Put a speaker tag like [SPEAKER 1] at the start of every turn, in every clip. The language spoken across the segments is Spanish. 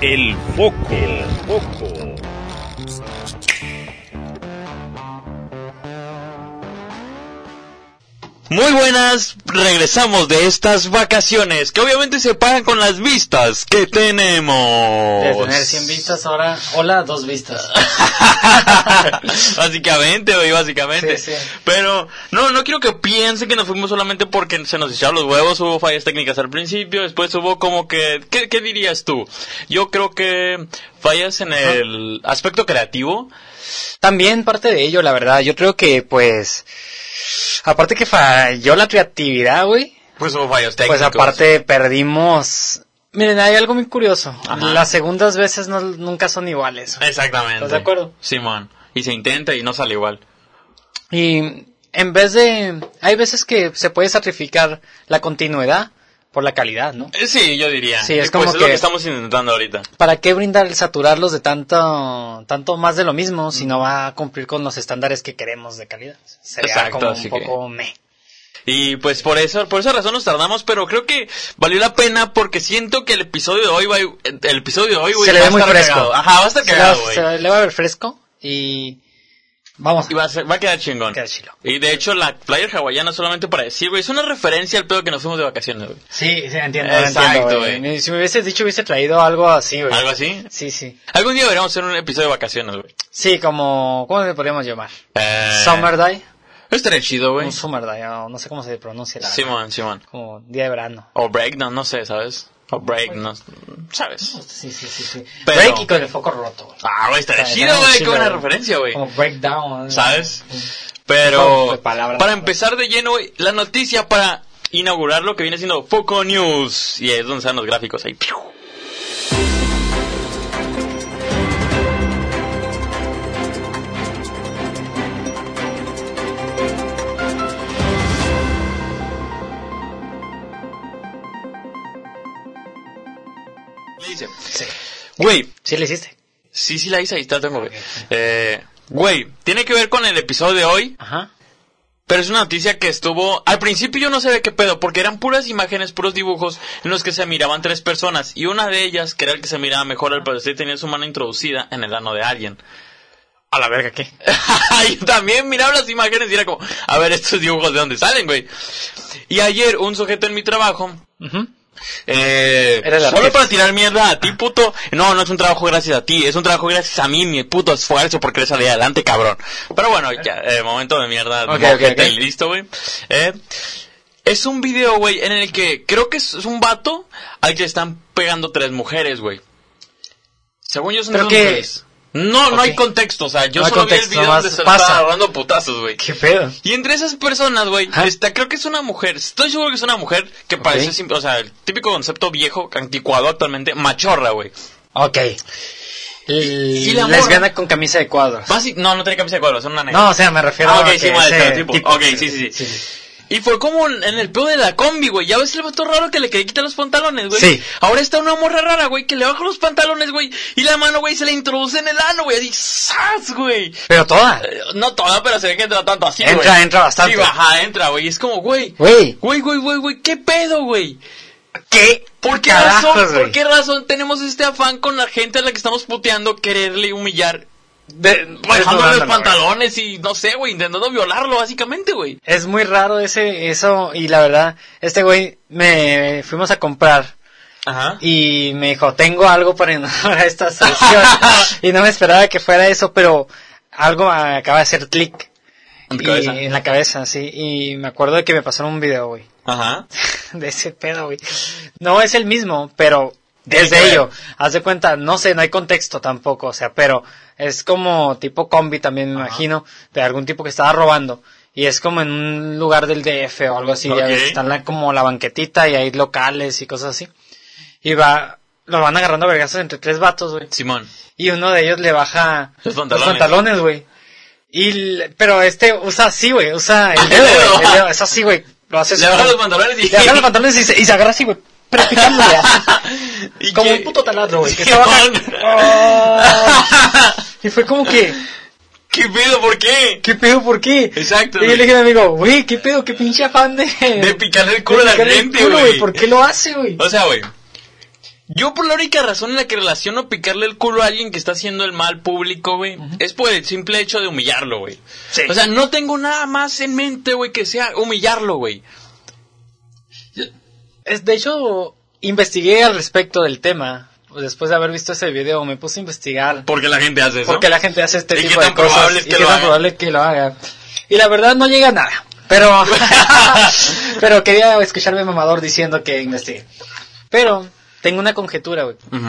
[SPEAKER 1] El foco. El foco.
[SPEAKER 2] Muy buenas, regresamos de estas vacaciones que obviamente se pagan con las vistas que tenemos.
[SPEAKER 3] De tener 100 vistas ahora, hola, dos vistas.
[SPEAKER 2] básicamente, hoy básicamente.
[SPEAKER 3] Sí, sí.
[SPEAKER 2] Pero no, no quiero que piense que nos fuimos solamente porque se nos echaron los huevos, hubo fallas técnicas al principio, después hubo como que, ¿qué, qué dirías tú? Yo creo que fallas en el aspecto creativo.
[SPEAKER 3] También parte de ello, la verdad, yo creo que pues, aparte que falló la creatividad, güey,
[SPEAKER 2] Pues hubo fallas técnicas.
[SPEAKER 3] pues aparte perdimos... Miren, hay algo muy curioso.
[SPEAKER 2] Ajá.
[SPEAKER 3] Las segundas veces no- nunca son iguales.
[SPEAKER 2] Exactamente.
[SPEAKER 3] ¿Estás de acuerdo?
[SPEAKER 2] Simón. Y se intenta y no sale igual.
[SPEAKER 3] Y en vez de... Hay veces que se puede sacrificar la continuidad por la calidad, ¿no?
[SPEAKER 2] Eh, Sí, yo diría.
[SPEAKER 3] Sí, es
[SPEAKER 2] Y,
[SPEAKER 3] como
[SPEAKER 2] pues, es lo que
[SPEAKER 3] que-
[SPEAKER 2] estamos intentando ahorita.
[SPEAKER 3] ¿Para qué brindar saturarlos de tanto, tanto más de lo mismo si no va a cumplir con los estándares que queremos de calidad? Sería
[SPEAKER 2] Exacto,
[SPEAKER 3] como
[SPEAKER 2] así
[SPEAKER 3] un
[SPEAKER 2] que-
[SPEAKER 3] poco meh.
[SPEAKER 2] Y pues por eso, por esa razón nos tardamos, pero creo que valió la pena porque siento que el episodio de hoy va, el episodio de hoy, güey,
[SPEAKER 3] Se le
[SPEAKER 2] va
[SPEAKER 3] ve
[SPEAKER 2] a
[SPEAKER 3] muy
[SPEAKER 2] estar
[SPEAKER 3] fresco.
[SPEAKER 2] cagado. Ajá, va a estar
[SPEAKER 3] Se le va-
[SPEAKER 2] cagado, güey.
[SPEAKER 3] se le va a ver fresco y vamos.
[SPEAKER 2] Y va a, ser- va a quedar chingón.
[SPEAKER 3] Queda chilo.
[SPEAKER 2] Y de hecho la player hawaiana solamente para decir, güey, es una referencia al pedo que nos fuimos de vacaciones, güey.
[SPEAKER 3] Sí, sí, entiendo,
[SPEAKER 2] Exacto,
[SPEAKER 3] entiendo,
[SPEAKER 2] güey.
[SPEAKER 3] güey. Si me hubieses dicho hubiese traído algo así, güey.
[SPEAKER 2] Algo así.
[SPEAKER 3] Sí, sí.
[SPEAKER 2] Algún día deberíamos hacer un episodio de vacaciones, güey.
[SPEAKER 3] Sí, como, ¿cómo le podríamos llamar?
[SPEAKER 2] Eh,
[SPEAKER 3] Summer Day.
[SPEAKER 2] Estaría chido, güey.
[SPEAKER 3] Un Summer Day, no, no sé cómo se pronuncia la
[SPEAKER 2] Simón, Simón.
[SPEAKER 3] Como día de verano.
[SPEAKER 2] O breakdown, no sé, ¿sabes? O breakdown, ¿sabes?
[SPEAKER 3] Sí, sí, sí, sí.
[SPEAKER 2] Pero-
[SPEAKER 3] Break y con el foco roto, güey.
[SPEAKER 2] Ah, güey, estaría
[SPEAKER 3] O sea,
[SPEAKER 2] chido,
[SPEAKER 3] estaría
[SPEAKER 2] güey,
[SPEAKER 3] chido,
[SPEAKER 2] con una
[SPEAKER 3] güey.
[SPEAKER 2] referencia, güey.
[SPEAKER 3] Como breakdown. ¿no?
[SPEAKER 2] ¿Sabes?
[SPEAKER 3] Como de
[SPEAKER 2] Pero
[SPEAKER 3] palabras. pues.
[SPEAKER 2] para empezar de lleno, güey, la noticia para inaugurar lo que viene siendo Foco News. Y ahí es donde están los gráficos ahí. ¡Piu! Le dice,
[SPEAKER 3] Sí.
[SPEAKER 2] Güey,
[SPEAKER 3] Sí le hiciste.
[SPEAKER 2] sí, sí la hice, ahí está, tengo, güey. Eh, güey, tiene que ver con el episodio de hoy,
[SPEAKER 3] Ajá.
[SPEAKER 2] pero es una noticia que estuvo... Al principio yo no sabía qué pedo, porque eran puras imágenes, puros dibujos en los que se miraban tres personas. Y una de ellas, que era el que se miraba mejor al parecer, tenía su mano introducida en el ano de alguien.
[SPEAKER 3] A la verga, ¿qué?
[SPEAKER 2] yo también miraba las imágenes y era como, a ver, estos dibujos de dónde salen, güey. Y ayer un sujeto en mi trabajo... eh,
[SPEAKER 3] Era la
[SPEAKER 2] solo
[SPEAKER 3] jefa.
[SPEAKER 2] para tirar mierda a ti, puto. No, no es un trabajo gracias a ti, es un trabajo gracias a mí, mi puto esfuerzo por querer salir adelante, cabrón. Pero bueno, ya, eh, momento de mierda.
[SPEAKER 3] Ok,
[SPEAKER 2] mojete
[SPEAKER 3] ok, ok.
[SPEAKER 2] y listo, güey. Eh, es un video, güey, en el que creo que es es un vato al que están pegando tres mujeres, güey. Según yo son
[SPEAKER 3] Creo
[SPEAKER 2] tres
[SPEAKER 3] que-
[SPEAKER 2] mujeres. No, no
[SPEAKER 3] Ok.
[SPEAKER 2] hay contexto, o sea, yo
[SPEAKER 3] No hay
[SPEAKER 2] solo vi el
[SPEAKER 3] contexto,
[SPEAKER 2] video donde
[SPEAKER 3] nomás
[SPEAKER 2] se
[SPEAKER 3] pasa.
[SPEAKER 2] están agarrando putazos, güey.
[SPEAKER 3] ¿Qué pedo?
[SPEAKER 2] Y entre esas personas, güey,
[SPEAKER 3] Ajá.
[SPEAKER 2] está, creo que es una mujer, estoy seguro que es una mujer que
[SPEAKER 3] Ok.
[SPEAKER 2] parece, sim- o sea, el típico concepto viejo, anticuado actualmente, machorra, güey.
[SPEAKER 3] Ok.
[SPEAKER 2] y
[SPEAKER 3] Y
[SPEAKER 2] la
[SPEAKER 3] la
[SPEAKER 2] morra-
[SPEAKER 3] lesbiana con camisa de cuadros.
[SPEAKER 2] Basi- no, no tenía camisa de cuadros, era una negra.
[SPEAKER 3] No, o sea, me refiero
[SPEAKER 2] Ah, ok,
[SPEAKER 3] a que
[SPEAKER 2] sí, madre,
[SPEAKER 3] ese
[SPEAKER 2] estereotipo. Ok, sí, sí, sí. Y fue como en en el pedo de la combi, güey. Ya ves el vato raro que le quería quitar los pantalones, güey.
[SPEAKER 3] Sí.
[SPEAKER 2] Ahora está una morra rara, güey, que le baja los pantalones, güey. Y la mano, güey, se le introduce en el ano, güey. Así, ¡zas, güey!
[SPEAKER 3] Pero toda.
[SPEAKER 2] Eh, No toda, pero se ve que entra tanto así, güey.
[SPEAKER 3] Entra, entra bastante.
[SPEAKER 2] Sí, ajá, entra, güey. Es como, güey.
[SPEAKER 3] Güey,
[SPEAKER 2] Güey, güey, güey, güey. ¿Qué pedo, güey?
[SPEAKER 3] ¿qué?
[SPEAKER 2] ¿Por qué,
[SPEAKER 3] carajos,
[SPEAKER 2] razón, ¿Por
[SPEAKER 3] güey?
[SPEAKER 2] qué razón tenemos este afán con la gente a la que estamos puteando, quererle y humillar? Bajándole los
[SPEAKER 3] desnudándolo,
[SPEAKER 2] pantalones y no sé, güey, intentando violarlo, básicamente, güey.
[SPEAKER 3] Es muy raro ese, eso, y la verdad, este güey, me fuimos a comprar
[SPEAKER 2] Ajá.
[SPEAKER 3] y me dijo, tengo algo para inaugurar esta sesión. y no me esperaba que fuera eso, pero algo ah, acaba de hacer clic.
[SPEAKER 2] En tu
[SPEAKER 3] Y-
[SPEAKER 2] cabeza.
[SPEAKER 3] En la cabeza, sí. Y me acuerdo de que me pasaron un video, güey.
[SPEAKER 2] Ajá.
[SPEAKER 3] de ese pedo, güey. No es el mismo, pero
[SPEAKER 2] Tiene
[SPEAKER 3] desde
[SPEAKER 2] que ver.
[SPEAKER 3] ello. Haz de cuenta, no sé, no hay contexto tampoco, o sea, pero es como tipo combi también, me imagino, de algún tipo que estaba robando. Y es como en un lugar del DF o algo así, ya
[SPEAKER 2] Ok.
[SPEAKER 3] ves, están la- como la banquetita y hay locales y cosas así. Y va, lo van agarrando a vergazos entre tres vatos, güey.
[SPEAKER 2] Simón.
[SPEAKER 3] Y uno de ellos le baja
[SPEAKER 2] Los pantalones.
[SPEAKER 3] pantalones, güey. Y, l- pero este usa así, güey, usa el
[SPEAKER 2] El
[SPEAKER 3] dedo,
[SPEAKER 2] dedo.
[SPEAKER 3] güey, el dedo, es así, güey. Lo hace
[SPEAKER 2] Le
[SPEAKER 3] así,
[SPEAKER 2] baja
[SPEAKER 3] güey.
[SPEAKER 2] los pantalones y...
[SPEAKER 3] Le agarra los pantalones y se, y se agarra así, güey. Practicándole
[SPEAKER 2] Y
[SPEAKER 3] Como
[SPEAKER 2] que-
[SPEAKER 3] un puto taladro, güey. que
[SPEAKER 2] Sí,
[SPEAKER 3] se baja.
[SPEAKER 2] mon.
[SPEAKER 3] Ah, y fue como que,
[SPEAKER 2] ¿Qué pedo? ¿Por qué?
[SPEAKER 3] ¿qué pedo por qué?
[SPEAKER 2] Exacto,
[SPEAKER 3] Y yo
[SPEAKER 2] güey.
[SPEAKER 3] le dije a mi amigo, güey, ¿qué pedo? ¿Qué pinche afán de. De
[SPEAKER 2] picarle el culo a la
[SPEAKER 3] picarle el
[SPEAKER 2] gente,
[SPEAKER 3] culo,
[SPEAKER 2] güey.
[SPEAKER 3] ¿Por qué lo hace, güey?
[SPEAKER 2] O sea, güey. Yo por la única razón en la que relaciono picarle el culo a alguien que está haciendo el mal público, güey, es por el simple hecho de humillarlo, güey.
[SPEAKER 3] Sí.
[SPEAKER 2] O sea, no tengo nada más en mente, güey, que sea humillarlo, güey.
[SPEAKER 3] Es, de hecho, investigué al respecto del tema. Después de haber visto ese video, me puse a investigar
[SPEAKER 2] Porque la gente hace eso.
[SPEAKER 3] por qué la gente hace este
[SPEAKER 2] ¿Y qué
[SPEAKER 3] tipo de
[SPEAKER 2] tan probable
[SPEAKER 3] cosas
[SPEAKER 2] es que
[SPEAKER 3] y qué
[SPEAKER 2] lo
[SPEAKER 3] tan
[SPEAKER 2] haga?
[SPEAKER 3] probable que lo haga. Y la verdad no llega a nada. Pero, pero quería escucharme mamador diciendo que investigué. Pero tengo una conjetura, güey.
[SPEAKER 2] Ujú.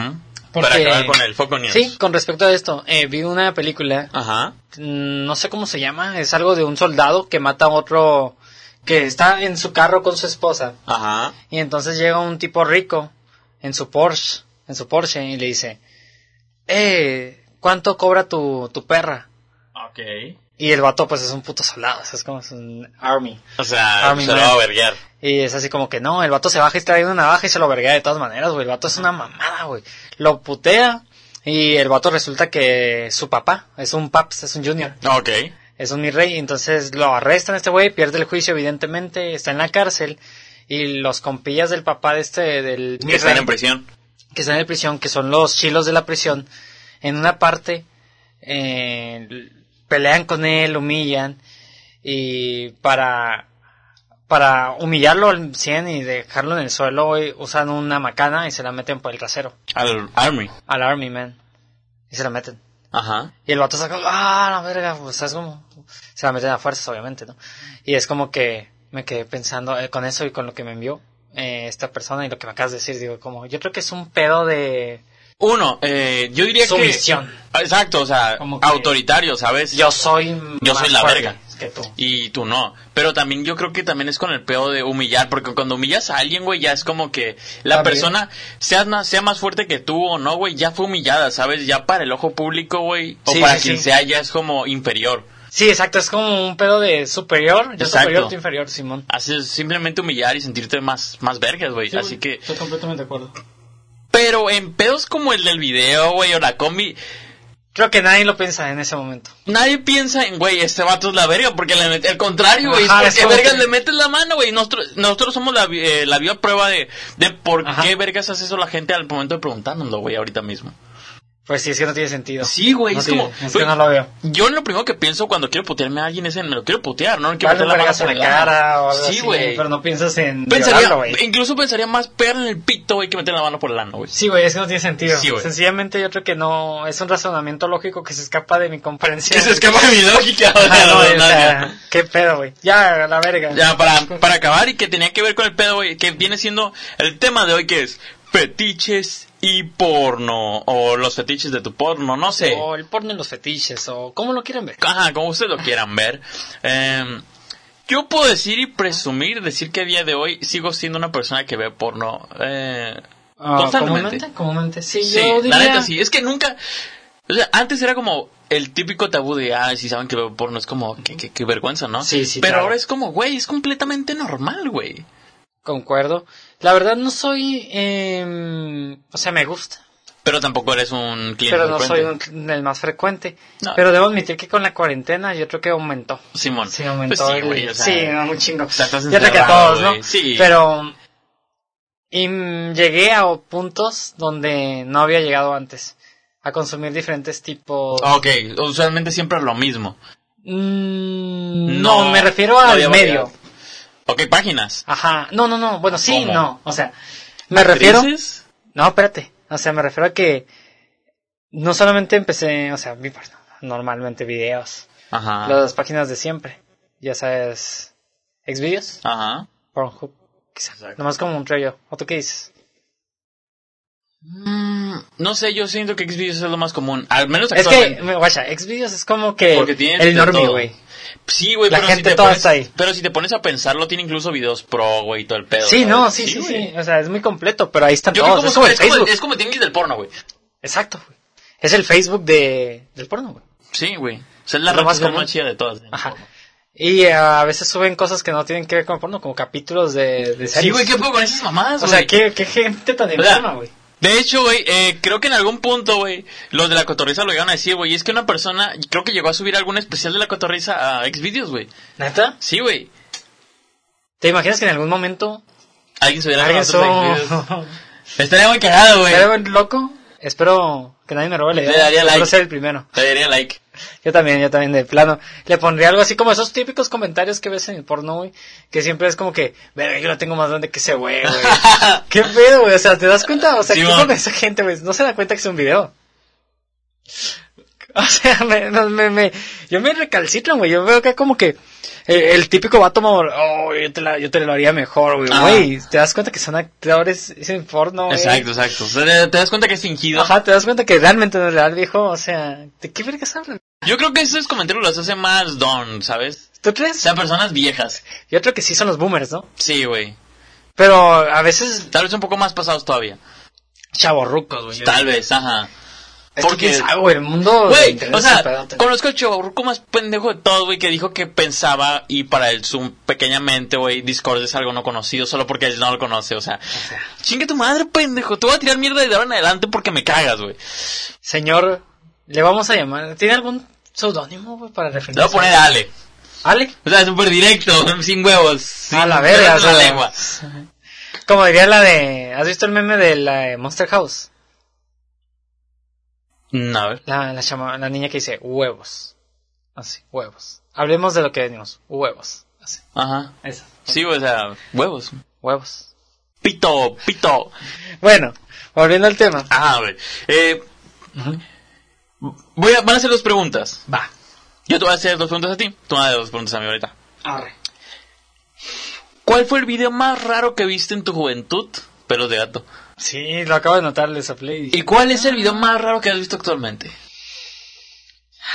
[SPEAKER 2] Para
[SPEAKER 3] Porque-
[SPEAKER 2] acabar con el foco news.
[SPEAKER 3] Sí, con respecto a esto, eh, vi una película
[SPEAKER 2] Ajá.
[SPEAKER 3] mm, no sé cómo se llama, es algo de un soldado que mata a otro que está en su carro con su esposa
[SPEAKER 2] Ajá.
[SPEAKER 3] y entonces llega un tipo rico en su Porsche, en su Porsche y le dice, "Eh, ¿cuánto cobra tu tu perra?"
[SPEAKER 2] Ok.
[SPEAKER 3] Y el vato pues es un puto soldado, o sea, es como es un army.
[SPEAKER 2] O sea,
[SPEAKER 3] Ah, mi
[SPEAKER 2] se lo
[SPEAKER 3] madre.
[SPEAKER 2] va a verguear.
[SPEAKER 3] Y es así como que no, el vato se baja y trae una navaja y se lo verguea de todas maneras, güey. El vato es una mamada, güey. Lo putea y el vato resulta que su papá es un paps, es un junior.
[SPEAKER 2] Ok.
[SPEAKER 3] es un mi rey, entonces lo arrestan a este güey, pierde el juicio evidentemente, está en la cárcel y los compillas del papá de este del mi
[SPEAKER 2] Que están
[SPEAKER 3] rey,
[SPEAKER 2] en prisión.
[SPEAKER 3] que están en prisión, que son los chilos de la prisión, en una parte eh, pelean con él, humillan y para para humillarlo al 100 y dejarlo en el suelo, güey, usan una macana y se la meten por el trasero
[SPEAKER 2] Al Army.
[SPEAKER 3] al army man y se la meten.
[SPEAKER 2] Ajá.
[SPEAKER 3] Y el vato saca, ah, la verga, pues ¿sabes cómo? Se la meten a fuerzas, obviamente, ¿no? Y es como que me quedé pensando eh, con eso y con lo que me envió eh, esta persona y lo que me acabas de decir, digo, como, yo creo que es un pedo de
[SPEAKER 2] Uno, eh, yo diría
[SPEAKER 3] sumisión.
[SPEAKER 2] que... Exacto, o sea,
[SPEAKER 3] Como que-
[SPEAKER 2] autoritario, ¿sabes?
[SPEAKER 3] Yo soy
[SPEAKER 2] Yo soy la
[SPEAKER 3] fuerte
[SPEAKER 2] verga.
[SPEAKER 3] que tú.
[SPEAKER 2] Y tú no. Pero también yo creo que también es con el pedo de humillar, porque cuando humillas a alguien, güey, ya es como que la
[SPEAKER 3] También.
[SPEAKER 2] persona, sea más, sea más fuerte que tú o no, güey, ya fue humillada, ¿sabes? Ya para el ojo público, güey, o
[SPEAKER 3] Sí,
[SPEAKER 2] para
[SPEAKER 3] sí,
[SPEAKER 2] quien
[SPEAKER 3] sí.
[SPEAKER 2] sea, ya es como inferior.
[SPEAKER 3] Sí, exacto, es como un pedo de superior, yo
[SPEAKER 2] Exacto.
[SPEAKER 3] superior, tú inferior, Simón.
[SPEAKER 2] Haces simplemente humillar y sentirte más, más vergas, güey. Así que...
[SPEAKER 3] Estoy completamente de acuerdo.
[SPEAKER 2] Pero en pedos como el del video, güey, o la combi,
[SPEAKER 3] Creo que nadie lo piensa en ese momento.
[SPEAKER 2] Nadie piensa en, güey, este vato es la verga, porque le met- el contrario, güey,
[SPEAKER 3] Ajá,
[SPEAKER 2] es porque
[SPEAKER 3] es como
[SPEAKER 2] vergas
[SPEAKER 3] que-
[SPEAKER 2] le metes la mano, güey. Nosotros, nosotros somos la, vi- eh, la viva prueba de, de por
[SPEAKER 3] Ajá.
[SPEAKER 2] qué vergas hace eso la gente al momento de preguntándonos, güey, ahorita mismo.
[SPEAKER 3] Pues sí, es que no tiene sentido.
[SPEAKER 2] Sí, güey,
[SPEAKER 3] No
[SPEAKER 2] es
[SPEAKER 3] tiene,
[SPEAKER 2] como,
[SPEAKER 3] es
[SPEAKER 2] güey,
[SPEAKER 3] que no lo veo.
[SPEAKER 2] Yo lo primero que pienso cuando quiero putearme a alguien es en, me lo quiero putear, no, no quiero meter
[SPEAKER 3] Dale un
[SPEAKER 2] la mano
[SPEAKER 3] vergazo
[SPEAKER 2] por
[SPEAKER 3] en
[SPEAKER 2] el
[SPEAKER 3] la cara o algo
[SPEAKER 2] Sí,
[SPEAKER 3] así,
[SPEAKER 2] güey.
[SPEAKER 3] pero no piensas en
[SPEAKER 2] Pensaría,
[SPEAKER 3] violarlo, güey.
[SPEAKER 2] incluso pensaría más pegar en el pito, güey, que meter la mano por el ano, güey.
[SPEAKER 3] Sí, güey, es que no tiene sentido.
[SPEAKER 2] Sí, güey.
[SPEAKER 3] Sencillamente yo creo que no, es un razonamiento lógico que se escapa de mi comprensión.
[SPEAKER 2] Que se escapa de mi lógica, o sea,
[SPEAKER 3] Ah, no,
[SPEAKER 2] no,
[SPEAKER 3] o
[SPEAKER 2] no,
[SPEAKER 3] sea,
[SPEAKER 2] no.
[SPEAKER 3] qué pedo, güey. Ya, a la verga.
[SPEAKER 2] Ya, para, para acabar y que tenía que ver con el pedo, güey, que viene siendo el tema de hoy que es fetiches y porno, o los fetiches de tu porno, no sé.
[SPEAKER 3] O el porno en los fetiches, o cómo lo quieren ver.
[SPEAKER 2] Ajá, como ustedes lo quieran ver. Em, yo puedo decir y presumir, decir que a día de hoy sigo siendo una persona que ve porno. Eh,
[SPEAKER 3] Ah,
[SPEAKER 2] Totalmente.
[SPEAKER 3] Comúnmente, comúnmente. Sí,
[SPEAKER 2] sí,
[SPEAKER 3] yo diría...
[SPEAKER 2] la neta sí. Es que nunca... O sea, antes era como el típico tabú de, ah, si saben que veo porno, es como, qué, qué, qué vergüenza, ¿no?
[SPEAKER 3] Sí, sí,
[SPEAKER 2] Pero
[SPEAKER 3] claro.
[SPEAKER 2] ahora es como, güey, es completamente normal, güey.
[SPEAKER 3] Concuerdo. La verdad no soy, eh, o sea, me gusta,
[SPEAKER 2] Pero tampoco eres un cliente.
[SPEAKER 3] pero no soy
[SPEAKER 2] frecuente.
[SPEAKER 3] un- el más frecuente.
[SPEAKER 2] No.
[SPEAKER 3] Pero debo admitir que con la cuarentena yo creo que aumentó.
[SPEAKER 2] Simón.
[SPEAKER 3] Sí, aumentó.
[SPEAKER 2] Pues sí,
[SPEAKER 3] el-
[SPEAKER 2] güey, o sea,
[SPEAKER 3] sí, no, un chingo.
[SPEAKER 2] sea, estás
[SPEAKER 3] Yo creo que a
[SPEAKER 2] encerrado,
[SPEAKER 3] todos, ¿no?
[SPEAKER 2] güey. Sí.
[SPEAKER 3] Pero. Y mm, llegué a puntos donde no había llegado antes. A consumir diferentes tipos.
[SPEAKER 2] Ok, usualmente siempre es lo mismo.
[SPEAKER 3] Mm,
[SPEAKER 2] No,
[SPEAKER 3] no, me refiero
[SPEAKER 2] no
[SPEAKER 3] al
[SPEAKER 2] había
[SPEAKER 3] medio.
[SPEAKER 2] variedad. Ok, páginas.
[SPEAKER 3] Ajá. No, no, no. Bueno, sí,
[SPEAKER 2] ¿Cómo?
[SPEAKER 3] no. O sea, me refiero.
[SPEAKER 2] ¿Actrices?
[SPEAKER 3] No, espérate. O sea, me refiero a que. No solamente empecé. O sea, vi porno, normalmente videos.
[SPEAKER 2] Ajá.
[SPEAKER 3] Las páginas de siempre. Ya sabes. Xvideos.
[SPEAKER 2] Ajá.
[SPEAKER 3] Pornhub, quizá. Nomás como un rollo. ¿O tú qué dices?
[SPEAKER 2] Mm, no sé, yo siento que Xvideos es lo más común. Al menos
[SPEAKER 3] Es
[SPEAKER 2] actualmente.
[SPEAKER 3] que, me- guacha, Xvideos es como que
[SPEAKER 2] Porque tiene
[SPEAKER 3] el
[SPEAKER 2] de
[SPEAKER 3] normie,
[SPEAKER 2] todo.
[SPEAKER 3] güey.
[SPEAKER 2] Sí, güey,
[SPEAKER 3] La
[SPEAKER 2] pero si
[SPEAKER 3] gente
[SPEAKER 2] te
[SPEAKER 3] toda
[SPEAKER 2] pones,
[SPEAKER 3] está ahí.
[SPEAKER 2] Pero si te pones a pensarlo, tiene incluso videos pro, güey, y todo el pedo.
[SPEAKER 3] Sí,
[SPEAKER 2] ¿sabes?
[SPEAKER 3] no, sí, sí, sí,
[SPEAKER 2] güey.
[SPEAKER 3] O sea, es muy completo, pero ahí están
[SPEAKER 2] Yo creo
[SPEAKER 3] todos.
[SPEAKER 2] que
[SPEAKER 3] Es
[SPEAKER 2] como,
[SPEAKER 3] como el
[SPEAKER 2] es, como,
[SPEAKER 3] Facebook.
[SPEAKER 2] es como tianguis del porno, güey.
[SPEAKER 3] Exacto, güey. Es el Facebook de, del porno, güey.
[SPEAKER 2] Sí, güey. O sea, es la
[SPEAKER 3] Lo
[SPEAKER 2] red
[SPEAKER 3] más
[SPEAKER 2] social
[SPEAKER 3] común.
[SPEAKER 2] más chida de todas. ¿eh?
[SPEAKER 3] Ajá. Y eh, a veces suben cosas que no tienen que ver con el porno, como capítulos de, de series.
[SPEAKER 2] Sí, güey, ¿qué puedo con esas mamadas,
[SPEAKER 3] O
[SPEAKER 2] güey?
[SPEAKER 3] sea, ¿qué, qué gente tan
[SPEAKER 2] ¿Verdad?
[SPEAKER 3] enferma, güey.
[SPEAKER 2] De hecho, güey, eh, creo que en algún punto, güey, los de la cotorriza lo llegaron a decir, güey. y Es que una persona, creo que llegó a subir algún especial de la cotorriza a Xvideos, güey.
[SPEAKER 3] ¿Neta?
[SPEAKER 2] Sí, güey.
[SPEAKER 3] ¿Te imaginas que en algún momento
[SPEAKER 2] Alguien subiera
[SPEAKER 3] alguien
[SPEAKER 2] algo a
[SPEAKER 3] suba
[SPEAKER 2] Xvideos.
[SPEAKER 3] un-
[SPEAKER 2] Estaría muy cagado, güey.
[SPEAKER 3] ¿Será buen loco? Espero que nadie me robe la
[SPEAKER 2] Le
[SPEAKER 3] idea.
[SPEAKER 2] daría
[SPEAKER 3] Espero
[SPEAKER 2] like.
[SPEAKER 3] ser el primero.
[SPEAKER 2] Te daría like.
[SPEAKER 3] Yo también, yo también, de plano. Le pondría algo así como esos típicos comentarios que ves en el porno, güey. Que siempre es como que, verga, yo lo tengo más grande que ese güey, güey. ¿Qué pedo, güey? O sea, ¿te das cuenta? O sea, ¿qué
[SPEAKER 2] Simón.
[SPEAKER 3] pasa con esa gente, güey? No se da cuenta que es un video. O sea, me, no, me, me- yo me recalcitran, güey. Yo veo acá como que el, el típico vato mamón, oh, yo te, la- yo te lo haría mejor, güey.
[SPEAKER 2] Ah.
[SPEAKER 3] Güey, ¿te das cuenta que son actores es en porno, güey?
[SPEAKER 2] Exacto, exacto. O sea, te- te das cuenta que es fingido.
[SPEAKER 3] Ajá, ¿te das cuenta que realmente no es real, viejo? O sea, ¿de qué vergas hablan?
[SPEAKER 2] Yo creo que esos comentarios los hace más Don, ¿sabes?
[SPEAKER 3] ¿Tú
[SPEAKER 2] O
[SPEAKER 3] crees?
[SPEAKER 2] sea, personas viejas.
[SPEAKER 3] Yo creo que sí son los boomers, ¿no?
[SPEAKER 2] Sí, güey.
[SPEAKER 3] Pero a veces
[SPEAKER 2] Tal vez un poco más pasados todavía.
[SPEAKER 3] chavorrucos, güey.
[SPEAKER 2] Tal vez, ajá.
[SPEAKER 3] Es que
[SPEAKER 2] porque-
[SPEAKER 3] quién sabe, güey, el mundo de
[SPEAKER 2] Güey,
[SPEAKER 3] internet
[SPEAKER 2] o
[SPEAKER 3] es un
[SPEAKER 2] sea,
[SPEAKER 3] pedote.
[SPEAKER 2] conozco al chaburruco más pendejo de todo, güey, que dijo que pensaba y para él su pequeña mente, güey, Discord es algo no conocido solo porque él no lo conoce, o sea. Chinga tu madre, pendejo. Te voy a tirar mierda de ahora en adelante porque me cagas, güey.
[SPEAKER 3] Señor, le vamos a llamar. ¿Tiene algún seudónimo, güey, para referirse?
[SPEAKER 2] Te voy a poner Ale.
[SPEAKER 3] Ale.
[SPEAKER 2] O sea, súper directo, sin huevos. Sin
[SPEAKER 3] A la verga, o
[SPEAKER 2] pelos en la
[SPEAKER 3] sea.
[SPEAKER 2] lengua.
[SPEAKER 3] Como diría la de. ¿Has visto el meme de la de Monster House?
[SPEAKER 2] No, Mm, a ver.
[SPEAKER 3] La, la, chama- la niña que dice huevos. Así, huevos. Hablemos de lo que venimos. Huevos. Así.
[SPEAKER 2] Ajá.
[SPEAKER 3] Eso.
[SPEAKER 2] Sí, o sea, huevos.
[SPEAKER 3] Huevos.
[SPEAKER 2] Pito, pito.
[SPEAKER 3] Bueno, volviendo al tema.
[SPEAKER 2] Ajá, güey. Eh, voy a, van a hacer dos preguntas.
[SPEAKER 3] Va.
[SPEAKER 2] Yo te voy a hacer dos preguntas a ti. Tú me haces dos preguntas a mí ahorita. ¿Cuál fue el video más raro que viste en tu juventud? Pelos de gato.
[SPEAKER 3] Sí, lo acabo de notar, les play.
[SPEAKER 2] ¿Y cuál es el video más raro que has visto actualmente?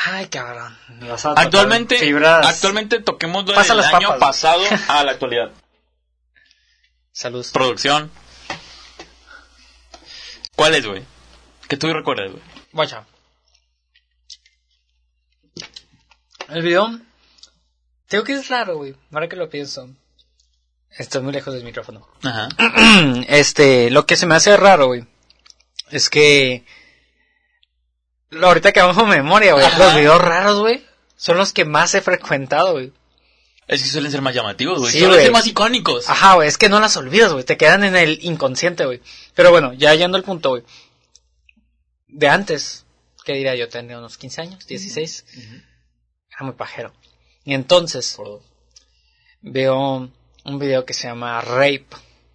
[SPEAKER 3] Ay, cabrón. me vas a tocar
[SPEAKER 2] Actualmente,
[SPEAKER 3] Fibras.
[SPEAKER 2] actualmente toquemos del
[SPEAKER 3] Pasa las
[SPEAKER 2] año
[SPEAKER 3] papas.
[SPEAKER 2] pasado a la actualidad.
[SPEAKER 3] Salud.
[SPEAKER 2] Producción. ¿Cuál es, güey? Que tú recuerdas, güey.
[SPEAKER 3] Guacha. El video. Tengo que es raro, güey. Ahora que lo pienso. Estoy muy lejos del micrófono.
[SPEAKER 2] Ajá.
[SPEAKER 3] Este, lo que se me hace raro, güey. Es que. lo- Ahorita que vamos a memoria, güey.
[SPEAKER 2] Ajá.
[SPEAKER 3] Los videos raros, güey. Son los que más he frecuentado, güey.
[SPEAKER 2] Es que suelen ser más llamativos, güey.
[SPEAKER 3] Sí,
[SPEAKER 2] suelen
[SPEAKER 3] güey. Ah.
[SPEAKER 2] ser más icónicos.
[SPEAKER 3] Ajá, güey, es que no las olvidas, güey, te quedan en el inconsciente, güey. Pero bueno, ya yendo al punto, güey. De antes, ¿qué diría yo? Tenía unos 15 años, 16. Era muy pajero. Y entonces, veo un video que se llama Rape.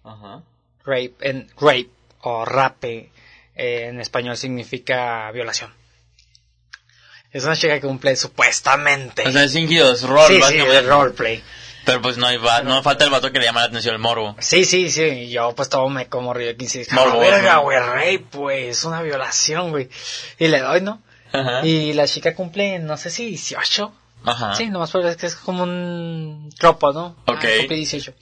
[SPEAKER 2] Ajá.
[SPEAKER 3] Rape, en, rape o rape eh, en español significa violación. Es una chica que cumple supuestamente.
[SPEAKER 2] O sea, es fingido, es rol,
[SPEAKER 3] sí, sí,
[SPEAKER 2] básicamente.
[SPEAKER 3] roleplay.
[SPEAKER 2] Pero pues no, hay va- no falta el vato que le llama la atención el morbo.
[SPEAKER 3] Sí, sí, sí. y Yo, pues, todo me como río. Y dije,
[SPEAKER 2] Morboso.
[SPEAKER 3] verga, güey, rape, güey. Es una violación, güey. Y le doy, ¿no?
[SPEAKER 2] Ajá.
[SPEAKER 3] Y la chica cumple, no sé si 18.
[SPEAKER 2] Ajá.
[SPEAKER 3] Sí, nomás por es que es como un tropo, ¿no?
[SPEAKER 2] Ah.
[SPEAKER 3] Ah,
[SPEAKER 2] Ok.
[SPEAKER 3] cumplí 18.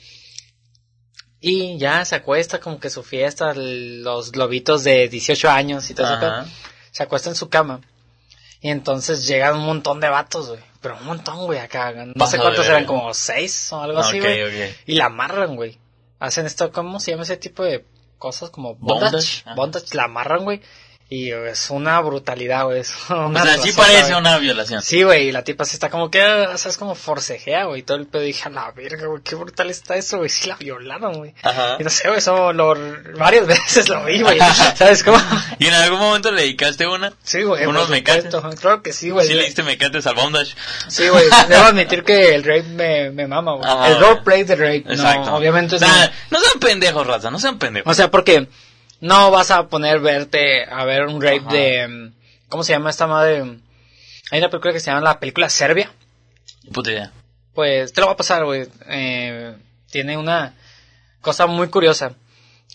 [SPEAKER 3] Y ya se acuesta como que su fiesta, los globitos de 18 años y todo eso.
[SPEAKER 2] Ajá.
[SPEAKER 3] Se acuesta en su cama. Y entonces llegan un montón de vatos, güey. Pero un montón, güey, acá. No
[SPEAKER 2] Pasado
[SPEAKER 3] sé
[SPEAKER 2] de
[SPEAKER 3] cuántos eran,
[SPEAKER 2] verga.
[SPEAKER 3] como seis o algo
[SPEAKER 2] Ok,
[SPEAKER 3] así, güey.
[SPEAKER 2] ok.
[SPEAKER 3] Y la amarran, güey. Hacen esto, ¿cómo se llama ese tipo de cosas? Como
[SPEAKER 2] Bondage,
[SPEAKER 3] bondage.
[SPEAKER 2] ajá.
[SPEAKER 3] Bondage, la amarran, güey. Y es una brutalidad, güey. Es una
[SPEAKER 2] o sea, sí
[SPEAKER 3] razota,
[SPEAKER 2] parece
[SPEAKER 3] güey.
[SPEAKER 2] una violación.
[SPEAKER 3] Sí, güey, y la tipa se está como que, ah, ¿sabes? Como forcejea, güey, y todo el pedo. Y dije, a la verga, güey, qué brutal está eso, güey. Sí la violaron, güey.
[SPEAKER 2] Ajá.
[SPEAKER 3] Y no sé, güey, eso lo, varias veces lo vi, güey. ¿Sabes cómo?
[SPEAKER 2] ¿Y en algún momento le dedicaste una?
[SPEAKER 3] Sí, güey.
[SPEAKER 2] Unos
[SPEAKER 3] por
[SPEAKER 2] mecates.
[SPEAKER 3] supuesto. Claro que sí, güey.
[SPEAKER 2] Sí le diste mecates al bondage.
[SPEAKER 3] Sí, güey. Debo admitir que el rape me, me mama, güey.
[SPEAKER 2] Ah,
[SPEAKER 3] el
[SPEAKER 2] güey.
[SPEAKER 3] roleplay de rape,
[SPEAKER 2] Exacto.
[SPEAKER 3] no, obviamente
[SPEAKER 2] O sea, no
[SPEAKER 3] no.
[SPEAKER 2] sean pendejos, raza, no sean pendejos.
[SPEAKER 3] O sea, porque no vas a poner verte a ver un rape
[SPEAKER 2] Ajá.
[SPEAKER 3] de... mm, ¿Cómo se llama esta madre? Hay una película que se llama la película Serbia.
[SPEAKER 2] Puta idea.
[SPEAKER 3] Pues te lo va a pasar, güey. Eh, tiene una cosa muy curiosa.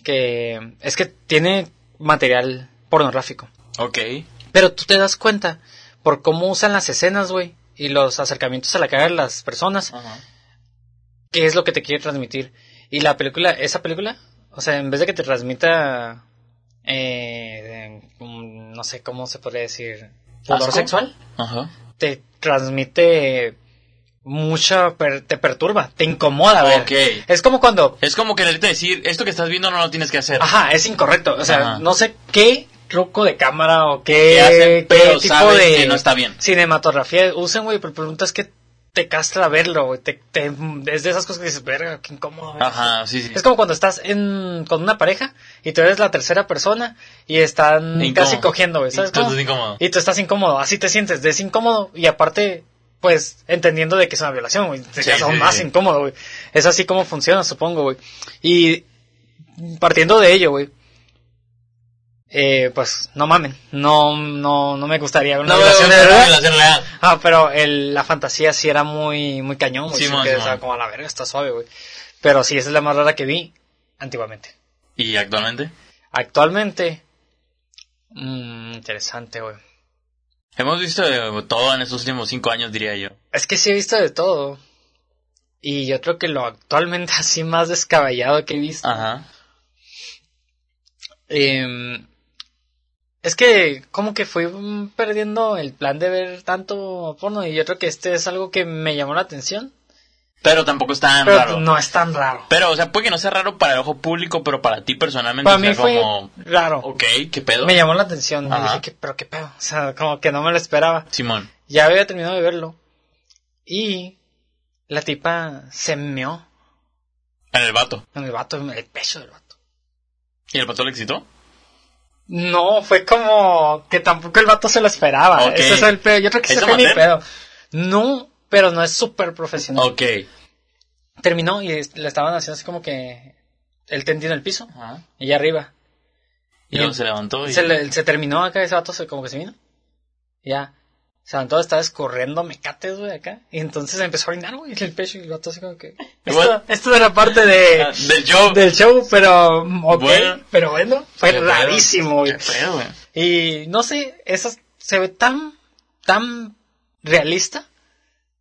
[SPEAKER 3] Que es que tiene material pornográfico.
[SPEAKER 2] Ok.
[SPEAKER 3] Pero tú te das cuenta por cómo usan las escenas, güey. Y los acercamientos a la cara de las personas.
[SPEAKER 2] Ajá.
[SPEAKER 3] qué es lo que te quiere transmitir. Y la película, esa película, o sea, en vez de que te transmita, eh, en- mm, no sé cómo se podría decir, pudor
[SPEAKER 2] ¿Asco?
[SPEAKER 3] sexual,
[SPEAKER 2] Ajá.
[SPEAKER 3] te transmite mucha, per- te perturba, te incomoda. ver.
[SPEAKER 2] Ok.
[SPEAKER 3] Es como cuando,
[SPEAKER 2] Es como quererte decir, esto que estás viendo no lo tienes que hacer.
[SPEAKER 3] ajá, es incorrecto, o sea,
[SPEAKER 2] Ajá.
[SPEAKER 3] no sé qué truco de cámara o
[SPEAKER 2] Que
[SPEAKER 3] qué,
[SPEAKER 2] hacen,
[SPEAKER 3] eh, qué
[SPEAKER 2] pero sabes que no está bien.
[SPEAKER 3] cinematografía usen, güey, pero preguntas que te castra verlo, güey. Te, te- es de esas cosas que dices, verga, qué incómodo. güey".
[SPEAKER 4] Ajá, sí, sí.
[SPEAKER 3] Es como cuando estás en, con una pareja y tú eres la tercera persona y están
[SPEAKER 4] Incómodo.
[SPEAKER 3] casi cogiendo, güey,
[SPEAKER 2] Y
[SPEAKER 3] ¿sabes
[SPEAKER 2] tú
[SPEAKER 3] cómo?
[SPEAKER 2] estás incómodo.
[SPEAKER 3] Y tú estás incómodo, así te sientes, es incómodo y aparte, pues, entendiendo de que es una violación, güey, te
[SPEAKER 2] Sí,
[SPEAKER 3] quedas aún
[SPEAKER 2] sí,
[SPEAKER 3] más
[SPEAKER 2] sí.
[SPEAKER 3] incómodo, güey. Es así como funciona, supongo, güey. Y partiendo de ello, güey. Eh, pues, no mamen, no, no, no me gustaría una
[SPEAKER 4] No,
[SPEAKER 3] violación de
[SPEAKER 4] no, no,
[SPEAKER 3] verdad.
[SPEAKER 2] Relación real.
[SPEAKER 3] Ah, pero el, la fantasía sí era muy, muy cañón, güey. Sí,
[SPEAKER 2] Simón,
[SPEAKER 3] que, o
[SPEAKER 2] Simón.
[SPEAKER 3] sea, como a la verga, está suave, güey. Pero sí, esa es la más rara que vi antiguamente.
[SPEAKER 2] ¿Y actualmente?
[SPEAKER 3] Actualmente, mm, interesante, güey.
[SPEAKER 2] Hemos visto eh, todo en estos últimos cinco años, diría yo.
[SPEAKER 3] Es que sí he visto de todo. Y yo creo que lo actualmente así más descabellado que he visto.
[SPEAKER 2] Ajá.
[SPEAKER 3] em, es que como que fui mm, perdiendo el plan de ver tanto porno y yo creo que este es algo que me llamó la atención.
[SPEAKER 2] Pero tampoco es tan
[SPEAKER 3] Pero
[SPEAKER 2] raro.
[SPEAKER 3] no es tan raro.
[SPEAKER 2] Pero, o sea, puede que no sea raro para el ojo público, pero para ti personalmente
[SPEAKER 3] Para
[SPEAKER 2] o sea,
[SPEAKER 3] mí fue
[SPEAKER 2] como...
[SPEAKER 3] raro.
[SPEAKER 2] Ok, ¿qué pedo?
[SPEAKER 3] Me llamó la atención.
[SPEAKER 2] Ajá.
[SPEAKER 3] Y dije, que, pero qué pedo. O sea, como que no me lo esperaba.
[SPEAKER 2] Simón.
[SPEAKER 3] Ya había terminado de verlo. Y la tipa se meó
[SPEAKER 2] En el vato.
[SPEAKER 3] en el vato, en el pecho del vato.
[SPEAKER 2] ¿Y el vato le excitó?
[SPEAKER 3] No, fue como que tampoco el vato se lo esperaba.
[SPEAKER 2] Ok.
[SPEAKER 3] Ese es el pedo. Yo creo que
[SPEAKER 2] ¿Es
[SPEAKER 3] ese fue mi
[SPEAKER 2] amateur?
[SPEAKER 3] pedo. No, pero no es súper profesional.
[SPEAKER 2] Ok.
[SPEAKER 3] Terminó y es- le estaban haciendo así como que el tendido en el piso
[SPEAKER 2] Ajá.
[SPEAKER 3] y arriba.
[SPEAKER 2] Y luego se levantó y...
[SPEAKER 3] Se, le- se terminó acá, ese vato se, como que se vino. Ya. Se levantó, estaba escorriendo mecates, güey, acá. Y entonces empezó a orinar, güey, en el pecho. Y el vato así como que... Esto,
[SPEAKER 2] Igual.
[SPEAKER 3] esto era parte
[SPEAKER 2] Ah,
[SPEAKER 3] de,
[SPEAKER 2] Del show.
[SPEAKER 3] del show, pero... mm, Ok,
[SPEAKER 2] Bueno.
[SPEAKER 3] pero bueno. Fue
[SPEAKER 2] Qué pedo.
[SPEAKER 3] rarísimo, güey.
[SPEAKER 2] Qué pedo, güey.
[SPEAKER 3] Y no sé, eso se ve tan, tan realista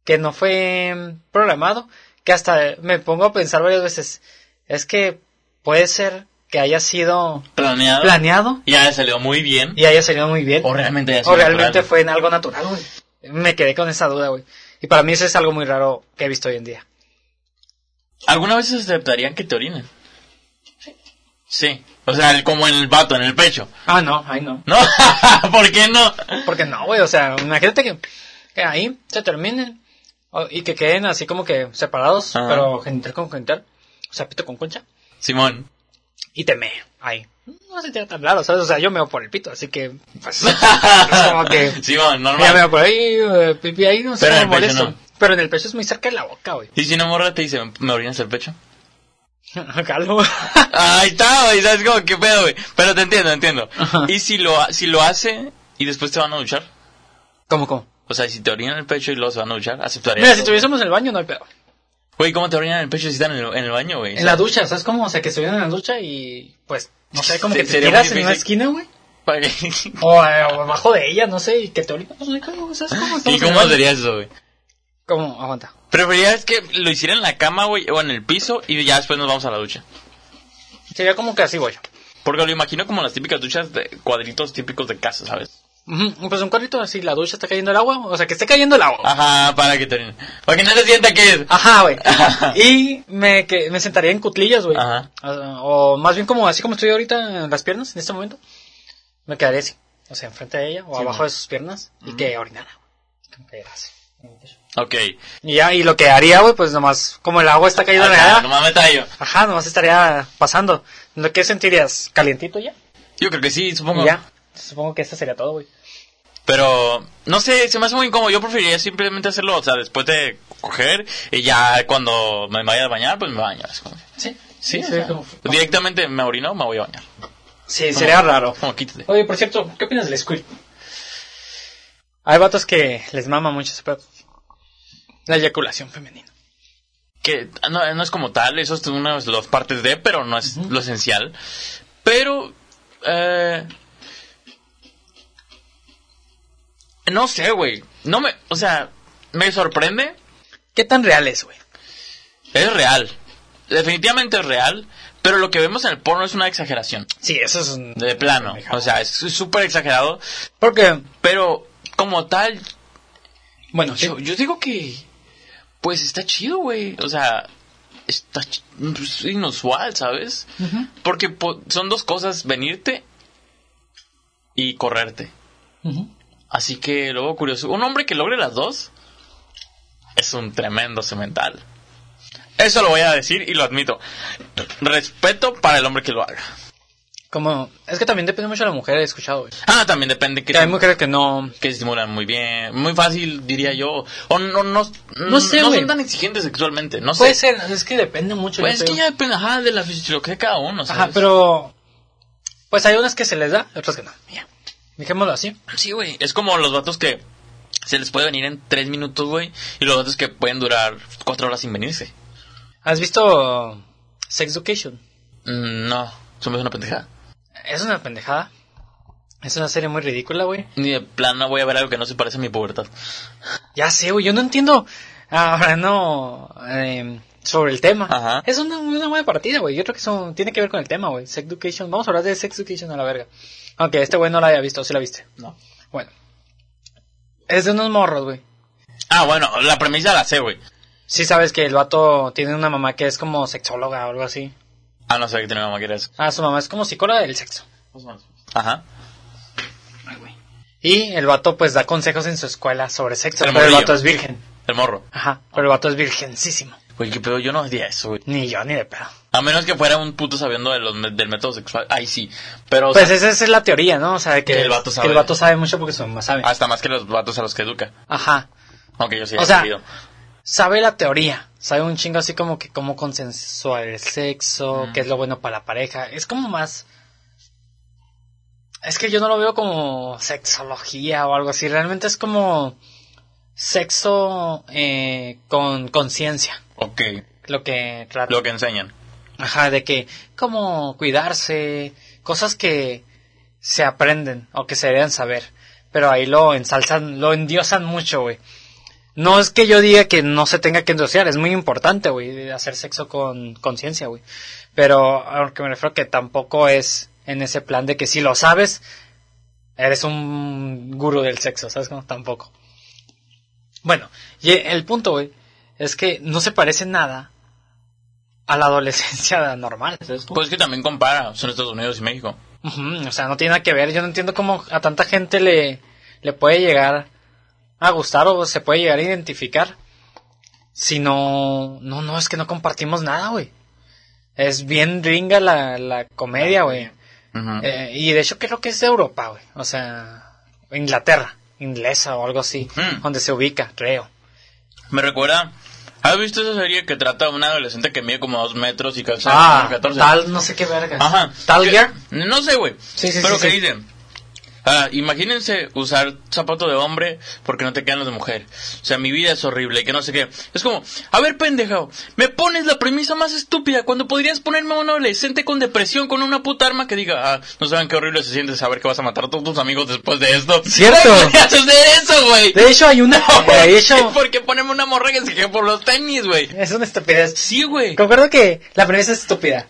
[SPEAKER 3] que no fue mm, programado que hasta me pongo a pensar varias veces. Es que puede ser que haya sido
[SPEAKER 2] Planeado.
[SPEAKER 3] planeado
[SPEAKER 2] Ya le salió muy bien.
[SPEAKER 3] y haya salido muy bien.
[SPEAKER 2] O realmente haya
[SPEAKER 3] O
[SPEAKER 2] sido
[SPEAKER 3] realmente
[SPEAKER 2] natural.
[SPEAKER 3] fue en algo natural, güey. Me quedé con esa duda, güey. Y para mí eso es algo muy raro que he visto hoy en día.
[SPEAKER 2] ¿Alguna vez aceptarían que te orinen? Sí. O sea, el- como en el vato, en el pecho.
[SPEAKER 3] Ah, no, ahí no.
[SPEAKER 2] ¿No? ¿Por qué no?
[SPEAKER 3] Porque no, güey, o sea, imagínate que, que ahí se terminen o- y que queden así como que separados,
[SPEAKER 2] Ajá.
[SPEAKER 3] pero genital con genital, o sea, pito con concha,
[SPEAKER 2] Simón.
[SPEAKER 3] y te meo ahí. No se te tan raro, ¿sabes? O sea, yo meo por el pito, así que, pues, es como que,
[SPEAKER 2] Simón,
[SPEAKER 3] ya
[SPEAKER 2] normal.
[SPEAKER 3] meo por ahí, eh, pipí ahí, no sé,
[SPEAKER 2] Pero
[SPEAKER 3] no
[SPEAKER 2] en
[SPEAKER 3] me
[SPEAKER 2] el pecho
[SPEAKER 3] molesto.
[SPEAKER 2] no.
[SPEAKER 3] Pero en el pecho es muy cerca de la boca, güey.
[SPEAKER 2] ¿Y si una morra te dice, me orinas el pecho?
[SPEAKER 3] Calvo.
[SPEAKER 2] Ahí está, güey, ¿sabes cómo? ¿Qué pedo, güey? Pero te entiendo, entiendo. ¿Y si lo, ha- si lo hace y después te van a duchar?
[SPEAKER 3] ¿Cómo, cómo?
[SPEAKER 2] O sea, si te orinan el pecho y luego se van a duchar,
[SPEAKER 3] Mira,
[SPEAKER 2] ¿aceptarías?
[SPEAKER 3] si estuviésemos en el baño no hay pedo.
[SPEAKER 2] Güey, ¿cómo te orinan el pecho si están en el, en el baño, güey?
[SPEAKER 3] En la ducha, ¿sabes cómo? O sea, que estuvieran en la ducha y, pues, no sé, como que te
[SPEAKER 2] Sería muy
[SPEAKER 3] tiras en una
[SPEAKER 2] difícil.
[SPEAKER 3] esquina, güey.
[SPEAKER 2] ¿Para qué?
[SPEAKER 3] O, eh, o abajo de ella, no sé, y que te obliga. No sé cómo, ¿sabes cómo?
[SPEAKER 2] ¿Y
[SPEAKER 3] Estamos
[SPEAKER 2] cómo
[SPEAKER 3] en el-
[SPEAKER 2] sería eso, güey?
[SPEAKER 3] ¿Cómo? Aguanta.
[SPEAKER 2] Preferirías que lo hiciera en la cama, güey, o en el piso y ya después nos vamos a la ducha.
[SPEAKER 3] Sería como que así, güey.
[SPEAKER 2] Porque lo imagino como las típicas duchas de cuadritos típicos de casa, ¿sabes?
[SPEAKER 3] Ujú, Pues un cuadrito así, la ducha está cayendo el agua, o sea, que esté cayendo el agua.
[SPEAKER 2] Ajá, para que te orinen. Para que no se sienta que es. ah,
[SPEAKER 3] Ajá, güey. Y me, que, me sentaría en cutlillas, güey.
[SPEAKER 2] Ajá.
[SPEAKER 3] O, o más bien como así como estoy ahorita en las piernas, en este momento. Me quedaría así. O sea, enfrente de ella o abajo de sus piernas y que orinara. güey. Como que así.
[SPEAKER 2] Ok.
[SPEAKER 3] Y ya, y lo que haría, güey, pues nomás, como el agua está cayendo en el
[SPEAKER 2] Ajá,
[SPEAKER 3] agua,
[SPEAKER 2] Ah, no mames, tallo.
[SPEAKER 3] Ajá, nomás estaría pasando. ¿Lo que sentirías? ¿Calientito ya?
[SPEAKER 2] Yo creo que sí, supongo.
[SPEAKER 3] Y ya. Supongo que esto sería todo, güey.
[SPEAKER 2] Pero, no sé, se me hace muy incómodo. Yo preferiría simplemente hacerlo, o sea, después de coger y ya cuando me vaya a bañar, pues me baño. Es como-
[SPEAKER 3] Sí.
[SPEAKER 2] Sí, o sea, directamente me orino, me voy a bañar.
[SPEAKER 3] Sí, sería raro.
[SPEAKER 2] Como quítate.
[SPEAKER 3] Oye, por cierto, ¿qué opinas del Squirt? Hay vatos que les mama mucho ese pedo. La eyaculación femenina.
[SPEAKER 2] que no, no es como tal, eso es una de las partes de, pero no es lo esencial. Pero, eh, no sé, güey. No me, o sea, me sorprende.
[SPEAKER 3] ¿Qué tan real es, güey?
[SPEAKER 2] Es real. Definitivamente es real. Pero lo que vemos en el porno es una exageración.
[SPEAKER 3] Sí, eso es un...
[SPEAKER 2] De plano. O sea, es súper exagerado.
[SPEAKER 3] Porque,
[SPEAKER 2] Pero, como tal,
[SPEAKER 3] bueno, sí,
[SPEAKER 2] yo, yo digo que, pues está chido, güey. O sea, está chi- pues, inusual, ¿sabes? Porque po- son dos cosas, venirte y correrte. Así que luego curioso, un hombre que logre las dos, es un tremendo cemental. Eso lo voy a decir y lo admito. Respeto para el hombre que lo haga.
[SPEAKER 3] Como, es que también depende mucho de la mujer, he escuchado, güey.
[SPEAKER 2] Ah, también depende que,
[SPEAKER 3] Que hay mujeres que no...
[SPEAKER 2] que estimulan muy bien, muy fácil diría yo, o no no
[SPEAKER 3] No sé,
[SPEAKER 2] no
[SPEAKER 3] güey.
[SPEAKER 2] son tan exigentes sexualmente, no
[SPEAKER 3] Puede
[SPEAKER 2] sé.
[SPEAKER 3] ser, es que depende mucho.
[SPEAKER 2] Pues
[SPEAKER 3] yo
[SPEAKER 2] es que
[SPEAKER 3] creo.
[SPEAKER 2] ya depende ajá, de la fisiología de cada uno, ¿sabes?
[SPEAKER 3] Ajá, pero... Pues hay unas que se les da, otras que no. Ya. Dejémoslo así.
[SPEAKER 2] Sí, güey. Es como los vatos que se les puede venir en tres minutos, güey. Y los vatos que pueden durar cuatro horas sin venirse.
[SPEAKER 3] ¿Has visto Sex Education?
[SPEAKER 2] Mm, no, eso me hace una pendejada.
[SPEAKER 3] Es una pendejada. Es una serie muy ridícula, güey.
[SPEAKER 2] Ni de plano voy a ver algo que no se parece a mi pubertad.
[SPEAKER 3] Ya sé, güey, yo no entiendo. Ahora no. eh, sobre el tema.
[SPEAKER 2] Ajá.
[SPEAKER 3] Es una, una buena partida, güey. Yo creo que eso tiene que ver con el tema, güey. Sex Education. Vamos a hablar de Sex Education a la verga. Aunque este güey no la haya visto, sí la viste.
[SPEAKER 2] No.
[SPEAKER 3] Bueno. Es de unos morros, güey.
[SPEAKER 2] Ah, bueno, la premisa la sé, güey.
[SPEAKER 3] Sí sabes que el vato tiene una mamá que es como sexóloga o algo así.
[SPEAKER 2] Ah, no sé que tiene mamá que era eso.
[SPEAKER 3] Ah, su mamá es como psicóloga del sexo.
[SPEAKER 2] Ajá.
[SPEAKER 3] Y el vato pues da consejos en su escuela sobre sexo.
[SPEAKER 2] El
[SPEAKER 3] Pero el
[SPEAKER 2] morrillo.
[SPEAKER 3] vato es virgen.
[SPEAKER 2] El morro.
[SPEAKER 3] Ajá. Pero el vato es virgencísimo.
[SPEAKER 2] Güey, qué pedo, yo no hacía eso, güey.
[SPEAKER 3] Ni yo, ni de pedo.
[SPEAKER 2] A menos que fuera un puto sabiendo de los, me- del método sexual. Ahí sí. Pero o
[SPEAKER 3] Pues
[SPEAKER 2] sea,
[SPEAKER 3] esa es la teoría, ¿no? O sea, que,
[SPEAKER 2] Que el vato sabe. Ah.
[SPEAKER 3] que el vato sabe mucho porque su mamá sabe.
[SPEAKER 2] hasta más que los vatos a los que educa.
[SPEAKER 3] Ajá.
[SPEAKER 2] Aunque yo sí
[SPEAKER 3] O
[SPEAKER 2] he
[SPEAKER 3] sea-
[SPEAKER 2] sabido.
[SPEAKER 3] Sabe la teoría. Sabe un chingo así como que cómo consensuar el sexo,
[SPEAKER 2] Mm.
[SPEAKER 3] qué es lo bueno para la pareja. Es como más... Es que yo no lo veo como sexología o algo así. Realmente es como sexo eh, con conciencia.
[SPEAKER 2] Ok.
[SPEAKER 3] Lo que trata.
[SPEAKER 2] Lo que enseñan.
[SPEAKER 3] Ajá, de que cómo cuidarse, cosas que se aprenden o que se deben saber, pero ahí lo ensalzan, lo endiosan mucho, güey. No es que yo diga que no se tenga que endiosar, es muy importante, güey, de hacer sexo con conciencia, güey. Pero a lo que me refiero que tampoco es en ese plan de que si lo sabes, eres un gurú del sexo, ¿sabes? cómo? tampoco. Bueno, y el punto, güey, es que no se parece nada a la adolescencia normal. ¿sabes cómo?
[SPEAKER 2] Pues que también compara. Son Estados Unidos y México.
[SPEAKER 3] Ujú, o sea, no tiene nada que ver. Yo no entiendo cómo a tanta gente le, le puede llegar a gustar o se puede llegar a identificar. Si no, no, no, es que no compartimos nada, güey. Es bien ringa la, la comedia, güey.
[SPEAKER 2] Ujú.
[SPEAKER 3] Eh, y de hecho creo que es de Europa, güey. O sea, Inglaterra, inglesa o algo así,
[SPEAKER 2] Mm.
[SPEAKER 3] donde se ubica, creo.
[SPEAKER 2] Me recuerda. ¿Has visto esa serie que trata a una adolescente que mide como dos metros y calza
[SPEAKER 3] ah,
[SPEAKER 2] como 14?
[SPEAKER 3] tal, no sé qué verga.
[SPEAKER 2] Ajá.
[SPEAKER 3] Tal
[SPEAKER 2] Que-
[SPEAKER 3] year.
[SPEAKER 2] No sé, güey.
[SPEAKER 3] Sí, sí,
[SPEAKER 2] Pero
[SPEAKER 3] sí,
[SPEAKER 2] que
[SPEAKER 3] sí.
[SPEAKER 2] dicen. Ah, imagínense usar zapato de hombre porque no te quedan los de mujer. O sea, mi vida es horrible y que no sé qué. Es como, a ver, pendejo, me pones la premisa más estúpida cuando podrías ponerme a un adolescente con depresión con una puta arma que diga, ah, no saben qué horrible se siente saber que vas a matar a todos tus amigos después de esto.
[SPEAKER 3] Cierto.
[SPEAKER 2] ¿Por qué haces eso, güey?
[SPEAKER 3] De hecho hay una... De hecho...
[SPEAKER 2] ¿Por qué ponemos una morra que se queja por los tenis, güey?
[SPEAKER 3] Es una estupidez.
[SPEAKER 2] Sí, güey.
[SPEAKER 3] Concuerdo que la premisa es estúpida.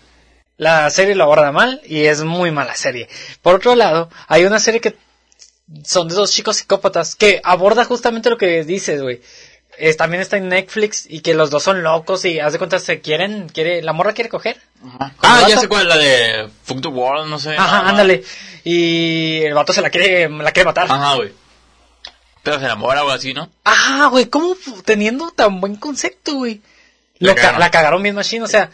[SPEAKER 3] La serie lo aborda mal y es muy mala serie. Por otro lado, hay una serie que son de dos chicos psicópatas que aborda justamente lo que dices, güey. Es- también está en Netflix y que los dos son locos y haz de cuenta se quieren, quiere, la morra quiere coger.
[SPEAKER 2] Ah, ya
[SPEAKER 3] vato?
[SPEAKER 2] sé cuál, la de Fuck the World, no sé.
[SPEAKER 3] Ajá,
[SPEAKER 2] no, Ah. no.
[SPEAKER 3] ándale. Y el vato se la quiere, la quiere matar.
[SPEAKER 2] Ajá, güey. Pero se enamora o algo así, ¿no?
[SPEAKER 3] Ah, güey, ¿cómo fu- teniendo tan buen concepto, güey?
[SPEAKER 2] La
[SPEAKER 3] Lo ca-
[SPEAKER 2] cagaron.
[SPEAKER 3] la cagaron bien machine, o sea,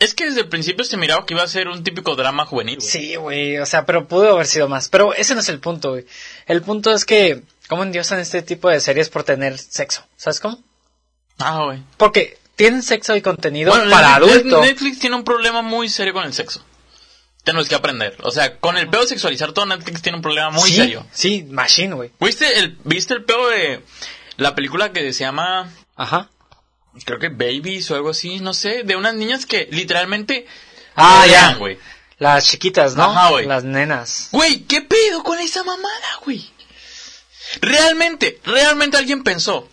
[SPEAKER 2] Es que desde el principio se miraba que iba a ser un típico drama juvenil, güey.
[SPEAKER 3] Sí, güey, o sea, pero pudo haber sido más. Pero ese no es el punto, güey. El punto es que, ¿cómo endiosan este tipo de series por tener sexo? ¿Sabes cómo?
[SPEAKER 2] Ah, güey.
[SPEAKER 3] Porque tienen sexo y contenido
[SPEAKER 2] Bueno,
[SPEAKER 3] para
[SPEAKER 2] Netflix-
[SPEAKER 3] adultos.
[SPEAKER 2] Netflix tiene un problema muy serio con el sexo. Tenemos que aprender. O sea, con el pedo de sexualizar todo, Netflix tiene un problema muy
[SPEAKER 3] sí,
[SPEAKER 2] serio.
[SPEAKER 3] Sí, Machine, güey.
[SPEAKER 2] ¿Viste el, ¿Viste el pedo de la película que se llama
[SPEAKER 3] Ajá.
[SPEAKER 2] creo que babies o algo así, no sé, de unas niñas que literalmente...
[SPEAKER 3] Ah,
[SPEAKER 2] rodean,
[SPEAKER 3] ya.
[SPEAKER 2] güey.
[SPEAKER 3] Las chiquitas, ¿no?
[SPEAKER 2] Ajá, güey.
[SPEAKER 3] Las nenas.
[SPEAKER 2] Güey, ¿qué pedo con esa mamada, güey? Realmente, realmente alguien pensó,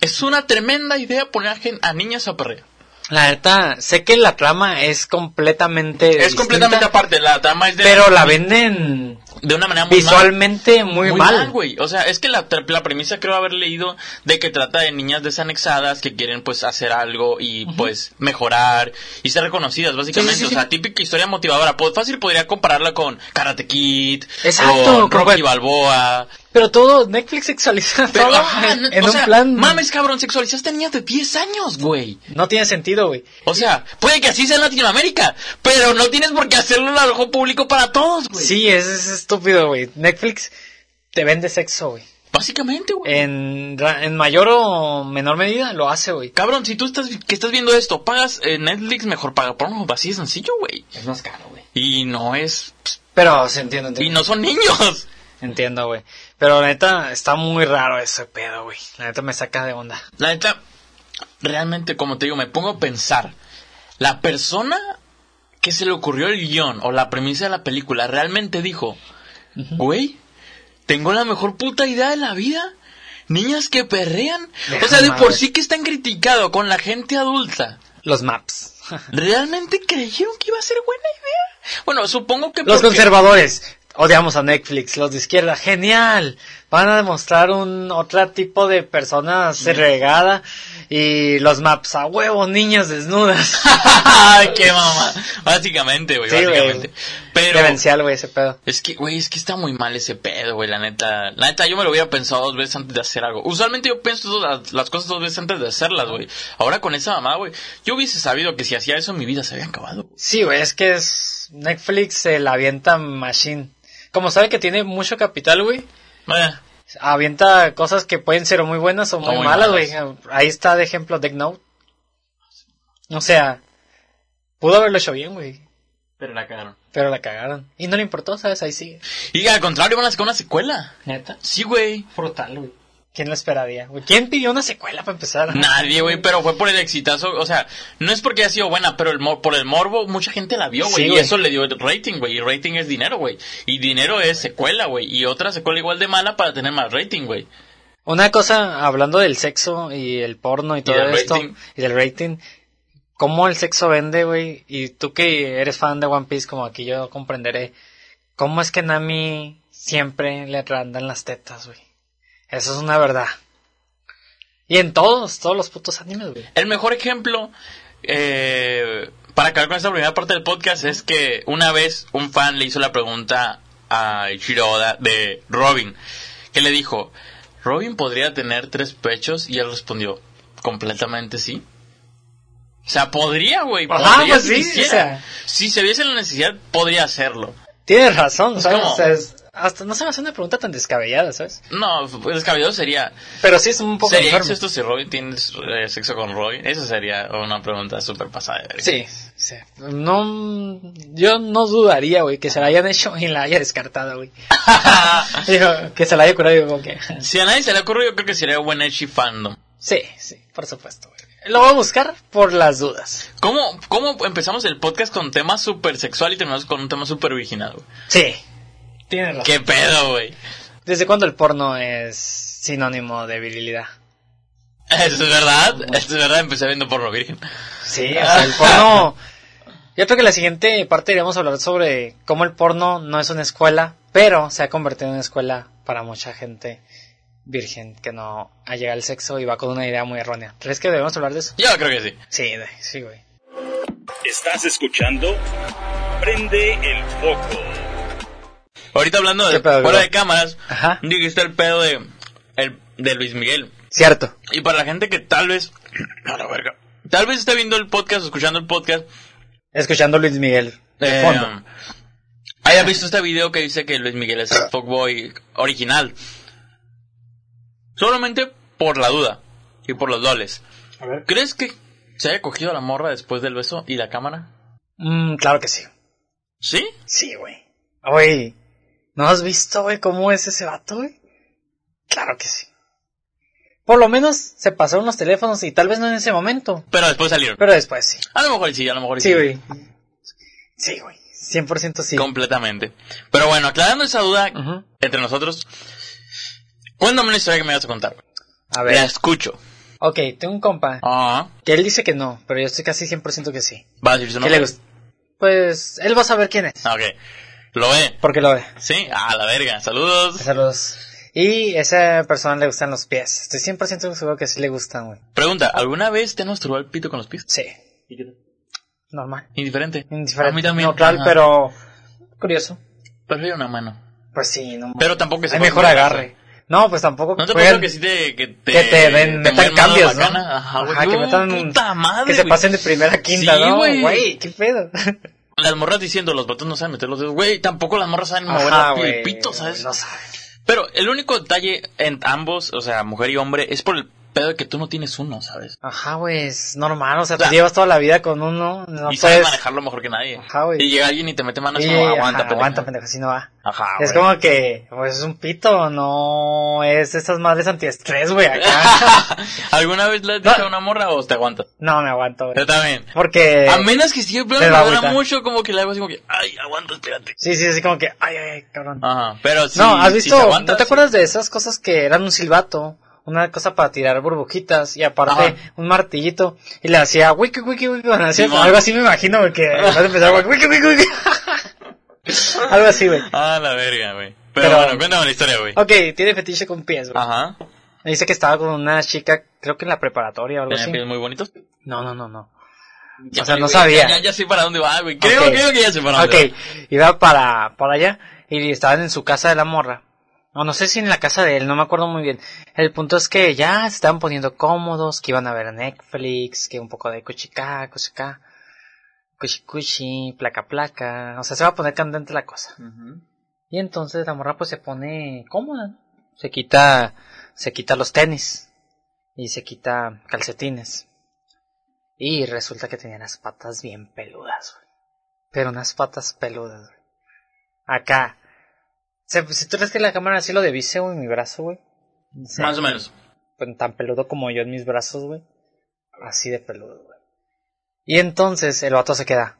[SPEAKER 2] es una tremenda idea poner a, gen- a niñas a perrear.
[SPEAKER 3] La neta, sé que la trama es completamente.
[SPEAKER 2] Es
[SPEAKER 3] Eh, distinta,
[SPEAKER 2] completamente aparte, la trama es de...
[SPEAKER 3] Pero la venden
[SPEAKER 2] de una manera muy mal.
[SPEAKER 3] Visualmente muy,
[SPEAKER 2] Muy
[SPEAKER 3] mal.
[SPEAKER 2] mal, güey. O sea, es que la, la premisa creo haber leído de que trata de niñas desanexadas que quieren pues hacer algo y pues mejorar y ser reconocidas, básicamente.
[SPEAKER 3] Sí, sí, sí,
[SPEAKER 2] O sea,
[SPEAKER 3] sí.
[SPEAKER 2] típica historia motivadora. Pues, fácil podría compararla con Karate Kid,
[SPEAKER 3] Exacto,
[SPEAKER 2] con
[SPEAKER 3] con-
[SPEAKER 2] Rocky Balboa.
[SPEAKER 3] Pero todo, Netflix sexualiza
[SPEAKER 2] Pero,
[SPEAKER 3] todo
[SPEAKER 2] ajá,
[SPEAKER 3] en,
[SPEAKER 2] no-
[SPEAKER 3] en
[SPEAKER 2] o
[SPEAKER 3] un
[SPEAKER 2] sea,
[SPEAKER 3] plan.
[SPEAKER 2] mames, cabrón, sexualizaste a niñas de 10 años, güey.
[SPEAKER 3] No tiene sentido, güey.
[SPEAKER 2] O sea, puede que así sea en Latinoamérica, pero no tienes por qué hacerlo en el ojo público para todos, güey.
[SPEAKER 3] Sí, es, es estúpido, güey. Netflix te vende sexo, güey.
[SPEAKER 2] Básicamente, güey.
[SPEAKER 3] Eh. En, ra- en mayor o menor medida lo hace, güey.
[SPEAKER 2] Cabrón, si tú estás, que estás viendo esto, pagas eh, Netflix, mejor paga porno. Así de sencillo, güey.
[SPEAKER 3] Es más caro, güey.
[SPEAKER 2] Y no es... pss,
[SPEAKER 3] Pero se entiende, entiendo.
[SPEAKER 2] Y no son niños.
[SPEAKER 3] Entiendo, güey. Pero la neta, está muy raro ese pedo, güey. La neta me saca de onda.
[SPEAKER 2] La neta, realmente, como te digo, me pongo a pensar. La persona que se le ocurrió el guión o la premisa de la película realmente dijo... Güey, tengo la mejor puta idea de la vida. Niñas que perrean.
[SPEAKER 3] Deja
[SPEAKER 2] o sea, de por
[SPEAKER 3] madre.
[SPEAKER 2] sí que están criticados con la gente adulta.
[SPEAKER 3] Los maps.
[SPEAKER 2] ¿Realmente creyeron que iba a ser buena idea? Bueno, supongo que...
[SPEAKER 3] Los
[SPEAKER 2] porque-
[SPEAKER 3] conservadores. Odiamos a Netflix, los de izquierda, genial. Van a demostrar un otro tipo de persona segregada y los maps a huevo, niñas desnudas.
[SPEAKER 2] Ay, qué mamá. Básicamente, güey,
[SPEAKER 3] Sí, güey.
[SPEAKER 2] básicamente. Pero
[SPEAKER 3] Demencial, güey, ese pedo.
[SPEAKER 2] es que, güey, es que está muy mal ese pedo, güey, la neta. La neta, yo me lo hubiera pensado dos veces antes de hacer algo. Usualmente yo pienso todas las, las cosas dos veces antes de hacerlas, güey. Ahora con esa mamá, güey, yo hubiese sabido que si hacía eso mi vida se había acabado. güey.
[SPEAKER 3] Sí, güey, es que es Netflix se la avienta machine. Como sabe que tiene mucho capital, güey,
[SPEAKER 2] Eh,
[SPEAKER 3] avienta cosas que pueden ser o muy buenas o muy,
[SPEAKER 2] muy
[SPEAKER 3] malas, güey.
[SPEAKER 2] malas.
[SPEAKER 3] Ahí está de ejemplo Deck Note. O sea, pudo haberlo hecho bien, güey,
[SPEAKER 2] pero la cagaron.
[SPEAKER 3] pero la cagaron. Y no le importó, ¿sabes? Ahí sigue.
[SPEAKER 2] Y al contrario, van a sacar una secuela.
[SPEAKER 3] Neta.
[SPEAKER 2] Sí, güey.
[SPEAKER 3] Brutal, güey. ¿Quién lo esperaría? güey? ¿Quién pidió una secuela para empezar?
[SPEAKER 2] Nadie, güey, pero fue por el exitazo. O sea, no es porque haya sido buena, pero el mor- por el morbo mucha gente la vio, güey.
[SPEAKER 3] Sí,
[SPEAKER 2] y
[SPEAKER 3] güey.
[SPEAKER 2] eso le dio el rating, güey. Y rating es dinero, güey. Y dinero es secuela, güey. Y otra secuela igual de mala para tener más rating, güey.
[SPEAKER 3] Una cosa, hablando del sexo y el porno y todo
[SPEAKER 2] del
[SPEAKER 3] esto,
[SPEAKER 2] rating.
[SPEAKER 3] y del rating, ¿cómo el sexo vende, güey? Y tú que eres fan de One Piece, como aquí yo comprenderé, ¿cómo es que Nami siempre le randan las tetas, güey? Eso es una verdad. Y en todos, todos los putos animes, güey.
[SPEAKER 2] El mejor ejemplo, eh, para acabar con esta primera parte del podcast, es que una vez un fan le hizo la pregunta a Ichiro Oda de Robin, que le dijo, ¿Robin podría tener tres pechos? Y él respondió, completamente sí. O sea, podría, güey.
[SPEAKER 3] Ajá,
[SPEAKER 2] podría
[SPEAKER 3] pues
[SPEAKER 2] si
[SPEAKER 3] sí,
[SPEAKER 2] quisiera.
[SPEAKER 3] o sea.
[SPEAKER 2] Si se viese la necesidad, podría hacerlo.
[SPEAKER 3] Tienes razón, ¿sabes?
[SPEAKER 2] como-
[SPEAKER 3] O sea, es- hasta no se me hace una pregunta tan descabellada, ¿sabes?
[SPEAKER 2] No, pues, descabellado sería...
[SPEAKER 3] Pero sí es un poco
[SPEAKER 2] ¿Sería
[SPEAKER 3] enfermo.
[SPEAKER 2] esto si Robin tiene eh, sexo con Robin? Esa sería una pregunta súper pasada. de verga.
[SPEAKER 3] Sí, sí. No, yo no dudaría, güey, que se la hayan hecho y la haya descartado, güey. Digo, que se la haya curado, digo, como que...
[SPEAKER 2] Si a nadie se le ocurre, yo creo que sería buen Edgy fandom.
[SPEAKER 3] Sí, sí, por supuesto, güey. Lo voy a buscar por las dudas.
[SPEAKER 2] ¿Cómo, cómo empezamos el podcast con tema súper sexual y terminamos con un tema súper virginal, güey?
[SPEAKER 3] Sí. Tienes razón.
[SPEAKER 2] ¿Qué pedo, güey?
[SPEAKER 3] ¿Desde cuándo el porno es sinónimo de virilidad?
[SPEAKER 2] Eso es verdad, eso es verdad, empecé viendo porno virgen.
[SPEAKER 3] Sí, o sea, el porno... Yo creo que la siguiente parte iríamos a hablar sobre cómo el porno no es una escuela, pero se ha convertido en una escuela para mucha gente virgen que no ha llegado al sexo y va con una idea muy errónea. ¿Crees que debemos hablar de eso?
[SPEAKER 2] Yo creo que sí.
[SPEAKER 3] Sí, güey, sí, güey.
[SPEAKER 1] ¿Estás escuchando? Prende el foco.
[SPEAKER 2] Ahorita hablando de
[SPEAKER 3] ¿Qué pedo,
[SPEAKER 2] fuera
[SPEAKER 3] bro?
[SPEAKER 2] de cámaras,
[SPEAKER 3] Ajá.
[SPEAKER 2] dijiste el pedo de, el, de Luis Miguel.
[SPEAKER 3] Cierto.
[SPEAKER 2] Y para la gente que tal vez... A la verga. Tal vez esté viendo el podcast, escuchando el podcast,
[SPEAKER 3] Escuchando Luis Miguel. De
[SPEAKER 2] Eh,
[SPEAKER 3] fondo.
[SPEAKER 2] haya visto este video que dice que Luis Miguel es el fuckboy original. Solamente por la duda y por los doles.
[SPEAKER 3] A ver.
[SPEAKER 2] ¿Crees que se haya cogido a la morra después del beso y la cámara?
[SPEAKER 3] Mm, claro que sí.
[SPEAKER 2] ¿Sí?
[SPEAKER 3] Sí, güey. Güey, ¿no has visto, güey, cómo es ese vato, güey? Claro que sí. Por lo menos se pasaron los teléfonos y tal vez no en ese momento,
[SPEAKER 2] Pero después salieron.
[SPEAKER 3] pero después sí.
[SPEAKER 2] A lo mejor Pues sí, a lo mejor
[SPEAKER 3] Sí, güey. Sí, güey. 100% sí.
[SPEAKER 2] Completamente. Pero bueno, aclarando esa duda
[SPEAKER 3] Ujú.
[SPEAKER 2] entre nosotros, cuéntame una historia que me vas a contar. güey.
[SPEAKER 3] A
[SPEAKER 2] La
[SPEAKER 3] ver.
[SPEAKER 2] escucho.
[SPEAKER 3] Ok, tengo un compa
[SPEAKER 2] Ah,
[SPEAKER 3] que él dice que no, pero yo estoy casi 100% que sí.
[SPEAKER 2] va a decir su
[SPEAKER 3] ¿Qué
[SPEAKER 2] nombre.
[SPEAKER 3] le gusta? Pues él va a saber quién es.
[SPEAKER 2] Ah, Ok. Lo ve.
[SPEAKER 3] Porque lo ve.
[SPEAKER 2] Sí, a la verga. Saludos.
[SPEAKER 3] Saludos. Y a esa persona le gustan los pies. Estoy 100% seguro que sí le gustan, güey.
[SPEAKER 2] Pregunta, ¿alguna vez te has masturbado el pito con los pies?
[SPEAKER 3] Sí.
[SPEAKER 2] ¿Y qué tal?
[SPEAKER 3] Normal.
[SPEAKER 2] Indiferente.
[SPEAKER 3] Indiferente.
[SPEAKER 2] A mí también.
[SPEAKER 3] Neutral,
[SPEAKER 2] Ajá.
[SPEAKER 3] pero curioso.
[SPEAKER 2] Prefiero una mano.
[SPEAKER 3] Pues sí, no.
[SPEAKER 2] Pero tampoco que se
[SPEAKER 3] Hay
[SPEAKER 2] ponga
[SPEAKER 3] mejor
[SPEAKER 2] una
[SPEAKER 3] agarre. No, pues tampoco.
[SPEAKER 2] ¿No te
[SPEAKER 3] juegan-
[SPEAKER 2] pasa que sí te... Que te,
[SPEAKER 3] que te den,
[SPEAKER 2] te
[SPEAKER 3] metan
[SPEAKER 2] mueven mano
[SPEAKER 3] cambios, ¿no?
[SPEAKER 2] bacana? Ajá, güey.
[SPEAKER 3] que
[SPEAKER 2] Uh,
[SPEAKER 3] metan,
[SPEAKER 2] Puta madre,
[SPEAKER 3] que se
[SPEAKER 2] güey.
[SPEAKER 3] pasen de primera a quinta,
[SPEAKER 2] Sí,
[SPEAKER 3] ¿no?
[SPEAKER 2] güey.
[SPEAKER 3] Güey, qué pedo.
[SPEAKER 2] Las morras diciendo, los vatos no saben meter los dedos. Güey, tampoco las morras saben mover
[SPEAKER 3] Ajá,
[SPEAKER 2] los
[SPEAKER 3] güey.
[SPEAKER 2] pitos, ¿sabes?
[SPEAKER 3] No sabe.
[SPEAKER 2] Pero el único detalle en ambos, o sea, mujer y hombre, es por el pedo de que tú no tienes uno, ¿sabes?
[SPEAKER 3] Ajá, güey, es normal, o sea,
[SPEAKER 2] Claro.
[SPEAKER 3] te llevas toda la vida con uno, no
[SPEAKER 2] y sabes
[SPEAKER 3] puedes...
[SPEAKER 2] manejarlo mejor que nadie.
[SPEAKER 3] Ajá, güey.
[SPEAKER 2] Y llega alguien y te mete manos
[SPEAKER 3] Sí,
[SPEAKER 2] y no,
[SPEAKER 3] ajá,
[SPEAKER 2] aguanta, pendejo.
[SPEAKER 3] aguanta, pendejo, así no va.
[SPEAKER 2] Ajá,
[SPEAKER 3] es
[SPEAKER 2] güey.
[SPEAKER 3] como que, pues es un pito, no es estas madres antiestrés, güey, acá.
[SPEAKER 2] ¿Alguna vez le has dicho a una morra o te aguantas?
[SPEAKER 3] no, me aguanto,
[SPEAKER 2] Yo
[SPEAKER 3] güey.
[SPEAKER 2] también.
[SPEAKER 3] Porque...
[SPEAKER 2] a menos que si el plan
[SPEAKER 3] Eh, te
[SPEAKER 2] me
[SPEAKER 3] da
[SPEAKER 2] duela
[SPEAKER 3] agüita.
[SPEAKER 2] mucho, como que le hago así como que, "Ah". ay, aguanta, espérate.
[SPEAKER 3] Sí, sí, así como que, ay, ay, ay, cabrón.
[SPEAKER 2] Ajá, pero si,
[SPEAKER 3] no, ¿has
[SPEAKER 2] si te
[SPEAKER 3] visto?
[SPEAKER 2] aguantas,
[SPEAKER 3] ¿No te acuerdas de esas cosas que eran un silbato? Una cosa para tirar burbujitas y aparte
[SPEAKER 2] Ajá.
[SPEAKER 3] un martillito y le hacía wiki wiki wiki bueno, así-
[SPEAKER 2] Simón.
[SPEAKER 3] algo así me imagino porque vas a empezar güey, wiki wiki wiki algo así güey
[SPEAKER 2] Ah, la verga, güey. Pero,
[SPEAKER 3] Pero-
[SPEAKER 2] bueno, cuéntame la historia, güey.
[SPEAKER 3] Ok, tiene fetiche con pies güey
[SPEAKER 2] Ajá.
[SPEAKER 3] Me dice que estaba con una chica creo que en la preparatoria o algo
[SPEAKER 2] Tenía
[SPEAKER 3] así
[SPEAKER 2] pies muy bonitos.
[SPEAKER 3] no no no no
[SPEAKER 2] Ya,
[SPEAKER 3] O sea,
[SPEAKER 2] güey,
[SPEAKER 3] no
[SPEAKER 2] ya-
[SPEAKER 3] sabía.
[SPEAKER 2] Ya, ya sé para dónde va, güey. Creo,
[SPEAKER 3] Ok.
[SPEAKER 2] creo que ya sé para dónde va.
[SPEAKER 3] Ok, iba para, para allá y estaban en su casa de la morra. O no sé si en la casa de él, no me acuerdo muy bien. El punto es que ya se estaban poniendo cómodos, que iban a ver Netflix, que un poco de cuchicá, cuchicá, cuchi cuchi, placa placa. O sea, se va a poner candente la cosa.
[SPEAKER 2] Ujú.
[SPEAKER 3] Y entonces la morra pues se pone cómoda, ¿no? Se quita, se quita los tenis y se quita calcetines. Y resulta que tenía las patas bien peludas, güey. Pero unas patas peludas, güey. Acá. Se- si tú crees que la cámara así lo devise, güey, mi brazo, güey. Se-
[SPEAKER 2] Más o menos.
[SPEAKER 3] pues, tan peludo como yo en mis brazos, güey. Así de peludo, güey. Y entonces el vato se queda.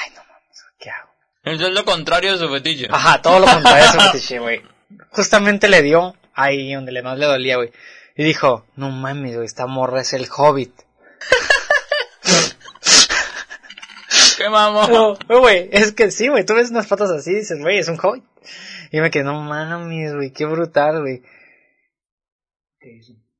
[SPEAKER 3] Ay, no mames, ¿qué hago?
[SPEAKER 2] Eso es lo contrario de su fetiche.
[SPEAKER 3] Ajá, todo lo contrario a su fetiche, güey. Justamente le dio ahí donde le más le dolía, güey. Y dijo, no mames, güey, esta morra es el hobbit.
[SPEAKER 2] ¡Qué mamón!
[SPEAKER 3] No, güey, es que sí, güey, tú ves unas patas así y dices, güey, es un hobbit. Y me quedé, no mames, güey, qué brutal, güey.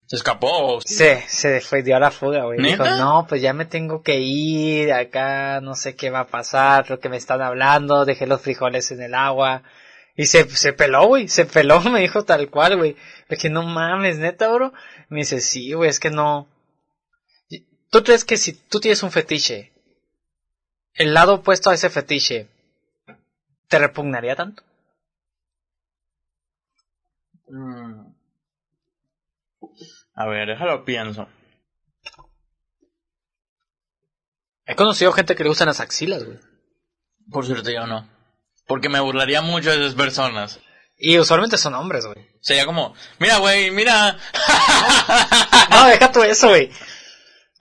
[SPEAKER 2] Se escapó.
[SPEAKER 3] Se, se fue, dio a la fuga, güey. Dijo,
[SPEAKER 2] ¿Neta?
[SPEAKER 3] no, pues ya me tengo que ir, acá no sé qué va a pasar, lo que me están hablando, dejé los frijoles en el agua. Y se, se peló, güey, se peló, me dijo tal cual, güey. Le dije, no mames, neta, bro. Me dice, sí, güey, es que no. ¿Tú crees que si tú tienes un fetiche, el lado opuesto a ese fetiche, te repugnaría tanto?
[SPEAKER 2] Mm. A ver, déjalo pienso.
[SPEAKER 3] He conocido gente que le gustan las axilas, güey.
[SPEAKER 2] Por cierto, yo no. Porque me burlaría mucho de esas personas.
[SPEAKER 3] Y usualmente son hombres, güey.
[SPEAKER 2] Sería como, mira, güey, mira.
[SPEAKER 3] No, deja tú eso, güey.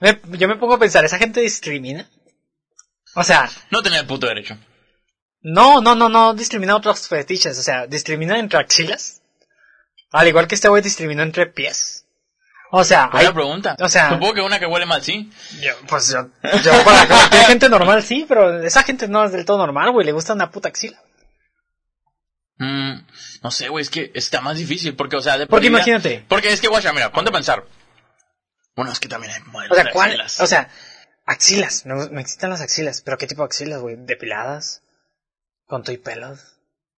[SPEAKER 3] Me- yo me pongo a pensar, ¿esa gente discrimina? O sea,
[SPEAKER 2] No tenía el puto derecho.
[SPEAKER 3] no, no, no, no discrimina otros fetiches. O sea, discrimina entre axilas. Al igual que este güey discriminó entre pies. O sea, hay,
[SPEAKER 2] Buena pregunta.
[SPEAKER 3] o sea-
[SPEAKER 2] Supongo que una que huele mal, sí.
[SPEAKER 3] yo, pues yo, yo para cualquier gente normal sí, pero esa gente no es del todo normal, güey. Le gusta una puta axila.
[SPEAKER 2] Mm, no sé, güey, es que está más difícil. Porque, o sea, de
[SPEAKER 3] Porque
[SPEAKER 2] perdida-
[SPEAKER 3] imagínate.
[SPEAKER 2] Porque es que, guacha, mira, ponte a pensar. Bueno, es que también hay modelos
[SPEAKER 3] O sea,
[SPEAKER 2] de
[SPEAKER 3] ¿cuál?
[SPEAKER 2] axilas.
[SPEAKER 3] O sea, axilas. Me, me excitan las axilas. ¿Pero qué tipo de axilas, güey? ¿Depiladas? ¿Con tu y pelos?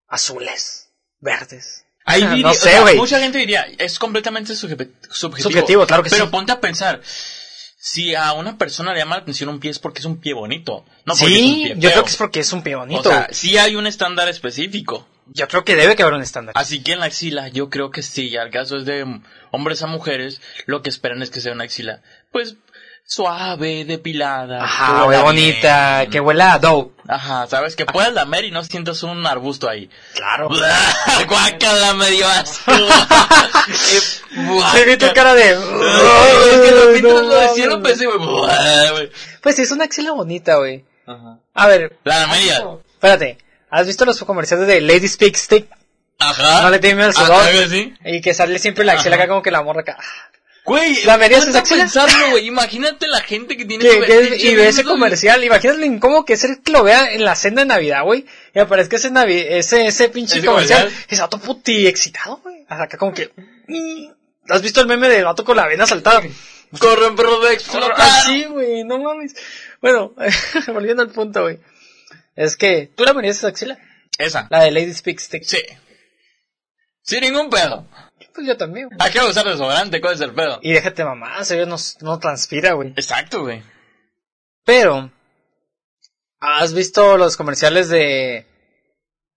[SPEAKER 3] ¿Azules? ¿Verdes?
[SPEAKER 2] Ahí
[SPEAKER 3] Ah,
[SPEAKER 2] diría-
[SPEAKER 3] no
[SPEAKER 2] o
[SPEAKER 3] sé,
[SPEAKER 2] sea,
[SPEAKER 3] güey.
[SPEAKER 2] mucha gente diría, es completamente subje- subjetivo.
[SPEAKER 3] Subjetivo, claro que
[SPEAKER 2] Pero
[SPEAKER 3] sí.
[SPEAKER 2] ponte a pensar, si a una persona le llama la atención un pie es porque es un pie bonito. No porque es un
[SPEAKER 3] sí,
[SPEAKER 2] pie
[SPEAKER 3] yo
[SPEAKER 2] feo.
[SPEAKER 3] creo que es porque es un pie bonito.
[SPEAKER 2] O sea,
[SPEAKER 3] güey.
[SPEAKER 2] sí hay un estándar específico.
[SPEAKER 3] yo creo que debe que haber un estándar.
[SPEAKER 2] Así que en la axila, yo creo que sí, al caso es de hombres a mujeres, lo que esperan es que sea una axila, pues, suave, depilada.
[SPEAKER 3] Ajá,
[SPEAKER 2] que
[SPEAKER 3] güey,
[SPEAKER 2] huela
[SPEAKER 3] bonita,
[SPEAKER 2] bien.
[SPEAKER 3] que huela a dough.
[SPEAKER 2] Ajá, sabes, que puedas lamer y no sientas un arbusto ahí.
[SPEAKER 3] Claro.
[SPEAKER 2] Guácala, me dio asco. Eh,
[SPEAKER 3] Se vi tu
[SPEAKER 2] guácala.
[SPEAKER 3] cara de...
[SPEAKER 2] Es que lo- mientras
[SPEAKER 3] No
[SPEAKER 2] lo decía, lo
[SPEAKER 3] mames.
[SPEAKER 2] pensé, güey. "Buah", güey.
[SPEAKER 3] Pues sí, es una axila bonita, güey. A ver,
[SPEAKER 2] La lamería.
[SPEAKER 3] espérate. ¿Has visto los comerciales de Lady Speak Stick?
[SPEAKER 2] Ajá.
[SPEAKER 3] No le tiene miedo al
[SPEAKER 2] Ah,
[SPEAKER 3] sudor.
[SPEAKER 2] algo así.
[SPEAKER 3] Y que sale siempre la axila acá como que la morra acá.
[SPEAKER 2] Güey,
[SPEAKER 3] ¿Lamerías tus
[SPEAKER 2] ponte a
[SPEAKER 3] axilas?
[SPEAKER 2] pensarlo, güey. Imagínate la gente que tiene
[SPEAKER 3] Que-
[SPEAKER 2] ver-
[SPEAKER 3] que-
[SPEAKER 2] pinche
[SPEAKER 3] y ve ese
[SPEAKER 2] viendo-
[SPEAKER 3] comercial, imagínate lo incómodo que es el que lo vea en la senda de Navidad, güey. Y aparezca ese, navi ese, ese pinche
[SPEAKER 2] Ese
[SPEAKER 3] comercial.
[SPEAKER 2] comercial.
[SPEAKER 3] Y se vato puti excitado, güey. Hasta acá como que... mm, ¿Has visto el meme del vato con la vena saltada?
[SPEAKER 2] Corren, perros, de explotar.
[SPEAKER 3] Así, güey, no mames. Bueno, volviendo al punto, güey. Es que, ¿tú la verías esa axila?
[SPEAKER 2] Esa.
[SPEAKER 3] La de Lady Speaks Te-
[SPEAKER 2] Sí. Sin ningún pedo.
[SPEAKER 3] Pues yo también, güey.
[SPEAKER 2] Hay que usar desodorante, ¿cuál es el pedo?
[SPEAKER 3] Y déjate mamá, se no, no transpira, güey.
[SPEAKER 2] Exacto, güey.
[SPEAKER 3] Pero, ¿has visto los comerciales de...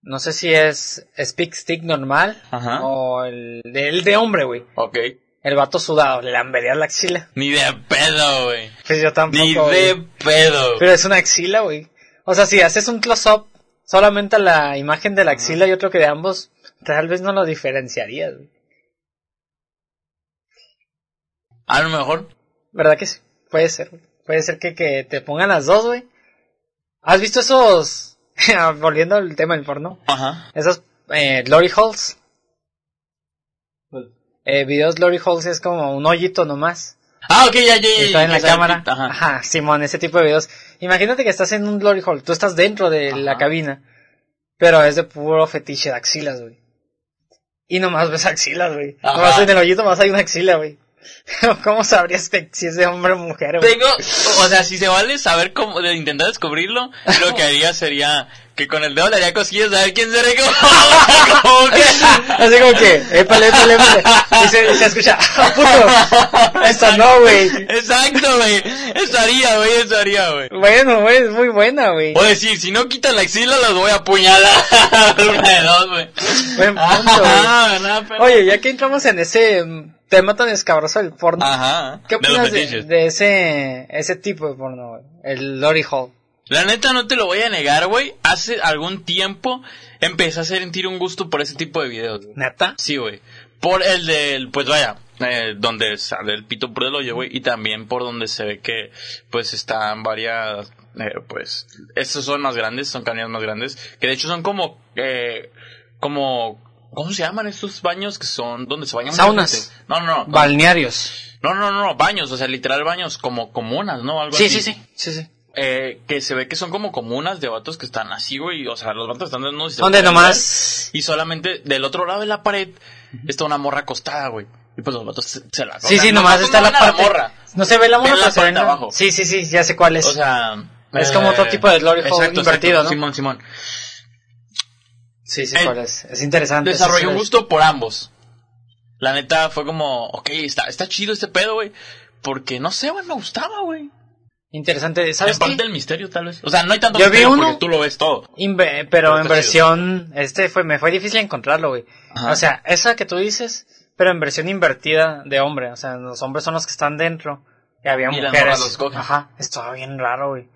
[SPEAKER 3] No sé si es Speak Stick normal
[SPEAKER 2] Ajá.
[SPEAKER 3] o el de, el de hombre, güey.
[SPEAKER 2] Ok.
[SPEAKER 3] El vato sudado, le lambería la axila.
[SPEAKER 2] Ni de pedo, güey.
[SPEAKER 3] Pues yo tampoco.
[SPEAKER 2] Ni
[SPEAKER 3] güey.
[SPEAKER 2] de pedo.
[SPEAKER 3] Pero es una axila, güey. O sea, si haces un close-up solamente a la imagen de la axila y otro que de ambos, tal vez no lo diferenciarías, güey.
[SPEAKER 2] A lo mejor.
[SPEAKER 3] ¿Verdad que sí? Puede ser, güey. Puede ser que, que te pongan las dos, güey. ¿Has visto esos... Volviendo al tema del porno.
[SPEAKER 2] Ajá.
[SPEAKER 3] Esos eh, glory holes. Eh, videos glory holes es como un hoyito nomás.
[SPEAKER 2] Ah, ok, ya, ya, ya.
[SPEAKER 3] y
[SPEAKER 2] ya,
[SPEAKER 3] está en la
[SPEAKER 2] ya sabe,
[SPEAKER 3] cámara.
[SPEAKER 2] Ajá.
[SPEAKER 3] Ajá. Simón, ese tipo de videos. Imagínate que estás en un glory hole. Tú estás dentro de la
[SPEAKER 2] Ajá.
[SPEAKER 3] cabina. Pero es de puro fetiche de axilas, güey. Y nomás ves axilas, güey.
[SPEAKER 2] Ajá.
[SPEAKER 3] Nomás en el hoyito más hay una axila, güey. ¿Cómo sabrías que si es de hombre o mujer, güey?
[SPEAKER 2] Tengo, o sea, si se vale saber cómo, de intentar descubrirlo, lo que haría sería que con el dedo le haría cosillas a ver quién se recoge. Como que-
[SPEAKER 3] Así como que, épale, épale, épale. Y se, y se escucha, ¡ah, puto! Esta no, güey.
[SPEAKER 2] Exacto, güey. Eso haría, güey, eso haría, güey.
[SPEAKER 3] Bueno, güey, es muy buena, güey.
[SPEAKER 2] O decir, si no quitan la axila, los voy a apuñalar. Una de dos, güey.
[SPEAKER 3] Buen punto, güey.
[SPEAKER 2] Ah, ¿verdad, pero-
[SPEAKER 3] Oye, ya que entramos en ese mm, tema tan escabroso del porno,
[SPEAKER 2] Ajá.
[SPEAKER 3] ¿qué
[SPEAKER 2] Ah, de los
[SPEAKER 3] opinas de,
[SPEAKER 2] fetiches.
[SPEAKER 3] de ese, ese tipo de porno, güey? El Lori Hall.
[SPEAKER 2] La neta, no te lo voy a negar, güey. Hace algún tiempo empecé a sentir un gusto por ese tipo de videos, güey.
[SPEAKER 3] ¿Neta?
[SPEAKER 2] Sí, güey. Por el del, pues vaya, eh, donde sale el pito por el hoyo, güey. Y también por donde se ve que, pues están varias, eh, pues, estos son más grandes, son cañones más grandes. Que de hecho son como, eh, como, ¿cómo se llaman estos baños que son donde se bañan? mucha
[SPEAKER 3] Saunas.
[SPEAKER 2] gente? No, no, no.
[SPEAKER 3] Balnearios.
[SPEAKER 2] No, no, no, no, baños, o sea, literal baños como comunas, ¿no? Algo
[SPEAKER 3] Sí,
[SPEAKER 2] así.
[SPEAKER 3] sí, sí, sí, sí.
[SPEAKER 2] Eh, que se ve que son como comunas de vatos que están así, güey. O sea, los vatos están desnudos. y se
[SPEAKER 3] Donde
[SPEAKER 2] pueden
[SPEAKER 3] nomás...
[SPEAKER 2] y solamente del otro lado de la pared está una morra acostada, güey. Y pues los vatos se, se la
[SPEAKER 3] Sí,
[SPEAKER 2] o sea,
[SPEAKER 3] sí, nomás
[SPEAKER 2] no
[SPEAKER 3] está la
[SPEAKER 2] toman a
[SPEAKER 3] parte...
[SPEAKER 2] morra.
[SPEAKER 3] No se ve la morra,
[SPEAKER 2] Ven la
[SPEAKER 3] pero se
[SPEAKER 2] parte
[SPEAKER 3] ven-
[SPEAKER 2] abajo.
[SPEAKER 3] Sí, sí, sí, ya sé cuál es.
[SPEAKER 2] O sea... eh,
[SPEAKER 3] Es como otro tipo de glory hole invertido, ¿no?
[SPEAKER 2] Simón, Simón.
[SPEAKER 3] sí, sí,
[SPEAKER 2] eh,
[SPEAKER 3] cuál es. Es interesante.
[SPEAKER 2] Desarrolló
[SPEAKER 3] sí,
[SPEAKER 2] un
[SPEAKER 3] sí,
[SPEAKER 2] gusto por ambos. La neta fue como, ok, está, está chido este pedo, güey. Porque no sé, güey, me gustaba, güey.
[SPEAKER 3] Interesante.
[SPEAKER 2] Es
[SPEAKER 3] ¿Sabes
[SPEAKER 2] parte
[SPEAKER 3] qué?
[SPEAKER 2] del misterio, tal vez. O sea, no hay tanto
[SPEAKER 3] Yo vi
[SPEAKER 2] misterio
[SPEAKER 3] uno-
[SPEAKER 2] porque tú lo ves todo.
[SPEAKER 3] Inve- pero
[SPEAKER 2] Pero
[SPEAKER 3] en
[SPEAKER 2] está
[SPEAKER 3] versión, este fue, me fue difícil encontrarlo, güey.
[SPEAKER 2] Ajá.
[SPEAKER 3] O sea, esa que tú dices, pero en versión invertida de hombre. O sea, los hombres son los que están dentro y había
[SPEAKER 2] Y las
[SPEAKER 3] mujeres.
[SPEAKER 2] morras los cogen.
[SPEAKER 3] Ajá, estaba bien raro, güey.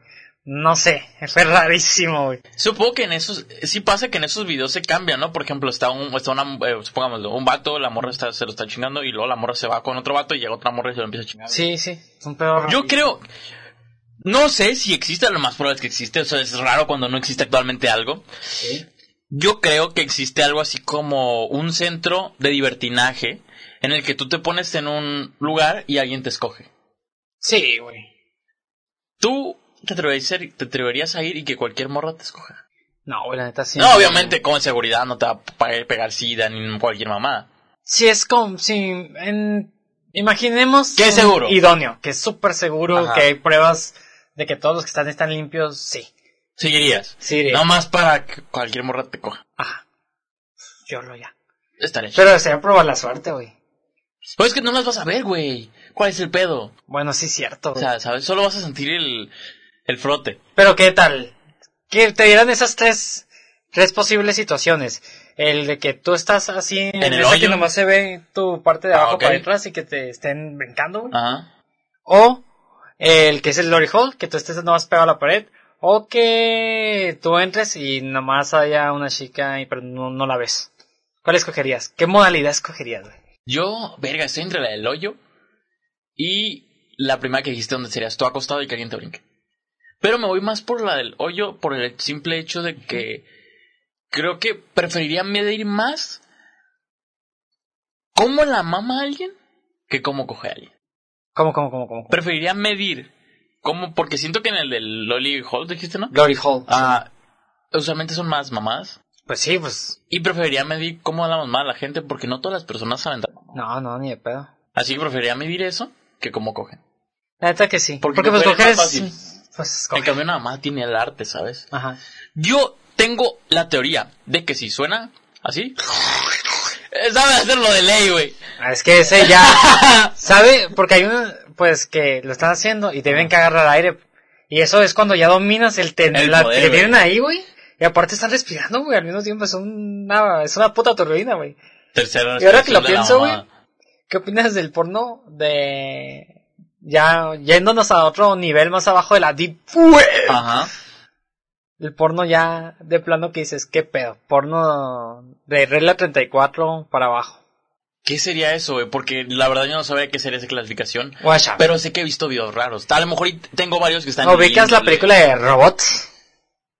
[SPEAKER 3] No sé, fue rarísimo, güey.
[SPEAKER 2] Supongo que en esos, sí pasa que en esos videos se cambia, ¿no? Por ejemplo, está un, está una, eh, supongámoslo, un vato, la morra está, se lo está chingando y luego la morra se va con otro vato y llega otra morra y se lo empieza a chingar.
[SPEAKER 3] Sí, sí, es un pedo raro.
[SPEAKER 2] Yo creo, no sé si existe, lo más probable es que existe, o sea, es raro cuando no existe actualmente algo. Yo creo que existe algo así como un centro de divertinaje en el que tú te pones en un lugar y alguien te escoge.
[SPEAKER 3] Sí, güey.
[SPEAKER 2] Tú te atreverías a ir- te atreverías a ir y que cualquier morra te escoja.
[SPEAKER 3] No, güey, la neta sí.
[SPEAKER 2] No, obviamente con seguridad no te va a pe- pegar sida ni cualquier mamá.
[SPEAKER 3] Si es como, si, en, imaginemos.
[SPEAKER 2] Que es
[SPEAKER 3] un
[SPEAKER 2] seguro.
[SPEAKER 3] Idóneo, que es súper seguro,
[SPEAKER 2] Ajá.
[SPEAKER 3] que hay pruebas de que todos los que están están limpios, sí.
[SPEAKER 2] Seguirías.
[SPEAKER 3] Sí,
[SPEAKER 2] No más para que cualquier morra te coja.
[SPEAKER 3] Ajá. Yo lo ya.
[SPEAKER 2] Estaré chido.
[SPEAKER 3] Pero desea probar la suerte, güey.
[SPEAKER 2] Pero Pues es que no las vas a ver, güey. ¿Cuál es el pedo?
[SPEAKER 3] Bueno, sí, cierto,
[SPEAKER 2] O
[SPEAKER 3] güey.
[SPEAKER 2] sea, ¿sabes? Solo vas a sentir el, el frote.
[SPEAKER 3] Pero ¿qué tal? Que te dieran esas tres, tres posibles situaciones. El de que tú estás así en,
[SPEAKER 2] el
[SPEAKER 3] esa que
[SPEAKER 2] hoyo.
[SPEAKER 3] nomás se ve tu parte de
[SPEAKER 2] Ah,
[SPEAKER 3] abajo
[SPEAKER 2] ok.
[SPEAKER 3] para atrás y que te estén brincando, güey.
[SPEAKER 2] Ajá.
[SPEAKER 3] O el que es el lorry hole, que tú estés nomás pegado a la pared. O que tú entres y nomás haya una chica y pero no, no la ves. ¿Cuál escogerías? ¿Qué modalidad escogerías, güey?
[SPEAKER 2] Yo, verga, estoy entre la del hoyo y la primera que dijiste donde serías tú acostado y que alguien te brinque. Pero me voy más por la del hoyo por el simple hecho de que creo que preferiría medir más cómo la mama a alguien que cómo coge a alguien.
[SPEAKER 3] ¿Cómo, cómo, cómo, cómo?
[SPEAKER 2] Preferiría medir cómo, porque siento que en el del Lolly Hall, dijiste, ¿no?
[SPEAKER 3] Glory Hall.
[SPEAKER 2] Ah, usualmente son más mamás.
[SPEAKER 3] Pues sí, pues.
[SPEAKER 2] Y preferiría medir cómo hablamos mal a la gente, porque no todas las personas saben dar.
[SPEAKER 3] No, no, ni de pedo.
[SPEAKER 2] Así que preferiría medir eso que cómo cogen.
[SPEAKER 3] La neta que sí.
[SPEAKER 2] Porque
[SPEAKER 3] Porque, pues
[SPEAKER 2] coger
[SPEAKER 3] coger
[SPEAKER 2] es
[SPEAKER 3] es.
[SPEAKER 2] más
[SPEAKER 3] Pues
[SPEAKER 2] En
[SPEAKER 3] coger.
[SPEAKER 2] cambio, nada más tiene el arte, ¿sabes?
[SPEAKER 3] Ajá.
[SPEAKER 2] Yo tengo la teoría de que si suena así, eh, sabe hacerlo de ley, güey.
[SPEAKER 3] Ah, Es que ese ya. ¿Sabe? Porque hay uno, pues, que lo están haciendo y deben que agarrar aire. Y eso es cuando ya dominas el tener.
[SPEAKER 2] El
[SPEAKER 3] La
[SPEAKER 2] poder,
[SPEAKER 3] que
[SPEAKER 2] güey.
[SPEAKER 3] tienen ahí, güey. Y aparte están respirando, güey. Al mismo tiempo es una, es una puta turbina, güey.
[SPEAKER 2] Tercero,
[SPEAKER 3] Y ahora que lo
[SPEAKER 2] de la
[SPEAKER 3] pienso, güey,
[SPEAKER 2] mamá.
[SPEAKER 3] ¿Qué opinas del porno de. Ya yéndonos a otro nivel más abajo de la deep web?
[SPEAKER 2] Ajá.
[SPEAKER 3] El porno ya de plano que dices, ¿qué pedo? Porno de regla 34 para abajo.
[SPEAKER 2] ¿Qué sería eso, güey? Porque la verdad yo no sabía qué sería esa clasificación.
[SPEAKER 3] Guacha.
[SPEAKER 2] Pero sé que he visto videos raros. A lo mejor y tengo varios que están...
[SPEAKER 3] ¿Ubicas la película de robots?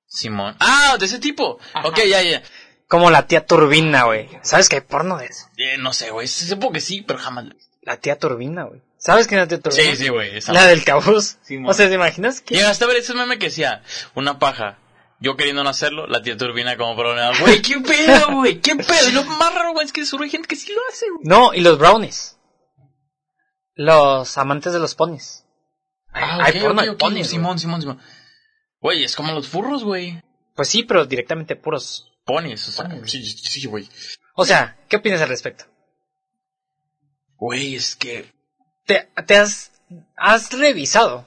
[SPEAKER 2] Simón. Ah, de ese tipo. Ok, ya, ya.
[SPEAKER 3] Como la tía Turbina, güey. ¿Sabes que hay porno de eso?
[SPEAKER 2] Eh, no sé, güey. Supongo que sí, pero jamás. lo-
[SPEAKER 3] La tía Turbina, güey. ¿Sabes quién es la tía Turbina?
[SPEAKER 2] Sí, sí, güey. esa
[SPEAKER 3] La del cabuz.
[SPEAKER 2] Sí,
[SPEAKER 3] o sea, ¿te imaginas que?
[SPEAKER 2] Llegaste a ver ese meme que decía, una paja. Yo queriendo no hacerlo, la tía turbina como problema. Güey, qué pedo, güey, qué pedo. Y lo más raro, güey, es que surge gente que sí lo hace, güey.
[SPEAKER 3] No, y los brownies. Los amantes de los ponis. Hay, hay
[SPEAKER 2] Ah, ok,
[SPEAKER 3] porno
[SPEAKER 2] ok,
[SPEAKER 3] de
[SPEAKER 2] ok,
[SPEAKER 3] ponis, güey.
[SPEAKER 2] Simón, Simón, Simón. Güey, es como los furros, güey.
[SPEAKER 3] Pues sí, pero directamente puros.
[SPEAKER 2] Ponis, o sea, sí, sí, güey.
[SPEAKER 3] O sea, ¿qué opinas al respecto?
[SPEAKER 2] Güey, es que...
[SPEAKER 3] ¿Te, te has, has revisado?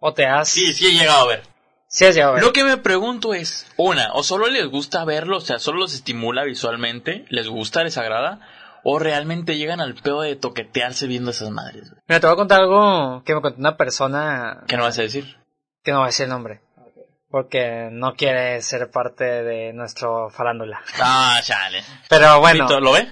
[SPEAKER 3] ¿O te has...
[SPEAKER 2] Sí, sí he llegado a ver.
[SPEAKER 3] Sí has llegado a ver.
[SPEAKER 2] Lo que me pregunto es, una, o solo les gusta verlo, o sea, solo los estimula visualmente, les gusta, les agrada, o realmente llegan al pedo de toquetearse viendo esas madres, güey.
[SPEAKER 3] Mira, te voy a contar algo que me contó una persona
[SPEAKER 2] ¿Qué no vas a decir?
[SPEAKER 3] que no va a decir el nombre. Porque no quiere ser parte de nuestro farándula.
[SPEAKER 2] Ah, chale.
[SPEAKER 3] Pero bueno,
[SPEAKER 2] Pito, ¿Lo ve?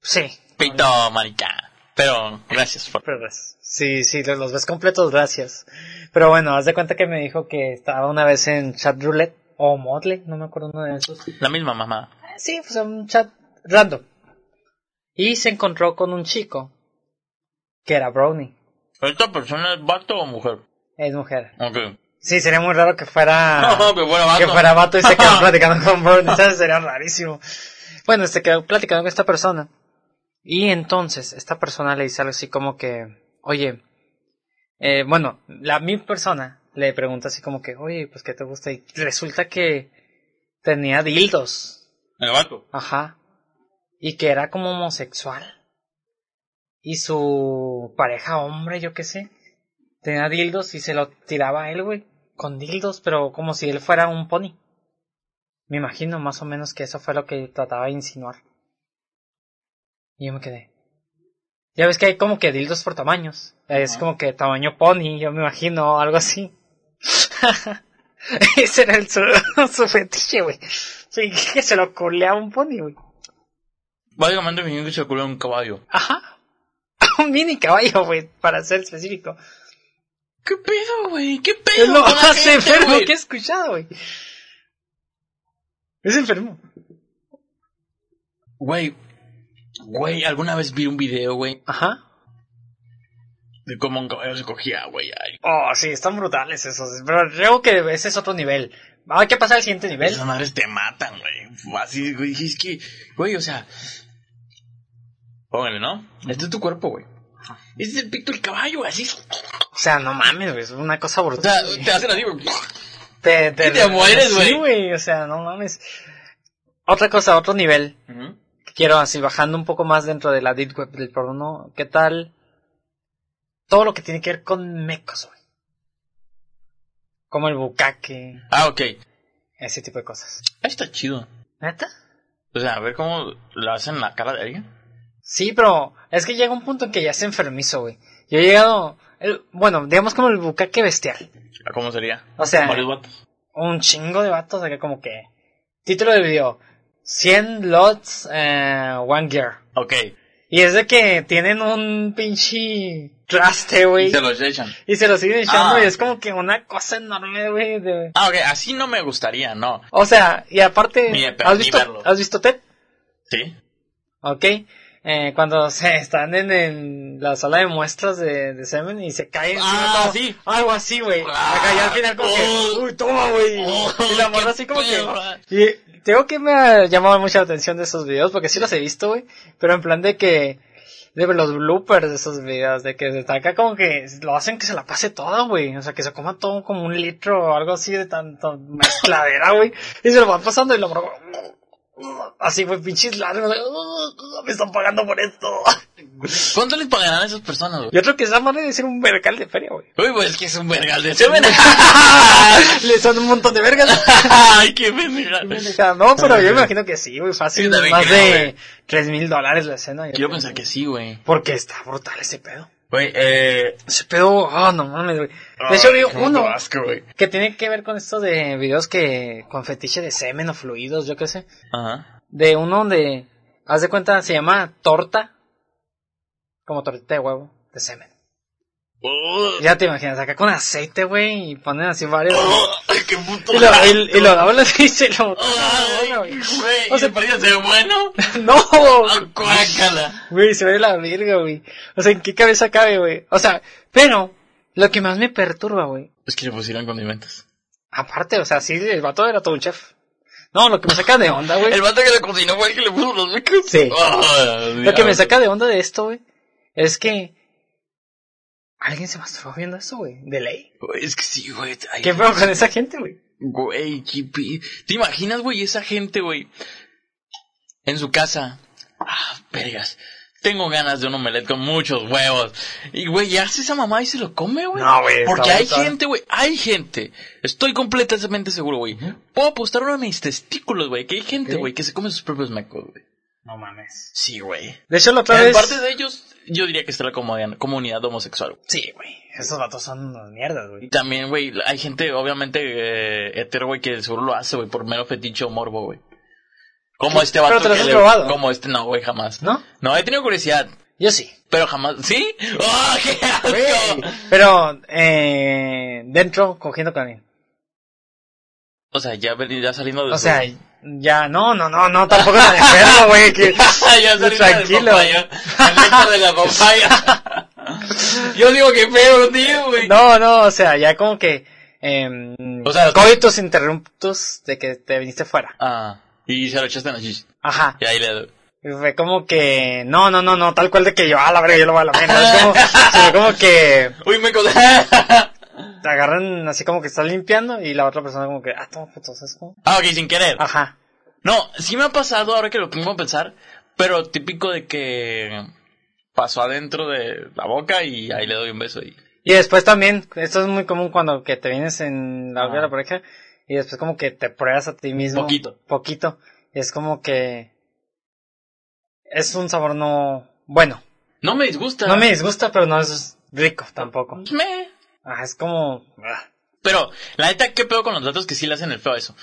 [SPEAKER 3] sí.
[SPEAKER 2] Pito, marica. Pero gracias por...
[SPEAKER 3] Pero gracias. Sí, sí, los, los ves completos, gracias. Pero bueno, haz de cuenta que me dijo que estaba una vez en chat roulette o modle, no me acuerdo uno de esos.
[SPEAKER 2] La misma mamá.
[SPEAKER 3] Sí, pues un chat random. Y se encontró con un chico que era brownie,
[SPEAKER 2] ¿Esta persona es vato o mujer?
[SPEAKER 3] es mujer.
[SPEAKER 2] Ok.
[SPEAKER 3] Sí, sería muy raro que fuera
[SPEAKER 2] No, que fuera vato.
[SPEAKER 3] Ah, que fuera vato y se quedó platicando con Brownie, ¿sabes? Sería rarísimo. Bueno, se quedó platicando con esta persona. Y entonces, esta persona le dice algo así como que, oye, eh, bueno, la mi persona le pregunta así como que, oye, pues, ¿qué te gusta? Y resulta que tenía dildos.
[SPEAKER 2] ¿El vato?
[SPEAKER 3] Ajá. Y que era como homosexual. Y su pareja hombre, yo qué sé, tenía dildos y se lo tiraba a él, güey. Con dildos, pero como si él fuera un pony. Me imagino más o menos que eso fue lo que trataba de insinuar. Y yo me quedé. Ya ves que hay como que dildos por tamaños. Es como que tamaño pony, yo me imagino, algo así. Ese era el su, su fetiche, güey. Sí, que se lo coleaba un pony, güey.
[SPEAKER 2] Básicamente me que se ocurrió un caballo.
[SPEAKER 3] Ajá. Un mini caballo, güey, para ser específico.
[SPEAKER 2] ¿Qué pedo, güey? ¿Qué pedo?
[SPEAKER 3] Es lo
[SPEAKER 2] con la
[SPEAKER 3] más
[SPEAKER 2] gente,
[SPEAKER 3] enfermo
[SPEAKER 2] güey?
[SPEAKER 3] que he escuchado, güey. Es enfermo.
[SPEAKER 2] Güey, güey, alguna vez vi un video, güey,
[SPEAKER 3] Ajá.
[SPEAKER 2] de cómo un caballo se cogía, güey. Ay,
[SPEAKER 3] Oh, sí, están brutales esos. Pero creo que ese es otro nivel. Ah, Hay que pasar al siguiente nivel.
[SPEAKER 2] Esas madres te matan, güey. Así, güey, es que, güey, o sea... Póngale, ¿no? Este es tu cuerpo, güey. Este es el pito del caballo, así.
[SPEAKER 3] O sea, no mames, güey, es una cosa
[SPEAKER 2] O sea,
[SPEAKER 3] brutal. güey.
[SPEAKER 2] te hacen así, güey.
[SPEAKER 3] te,
[SPEAKER 2] y te mueres,
[SPEAKER 3] Sí,
[SPEAKER 2] güey.
[SPEAKER 3] güey, o sea, no mames. Otra cosa, otro nivel.
[SPEAKER 2] Ujú.
[SPEAKER 3] quiero así bajando un poco más dentro de la deep web del porno, ¿qué tal? Todo lo que tiene que ver con mecos, güey. Como el bucaque,
[SPEAKER 2] Ah, ok.
[SPEAKER 3] ese tipo de cosas.
[SPEAKER 2] Ah, Está chido.
[SPEAKER 3] ¿Neta?
[SPEAKER 2] O sea, a ver cómo le hacen la cara de alguien.
[SPEAKER 3] Sí, pero es que llega un punto en que ya es enfermizo, güey. Yo he llegado, el- bueno, digamos como el bucaque bestial.
[SPEAKER 2] ¿Cómo sería?
[SPEAKER 3] O sea,
[SPEAKER 2] Varios vatos.
[SPEAKER 3] un chingo de vatos acá como que... Título del video, 100 lots, eh, one gear.
[SPEAKER 2] Ok.
[SPEAKER 3] Y es de que tienen un pinche traste, güey.
[SPEAKER 2] Y se los echan.
[SPEAKER 3] Y se lo siguen echando
[SPEAKER 2] Ah.
[SPEAKER 3] y es como que una cosa enorme, güey. de-
[SPEAKER 2] Ah, ok. Así no me gustaría, no.
[SPEAKER 3] O sea, y aparte,
[SPEAKER 2] Ni de-
[SPEAKER 3] ¿has
[SPEAKER 2] ni
[SPEAKER 3] visto,
[SPEAKER 2] verlo.
[SPEAKER 3] ¿has visto TED?
[SPEAKER 2] ¿Sí?
[SPEAKER 3] Ok. eh, cuando se están en, en la sala de muestras de, de semen y se cae encima
[SPEAKER 2] Ah,
[SPEAKER 3] todo.
[SPEAKER 2] sí.
[SPEAKER 3] algo así, güey.
[SPEAKER 2] Ah.
[SPEAKER 3] Acá ya al final como que,
[SPEAKER 2] Oh.
[SPEAKER 3] uy, toma, güey.
[SPEAKER 2] Oh,
[SPEAKER 3] y la
[SPEAKER 2] qué
[SPEAKER 3] morra así como
[SPEAKER 2] pedo.
[SPEAKER 3] que... Y tengo que me ha llamado mucha atención de esos videos, porque sí los he visto, güey. Pero en plan de que... De los bloopers de esos videos, de que está acá como que lo hacen que se la pase todo, güey. O sea, que se coma todo como un litro o algo así de tanto mezcladera, güey. Y se lo va pasando y la morra... como, Así, güey, pinches largos. Me están pagando por esto.
[SPEAKER 2] ¿Cuánto les pagarán a esas personas, güey?
[SPEAKER 3] Y otro que esa madre de ser un vergal de feria, güey.
[SPEAKER 2] Uy, pues es que es un vergal de
[SPEAKER 3] Se ven- Le son un montón de vergas.
[SPEAKER 2] Ay, qué pendeja.
[SPEAKER 3] No, pero yo me imagino que sí, güey, fácil.
[SPEAKER 2] Yo también
[SPEAKER 3] Más
[SPEAKER 2] creo,
[SPEAKER 3] de
[SPEAKER 2] güey.
[SPEAKER 3] tres mil dólares la escena. yo
[SPEAKER 2] Quiero
[SPEAKER 3] creo.
[SPEAKER 2] pensar que sí, güey.
[SPEAKER 3] Porque está brutal ese pedo.
[SPEAKER 2] Güey, eh.
[SPEAKER 3] Ese pedo, ah, no mames, güey. De hecho, digo,
[SPEAKER 2] qué puto
[SPEAKER 3] uno
[SPEAKER 2] asco, güey.
[SPEAKER 3] que tiene que ver con esto de videos que con fetiche de semen o fluidos, yo qué sé.
[SPEAKER 2] Ajá.
[SPEAKER 3] De uno donde, haz de cuenta, se llama torta. Como tortita de huevo, de semen. Ya te imaginas, acá con aceite, güey, y ponen así varios.
[SPEAKER 2] Ay, qué puto
[SPEAKER 3] Y lo, y, y lo doblas y se lo...
[SPEAKER 2] Ay, güey.
[SPEAKER 3] O
[SPEAKER 2] O
[SPEAKER 3] sea,
[SPEAKER 2] sea, de bueno.
[SPEAKER 3] No,
[SPEAKER 2] Ah, Cuácala.
[SPEAKER 3] güey, se ve la verga, güey. O sea, ¿en qué cabeza cabe, güey? O sea, pero lo que más me perturba, güey.
[SPEAKER 2] Es que le pusieron condimentos.
[SPEAKER 3] Aparte, o sea, sí, el vato era todo un chef. No, lo que me saca de onda, güey.
[SPEAKER 2] El vato que le cocinó fue el que le puso los micos.
[SPEAKER 3] Sí.
[SPEAKER 2] Ah,
[SPEAKER 3] Lo que me
[SPEAKER 2] diablo.
[SPEAKER 3] saca de onda de esto, güey, es que alguien se masturbó viendo esto, güey, de ley.
[SPEAKER 2] Güey, Es que sí, güey. Ay,
[SPEAKER 3] ¿Qué pedo con esa gente, güey?
[SPEAKER 2] Güey, qué pi- ¿Te imaginas, güey, esa gente, güey? En su casa. Ah, vergas. Tengo ganas de un omelette con muchos huevos. Y, güey, ya hace esa mamá y se lo come, güey.
[SPEAKER 3] No, güey, está
[SPEAKER 2] Porque hay
[SPEAKER 3] brutal.
[SPEAKER 2] gente, güey, hay gente. Estoy completamente seguro, güey. Puedo apostar uno de mis testículos, güey, que hay gente,
[SPEAKER 3] ¿Qué?
[SPEAKER 2] güey, que se come sus propios mecos, güey.
[SPEAKER 3] No mames.
[SPEAKER 2] Sí, güey.
[SPEAKER 3] De hecho, la otra
[SPEAKER 2] En
[SPEAKER 3] vez...
[SPEAKER 2] parte de ellos, yo diría que está la comodidad- comunidad homosexual. güey.
[SPEAKER 3] Sí, güey, esos vatos son unas mierdas,
[SPEAKER 2] Y
[SPEAKER 3] güey.
[SPEAKER 2] también, güey, hay gente, obviamente, eh, hetero, güey, que seguro lo hace, güey, por mero fetiche o morbo, güey. Como este vato
[SPEAKER 3] Pero te lo
[SPEAKER 2] que
[SPEAKER 3] has
[SPEAKER 2] le-
[SPEAKER 3] probado.
[SPEAKER 2] Como este, no, güey, jamás.
[SPEAKER 3] ¿No?
[SPEAKER 2] No, he tenido curiosidad,
[SPEAKER 3] Yo sí.
[SPEAKER 2] pero jamás... ¿Sí? ¡Oh, qué asco!
[SPEAKER 3] Güey, Pero, eh, dentro, cogiendo con alguien.
[SPEAKER 2] O sea, ya, ven- ya saliendo de...
[SPEAKER 3] O sea, ya, no, no, no, no, tampoco tan enfermo, güey, que...
[SPEAKER 2] ya saliendo
[SPEAKER 3] tranquilo.
[SPEAKER 2] tranquilo. papaya. El lecho de la papaya. Yo digo que feo, tío, güey.
[SPEAKER 3] No, no, o sea, ya como que... Eh,
[SPEAKER 2] O sea,
[SPEAKER 3] coitus interruptus de que te viniste fuera.
[SPEAKER 2] Ah, y se lo echaste en la chicha.
[SPEAKER 3] Ajá.
[SPEAKER 2] Y ahí le doy.
[SPEAKER 3] Y Fue como que... No, no, no, no, tal cual de que yo, ah, la verga, yo lo voy a la verga. Es como, sino como que
[SPEAKER 2] Uy, me Ah, colé.
[SPEAKER 3] te agarran así como que estás limpiando y la otra persona como que... Ah, toma puto, ¿sabes cómo?
[SPEAKER 2] ah, ok, sin querer.
[SPEAKER 3] Ajá.
[SPEAKER 2] No, sí me ha pasado ahora que lo pongo a pensar, pero típico de que pasó adentro de la boca y ahí le doy un beso y...
[SPEAKER 3] Y después también, esto es muy común cuando que te vienes en la boca de la pareja y después como que te pruebas a ti mismo.
[SPEAKER 2] Poquito.
[SPEAKER 3] Poquito. Y es como que es un sabor no bueno.
[SPEAKER 2] No me disgusta.
[SPEAKER 3] No me disgusta, pero no es rico tampoco.
[SPEAKER 2] Me.
[SPEAKER 3] Ah, es como... ah.
[SPEAKER 2] Pero, la neta, ¿qué pedo con los datos que sí le hacen el feo a eso?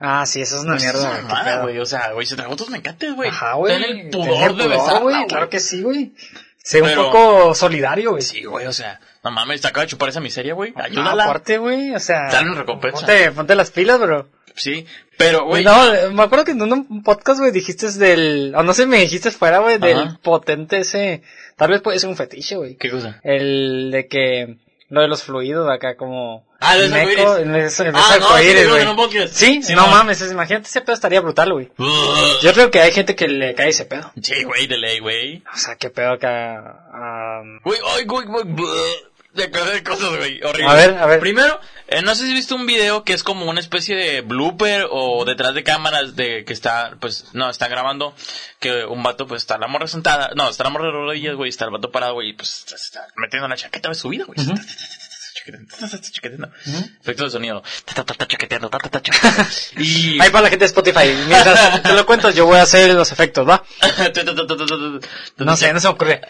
[SPEAKER 3] Ah, sí, eso es una
[SPEAKER 2] Pues,
[SPEAKER 3] mierda.
[SPEAKER 2] es
[SPEAKER 3] güey, qué
[SPEAKER 2] mamada,
[SPEAKER 3] pedo.
[SPEAKER 2] güey. O sea, güey, se tragó tus mecates, güey.
[SPEAKER 3] Ajá, güey.
[SPEAKER 2] Ten el
[SPEAKER 3] Ten
[SPEAKER 2] pudor de besarla,
[SPEAKER 3] güey,
[SPEAKER 2] güey.
[SPEAKER 3] Claro que pues sí, güey. Sé
[SPEAKER 2] Pero-
[SPEAKER 3] un poco solidario, güey.
[SPEAKER 2] Sí, güey, o sea, no mames, te acaba de chupar esa miseria, güey.
[SPEAKER 3] Ah,
[SPEAKER 2] Ayúdala.
[SPEAKER 3] aparte, güey, o sea...
[SPEAKER 2] Dale una recompensa.
[SPEAKER 3] Ponte, ponte las pilas, bro.
[SPEAKER 2] Sí, pero, güey...
[SPEAKER 3] Pues No, me acuerdo que en un podcast, güey, dijiste del... O no sé, me dijiste fuera, güey, del
[SPEAKER 2] Ajá.
[SPEAKER 3] potente ese... Tal vez puede ser un fetiche, güey.
[SPEAKER 2] ¿Qué cosa?
[SPEAKER 3] El de que... Lo de los fluidos acá, como...
[SPEAKER 2] Ah, de los
[SPEAKER 3] meco,
[SPEAKER 2] arcoíris.
[SPEAKER 3] el de los- el de los
[SPEAKER 2] Ah, no, sí,
[SPEAKER 3] arcoíris,
[SPEAKER 2] digo,
[SPEAKER 3] güey.
[SPEAKER 2] no puedo creer.
[SPEAKER 3] Sí,
[SPEAKER 2] Sí,
[SPEAKER 3] no,
[SPEAKER 2] no.
[SPEAKER 3] mames, es- imagínate, ese pedo estaría brutal, güey. Yo creo que hay gente que le cae ese pedo.
[SPEAKER 2] Sí, güey, de ley, güey.
[SPEAKER 3] O sea, qué pedo acá... am,
[SPEAKER 2] Güey, ay, güey, güey, bleh. Me acordé de cosas, güey, horrible.
[SPEAKER 3] A ver, a ver.
[SPEAKER 2] Primero, eh, no sé si has visto un video que es como una especie de blooper o detrás de cámaras de que está, pues, no, están grabando que un vato, pues, está la morra sentada, no, está la morra de rodillas, güey, está el vato parado, güey, y pues, se está metiendo la chaqueta de su vida, güey. Chaqueteando, chaqueteando. Efecto de sonido. Ta, ta, ta, ta, Chaqueteando, ta, ta, ta, chaqueteando. Y.
[SPEAKER 3] Ahí para la gente de Spotify. Mientras te lo cuento, yo voy a hacer los efectos, ¿va?
[SPEAKER 2] Ta, ta, ta, ta, ta, ta, ta.
[SPEAKER 3] No sé, no se me ocurre.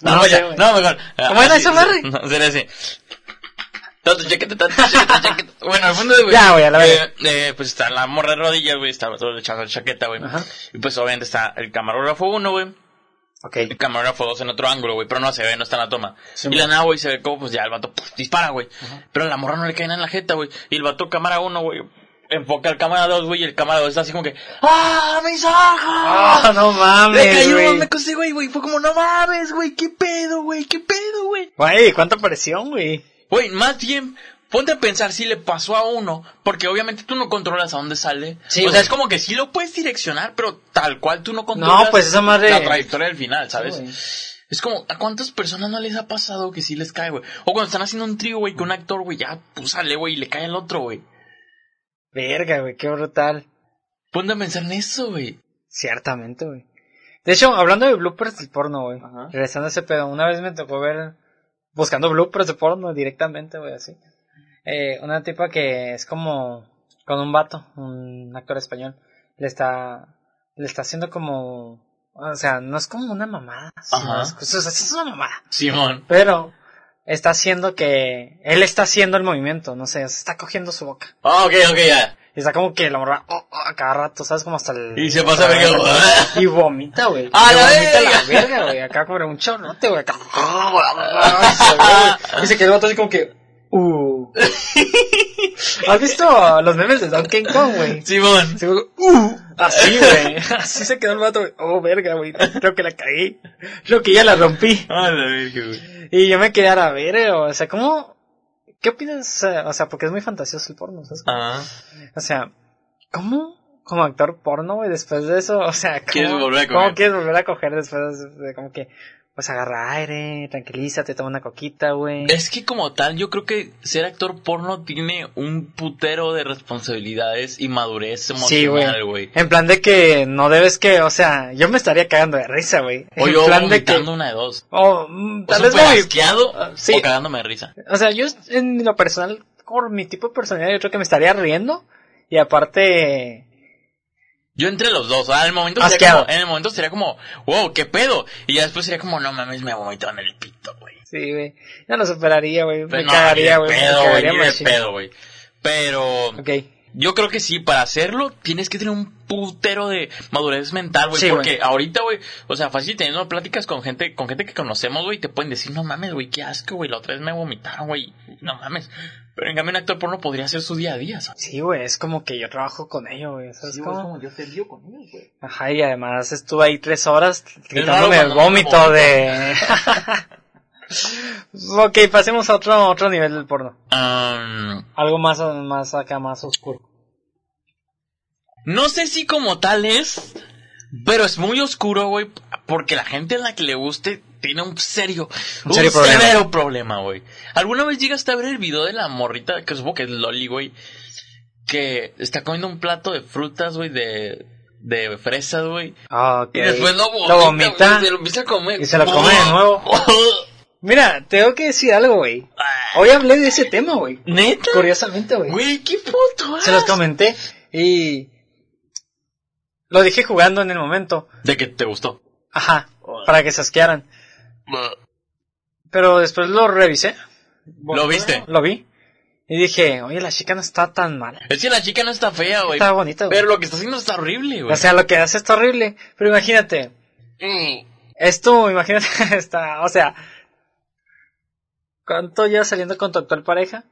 [SPEAKER 2] No,
[SPEAKER 3] No,
[SPEAKER 2] ya,
[SPEAKER 3] sé, güey.
[SPEAKER 2] no, mejor. eh,
[SPEAKER 3] ¿Cómo era
[SPEAKER 2] Así,
[SPEAKER 3] esa madre?
[SPEAKER 2] No, sería así. Tanto chaqueta, tanto chaqueta, chaqueta. Bueno, al fondo, güey.
[SPEAKER 3] Ya, güey, a la verga.
[SPEAKER 2] eh, eh, Pues está la morra de rodillas, güey. Está todo echando la chaqueta, güey.
[SPEAKER 3] Ajá.
[SPEAKER 2] Y pues obviamente está el camarógrafo uno, güey.
[SPEAKER 3] Ok.
[SPEAKER 2] El camarógrafo dos en otro ángulo, güey. Pero no se ve, no está en la toma.
[SPEAKER 3] Sí,
[SPEAKER 2] y la nada, güey, se pues, ve como, pues ya el vato puf, dispara, güey. Pero a la morra no le cae nada en la jeta, güey. Y el vato cámara uno, güey. enfoca al cámara 2, güey, y el cámara 2 está así como que, ¡ah, mis ojos!
[SPEAKER 3] Ah, no mames.
[SPEAKER 2] Le cayó
[SPEAKER 3] güey.
[SPEAKER 2] un meco ese güey, güey, fue como, no mames, güey, qué pedo, güey, qué pedo, güey.
[SPEAKER 3] Güey, cuánta presión, güey.
[SPEAKER 2] Güey, más bien, ponte a pensar si le pasó a uno, porque obviamente tú no controlas a dónde sale.
[SPEAKER 3] Sí,
[SPEAKER 2] o sea,
[SPEAKER 3] güey.
[SPEAKER 2] es como que sí lo puedes direccionar, pero tal cual tú no controlas
[SPEAKER 3] No, pues esa madre.
[SPEAKER 2] la trayectoria del final, ¿sabes?
[SPEAKER 3] güey.
[SPEAKER 2] es como, ¿a cuántas personas no les ha pasado que sí les cae, güey? O cuando están haciendo un trío, güey, que un actor, güey, ya, pues sale, güey, y le cae al otro, güey.
[SPEAKER 3] Verga, güey, qué brutal.
[SPEAKER 2] Ponte a pensar en eso, güey.
[SPEAKER 3] Ciertamente, güey. De hecho, hablando de bloopers del porno, güey.
[SPEAKER 2] Ajá.
[SPEAKER 3] Regresando a ese pedo, una vez me tocó ver buscando bloopers de porno directamente, güey, así. Eh, una tipa que es como con un vato, un actor español, le está le está haciendo como o sea, no es como una mamada, sino
[SPEAKER 2] Ajá.
[SPEAKER 3] es, o sea, sí es una mamada,
[SPEAKER 2] Simón.
[SPEAKER 3] pero está haciendo que él está haciendo el movimiento, no sé, o sea, está cogiendo su boca.
[SPEAKER 2] Ah, ok, ok, ya.
[SPEAKER 3] Y está como que la morra, oh, oh, a cada rato, ¿sabes? Como hasta el...
[SPEAKER 2] Y se pasa a ver que-
[SPEAKER 3] Y vomita, güey.
[SPEAKER 2] ¡A
[SPEAKER 3] Y
[SPEAKER 2] la
[SPEAKER 3] vomita
[SPEAKER 2] verga! Ah,
[SPEAKER 3] la verga, güey. Acá como un chorrote, güey. Acá... Y se ve, güey. Y se quedó así como que... Uh. ¿Has visto los memes de Donkey Kong, güey?
[SPEAKER 2] Simón.
[SPEAKER 3] Se fue, uh, así, güey. Así se quedó el vato, güey. Oh, verga, güey. Creo que la caí. Creo que ya la rompí.
[SPEAKER 2] Ah, la verga, güey.
[SPEAKER 3] Y yo me quedé a la verga, o sea, ¿cómo...? ¿Qué opinas? eh, O sea, porque es muy fantasioso el porno, ¿sabes?
[SPEAKER 2] Ah.
[SPEAKER 3] O sea, ¿cómo como actor porno, güey, después de eso? O sea, ¿cómo,
[SPEAKER 2] ¿Quieres volver a
[SPEAKER 3] cómo
[SPEAKER 2] coger?
[SPEAKER 3] quieres volver a coger después de, de como que, pues agarra aire, tranquilízate, toma una coquita, güey?
[SPEAKER 2] Es que como tal, yo creo que ser actor porno tiene un putero de responsabilidades y madurez
[SPEAKER 3] Sí,
[SPEAKER 2] emocional,
[SPEAKER 3] güey.
[SPEAKER 2] güey.
[SPEAKER 3] En plan de que no debes que, o sea, yo me estaría cagando de risa, güey.
[SPEAKER 2] O
[SPEAKER 3] en
[SPEAKER 2] yo
[SPEAKER 3] plan de
[SPEAKER 2] vomitando una de dos.
[SPEAKER 3] O mm,
[SPEAKER 2] O pues,
[SPEAKER 3] tal vez
[SPEAKER 2] súper
[SPEAKER 3] vomi-
[SPEAKER 2] asqueado
[SPEAKER 3] Ah, sí.
[SPEAKER 2] o cagándome de risa.
[SPEAKER 3] O sea, yo en lo personal, por mi tipo de personalidad, yo creo que me estaría riendo. Y aparte,
[SPEAKER 2] Yo entre los dos, ah, en el momento sería
[SPEAKER 3] Asqueado.
[SPEAKER 2] como, en el momento sería como, wow, qué pedo. Y ya después sería como, no mames, me vomitó en el pito, güey.
[SPEAKER 3] sí, güey. No lo superaría, güey. Me
[SPEAKER 2] Pero Pues no,
[SPEAKER 3] cagaría,
[SPEAKER 2] ni de
[SPEAKER 3] güey. Me
[SPEAKER 2] pedo,
[SPEAKER 3] cagaría
[SPEAKER 2] ni de
[SPEAKER 3] machín.
[SPEAKER 2] pedo, güey. Pero
[SPEAKER 3] Ok.
[SPEAKER 2] Yo creo que sí, para hacerlo tienes que tener un putero de madurez mental, güey.
[SPEAKER 3] Sí,
[SPEAKER 2] porque
[SPEAKER 3] güey.
[SPEAKER 2] ahorita, güey, o sea, fácil teniendo pláticas con gente, con gente que conocemos, güey, te pueden decir, no mames, güey, qué asco, güey, la otra vez me vomitaron, güey, no mames. Pero en cambio un actor porno podría ser su día a día, ¿sabes?
[SPEAKER 3] Sí, güey, es como que yo trabajo con ellos, güey. ¿sabes cómo?
[SPEAKER 2] yo te río con ellos, güey.
[SPEAKER 3] Ajá, y además estuve ahí tres horas
[SPEAKER 2] raro
[SPEAKER 3] gritándome el
[SPEAKER 2] cuando no me
[SPEAKER 3] vómito de... ok, pasemos a otro, otro nivel del porno. Algo más, más acá, más oscuro.
[SPEAKER 2] no sé si como tal es, pero es muy oscuro, güey, porque la gente a la que le guste tiene un serio,
[SPEAKER 3] Un serio problema.
[SPEAKER 2] severo problema, güey. ¿Alguna vez llegaste a ver el video de la morrita, que supongo que es Loli, güey, que está comiendo un plato de frutas, güey, de, de fresas, güey?
[SPEAKER 3] Ah, ok.
[SPEAKER 2] Y después lo vomita,
[SPEAKER 3] Lo vomita.
[SPEAKER 2] güey, y se lo empieza a comer.
[SPEAKER 3] Y se lo come de nuevo. Mira, tengo que decir algo, güey.
[SPEAKER 2] Ah,
[SPEAKER 3] Hoy hablé de ese tema, güey.
[SPEAKER 2] ¿Neta?
[SPEAKER 3] Curiosamente, güey.
[SPEAKER 2] Güey, qué puto
[SPEAKER 3] Se los
[SPEAKER 2] asco.
[SPEAKER 3] comenté y... Lo dije jugando en el momento.
[SPEAKER 2] De que te gustó.
[SPEAKER 3] Ajá, para que se asquearan. Pero después lo revisé.
[SPEAKER 2] ¿Lo viste?
[SPEAKER 3] Lo vi. Y dije, oye, la chica no está tan mala.
[SPEAKER 2] Es que la chica no está fea, güey.
[SPEAKER 3] Está bonita, güey.
[SPEAKER 2] Pero lo que está haciendo está horrible, güey.
[SPEAKER 3] O sea, lo que hace está horrible. Pero imagínate,
[SPEAKER 2] Mm.
[SPEAKER 3] esto, imagínate, está, o sea, ¿cuánto llevas saliendo con tu actual pareja?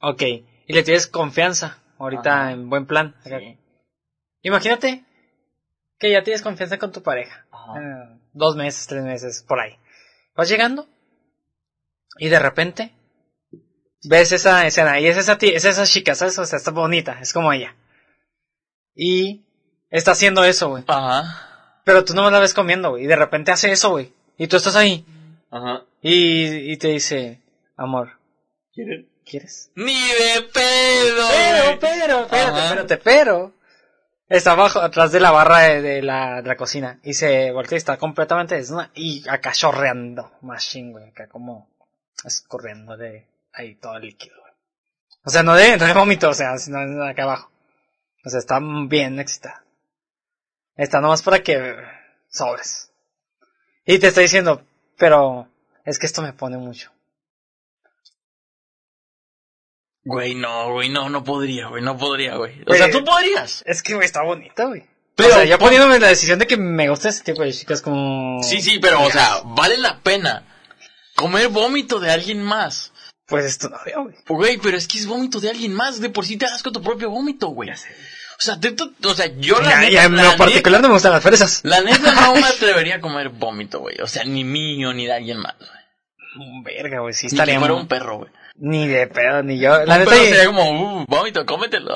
[SPEAKER 3] Ok, y le tienes confianza, ahorita
[SPEAKER 2] Ajá.
[SPEAKER 3] en buen plan. Imagínate que ya tienes confianza con tu pareja.
[SPEAKER 2] Ajá.
[SPEAKER 3] Eh, dos meses, tres meses, por ahí. Vas llegando y de repente ves esa escena y es esa, ti- es esa chica, ¿sabes? O sea, está bonita, es como ella. Y está haciendo eso, güey.
[SPEAKER 2] Ajá.
[SPEAKER 3] Pero tú no la ves comiendo, güey. Y de repente hace eso, güey. Y tú estás ahí.
[SPEAKER 2] Ajá.
[SPEAKER 3] Y, y te dice, amor,
[SPEAKER 2] ¿Quieres?
[SPEAKER 3] ¿quieres?
[SPEAKER 2] Ni de pedo.
[SPEAKER 3] Pero,
[SPEAKER 2] güey.
[SPEAKER 3] pero, espérate,
[SPEAKER 2] Ajá.
[SPEAKER 3] espérate, pero. Está abajo, atrás de la barra de, de la, de la cocina. Y se voltea y está completamente desnuda. Y acá chorreando. Machine, güey. Acá como escurriendo de ahí todo el líquido, güey. O sea, no de, no de vómito, o sea, sino de acá abajo. O sea, está bien excitada. Está nomás para que sobres. Y te está diciendo, pero es que esto me pone mucho.
[SPEAKER 2] Güey, no, güey, no, no podría, güey, no podría, güey. O
[SPEAKER 3] Güey.
[SPEAKER 2] sea, tú podrías.
[SPEAKER 3] Es que, güey, está bonito, güey.
[SPEAKER 2] Pero-
[SPEAKER 3] o sea, yo poniéndome en la decisión de que me gusta ese tipo de chicas como...
[SPEAKER 2] Sí, sí, pero, o sea, vale la pena comer vómito de alguien más
[SPEAKER 3] Pues es tu novia, güey.
[SPEAKER 2] Güey, pero es que es vómito de alguien más. De por sí te das con tu propio vómito, güey. O sea, te- tú- o sea, yo la
[SPEAKER 3] Ya,
[SPEAKER 2] neta-
[SPEAKER 3] ya, en
[SPEAKER 2] la
[SPEAKER 3] lo particular no me gustan las fresas.
[SPEAKER 2] neta- la neta no me atrevería a comer vómito, güey. O sea, ni mío, ni de alguien más, güey.
[SPEAKER 3] Mm, Verga, güey, sí
[SPEAKER 2] Ni que
[SPEAKER 3] estaría
[SPEAKER 2] fuera un perro, güey.
[SPEAKER 3] Ni de pedo, ni yo. La
[SPEAKER 2] Un
[SPEAKER 3] neta,
[SPEAKER 2] perro sería como, uh, vómito, cómetelo.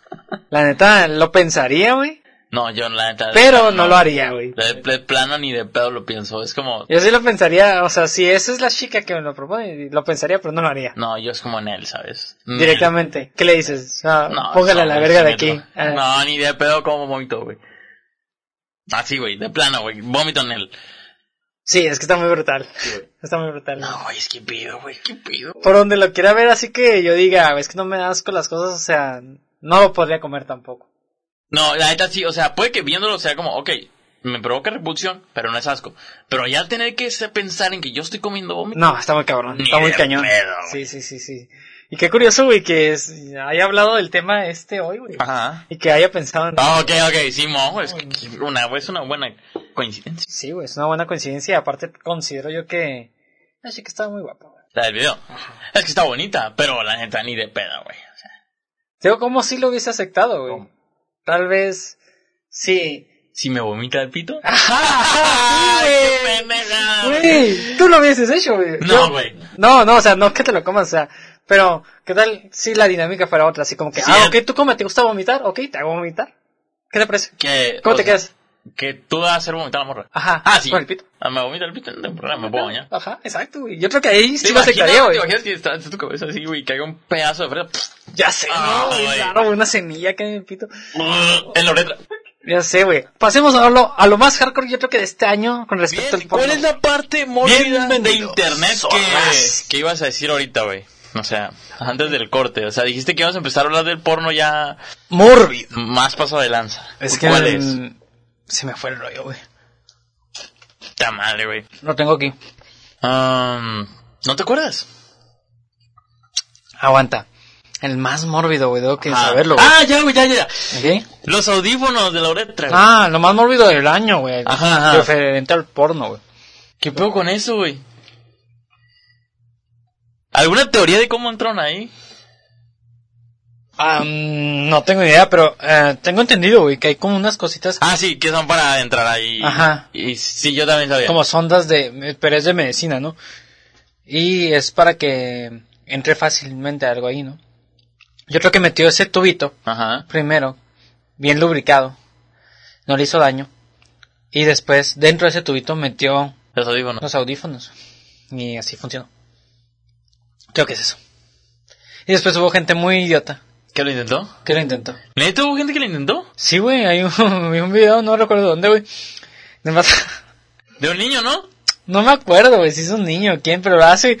[SPEAKER 3] la neta, lo pensaría, güey.
[SPEAKER 2] No, yo la neta. de
[SPEAKER 3] Pero
[SPEAKER 2] plano,
[SPEAKER 3] no lo haría, güey.
[SPEAKER 2] De, de plano ni de pedo lo pienso. Es como,
[SPEAKER 3] Yo sí lo pensaría, o sea, si esa es la chica que me lo propone, lo pensaría, pero no lo haría.
[SPEAKER 2] no, yo es como en él, ¿sabes? En él.
[SPEAKER 3] Directamente. ¿Qué le dices? Ah,
[SPEAKER 2] Mm. No,
[SPEAKER 3] póngale a la
[SPEAKER 2] no,
[SPEAKER 3] verga de
[SPEAKER 2] sí,
[SPEAKER 3] aquí.
[SPEAKER 2] no.
[SPEAKER 3] Ah,
[SPEAKER 2] No, ni de pedo como vómito, güey. Así, güey, de plano, güey. Vómito en él.
[SPEAKER 3] Sí, es que está muy brutal. Está muy brutal.
[SPEAKER 2] No, güey, es que pido, güey, qué pido.
[SPEAKER 3] Por donde lo quiera ver, así que yo diga, es que no me da asco las cosas, o sea, no lo podría comer tampoco.
[SPEAKER 2] No, la neta sí, o sea, puede que viéndolo sea como, ok, me provoca repulsión, pero no es asco. Pero ya tener que se- pensar en que yo estoy comiendo vómito.
[SPEAKER 3] No, está muy cabrón,
[SPEAKER 2] Ni
[SPEAKER 3] está muy
[SPEAKER 2] de
[SPEAKER 3] cañón.
[SPEAKER 2] pedo, güey.
[SPEAKER 3] Sí, sí, sí, sí. Y qué curioso, güey, que es, haya hablado del tema este hoy, güey.
[SPEAKER 2] Ajá.
[SPEAKER 3] Y que haya pensado en...
[SPEAKER 2] Ah, Ok, ok, sí, mo, güey, es, que- que una, es una buena coincidencia.
[SPEAKER 3] Sí, güey, es una buena coincidencia. Aparte, considero yo que... Así que estaba muy guapo. güey.
[SPEAKER 2] La del video. Es que está bonita, pero la neta ni de peda, güey. O sea,
[SPEAKER 3] Digo, ¿cómo si lo hubiese aceptado, güey? Tal vez... Sí.
[SPEAKER 2] si me vomita el pito.
[SPEAKER 3] ¡Ajá!
[SPEAKER 2] ¡Ay,
[SPEAKER 3] sí,
[SPEAKER 2] qué pendeja,
[SPEAKER 3] güey.
[SPEAKER 2] güey!
[SPEAKER 3] Güey, tú lo hubieses hecho, güey.
[SPEAKER 2] No,
[SPEAKER 3] Yo-
[SPEAKER 2] güey.
[SPEAKER 3] No, no, o sea, no que te lo comas, o sea, pero ¿qué tal si la dinámica fuera otra? Así como que,
[SPEAKER 2] Sí,
[SPEAKER 3] ah,
[SPEAKER 2] el-
[SPEAKER 3] ok, tú come, ¿te gusta vomitar? Ok, te hago vomitar. ¿Qué te parece?
[SPEAKER 2] Que,
[SPEAKER 3] ¿Cómo
[SPEAKER 2] o
[SPEAKER 3] te
[SPEAKER 2] sea,
[SPEAKER 3] quedas?
[SPEAKER 2] Que tú vas a hacer vomitar a la morra.
[SPEAKER 3] Ajá.
[SPEAKER 2] Ah, sí.
[SPEAKER 3] Con el pito.
[SPEAKER 2] Ah, me vomita el pito, no tengo problema, me puedo bañar.
[SPEAKER 3] Ajá, exacto, güey. Yo creo que ahí sí lo
[SPEAKER 2] imaginas,
[SPEAKER 3] aceptaría,
[SPEAKER 2] ¿Te
[SPEAKER 3] güey.
[SPEAKER 2] imaginas que está en tu cabeza así, güey, que hay un pedazo de fresa pss,
[SPEAKER 3] Ya sé,
[SPEAKER 2] Ah,
[SPEAKER 3] no, güey.
[SPEAKER 2] güey.
[SPEAKER 3] Claro, güey, una semilla que en el pito.
[SPEAKER 2] en la uretra?
[SPEAKER 3] Ya sé, güey. Pasemos a lo, a lo más hardcore, yo creo que de este año, con respecto al porno.
[SPEAKER 2] la parte mórbida Ah. de internet
[SPEAKER 3] zorras?
[SPEAKER 2] que, que ibas a decir ahorita, güey? O sea, antes del corte. O sea, dijiste que ibas a empezar a hablar del porno ya
[SPEAKER 3] Mórbido.
[SPEAKER 2] más paso de lanza.
[SPEAKER 3] Es que...
[SPEAKER 2] ¿Cuál es?
[SPEAKER 3] mm, Se me fue el rollo, güey.
[SPEAKER 2] Está mal, güey.
[SPEAKER 3] Lo tengo aquí.
[SPEAKER 2] Um, ¿No te acuerdas?
[SPEAKER 3] Aguanta. El más mórbido, güey, tengo que
[SPEAKER 2] Ah.
[SPEAKER 3] saberlo, güey.
[SPEAKER 2] Ah, ya, güey, ya, ya.
[SPEAKER 3] ¿Ok?
[SPEAKER 2] Los audífonos de la uretra, güey.
[SPEAKER 3] Ah, lo más mórbido del año, güey.
[SPEAKER 2] Ajá, ajá.
[SPEAKER 3] Referente al porno, güey.
[SPEAKER 2] ¿Qué pedo con eso, güey? ¿Alguna teoría de cómo entraron ahí?
[SPEAKER 3] Ah, mm, no tengo idea, pero eh, tengo entendido, güey, que hay como unas cositas
[SPEAKER 2] Ah, sí, que son para entrar ahí.
[SPEAKER 3] Ajá.
[SPEAKER 2] Y sí, yo también sabía.
[SPEAKER 3] como sondas de... pero es de medicina, ¿no? Y es para que entre fácilmente algo ahí, ¿no? Yo creo que metió ese tubito
[SPEAKER 2] Ajá.
[SPEAKER 3] primero, bien lubricado, no le hizo daño, y después dentro de ese tubito metió
[SPEAKER 2] Los audífonos.
[SPEAKER 3] los audífonos. Y así funcionó. Creo que es eso. Y después hubo gente muy idiota
[SPEAKER 2] ¿Qué lo intentó?
[SPEAKER 3] que lo intentó.
[SPEAKER 2] ¿Neta hubo gente que lo intentó?
[SPEAKER 3] Sí, güey, hay un, hay un video, no recuerdo dónde, güey. Nada más-
[SPEAKER 2] De un niño, ¿no?
[SPEAKER 3] No me acuerdo, güey, si es un niño o quién, pero lo hace.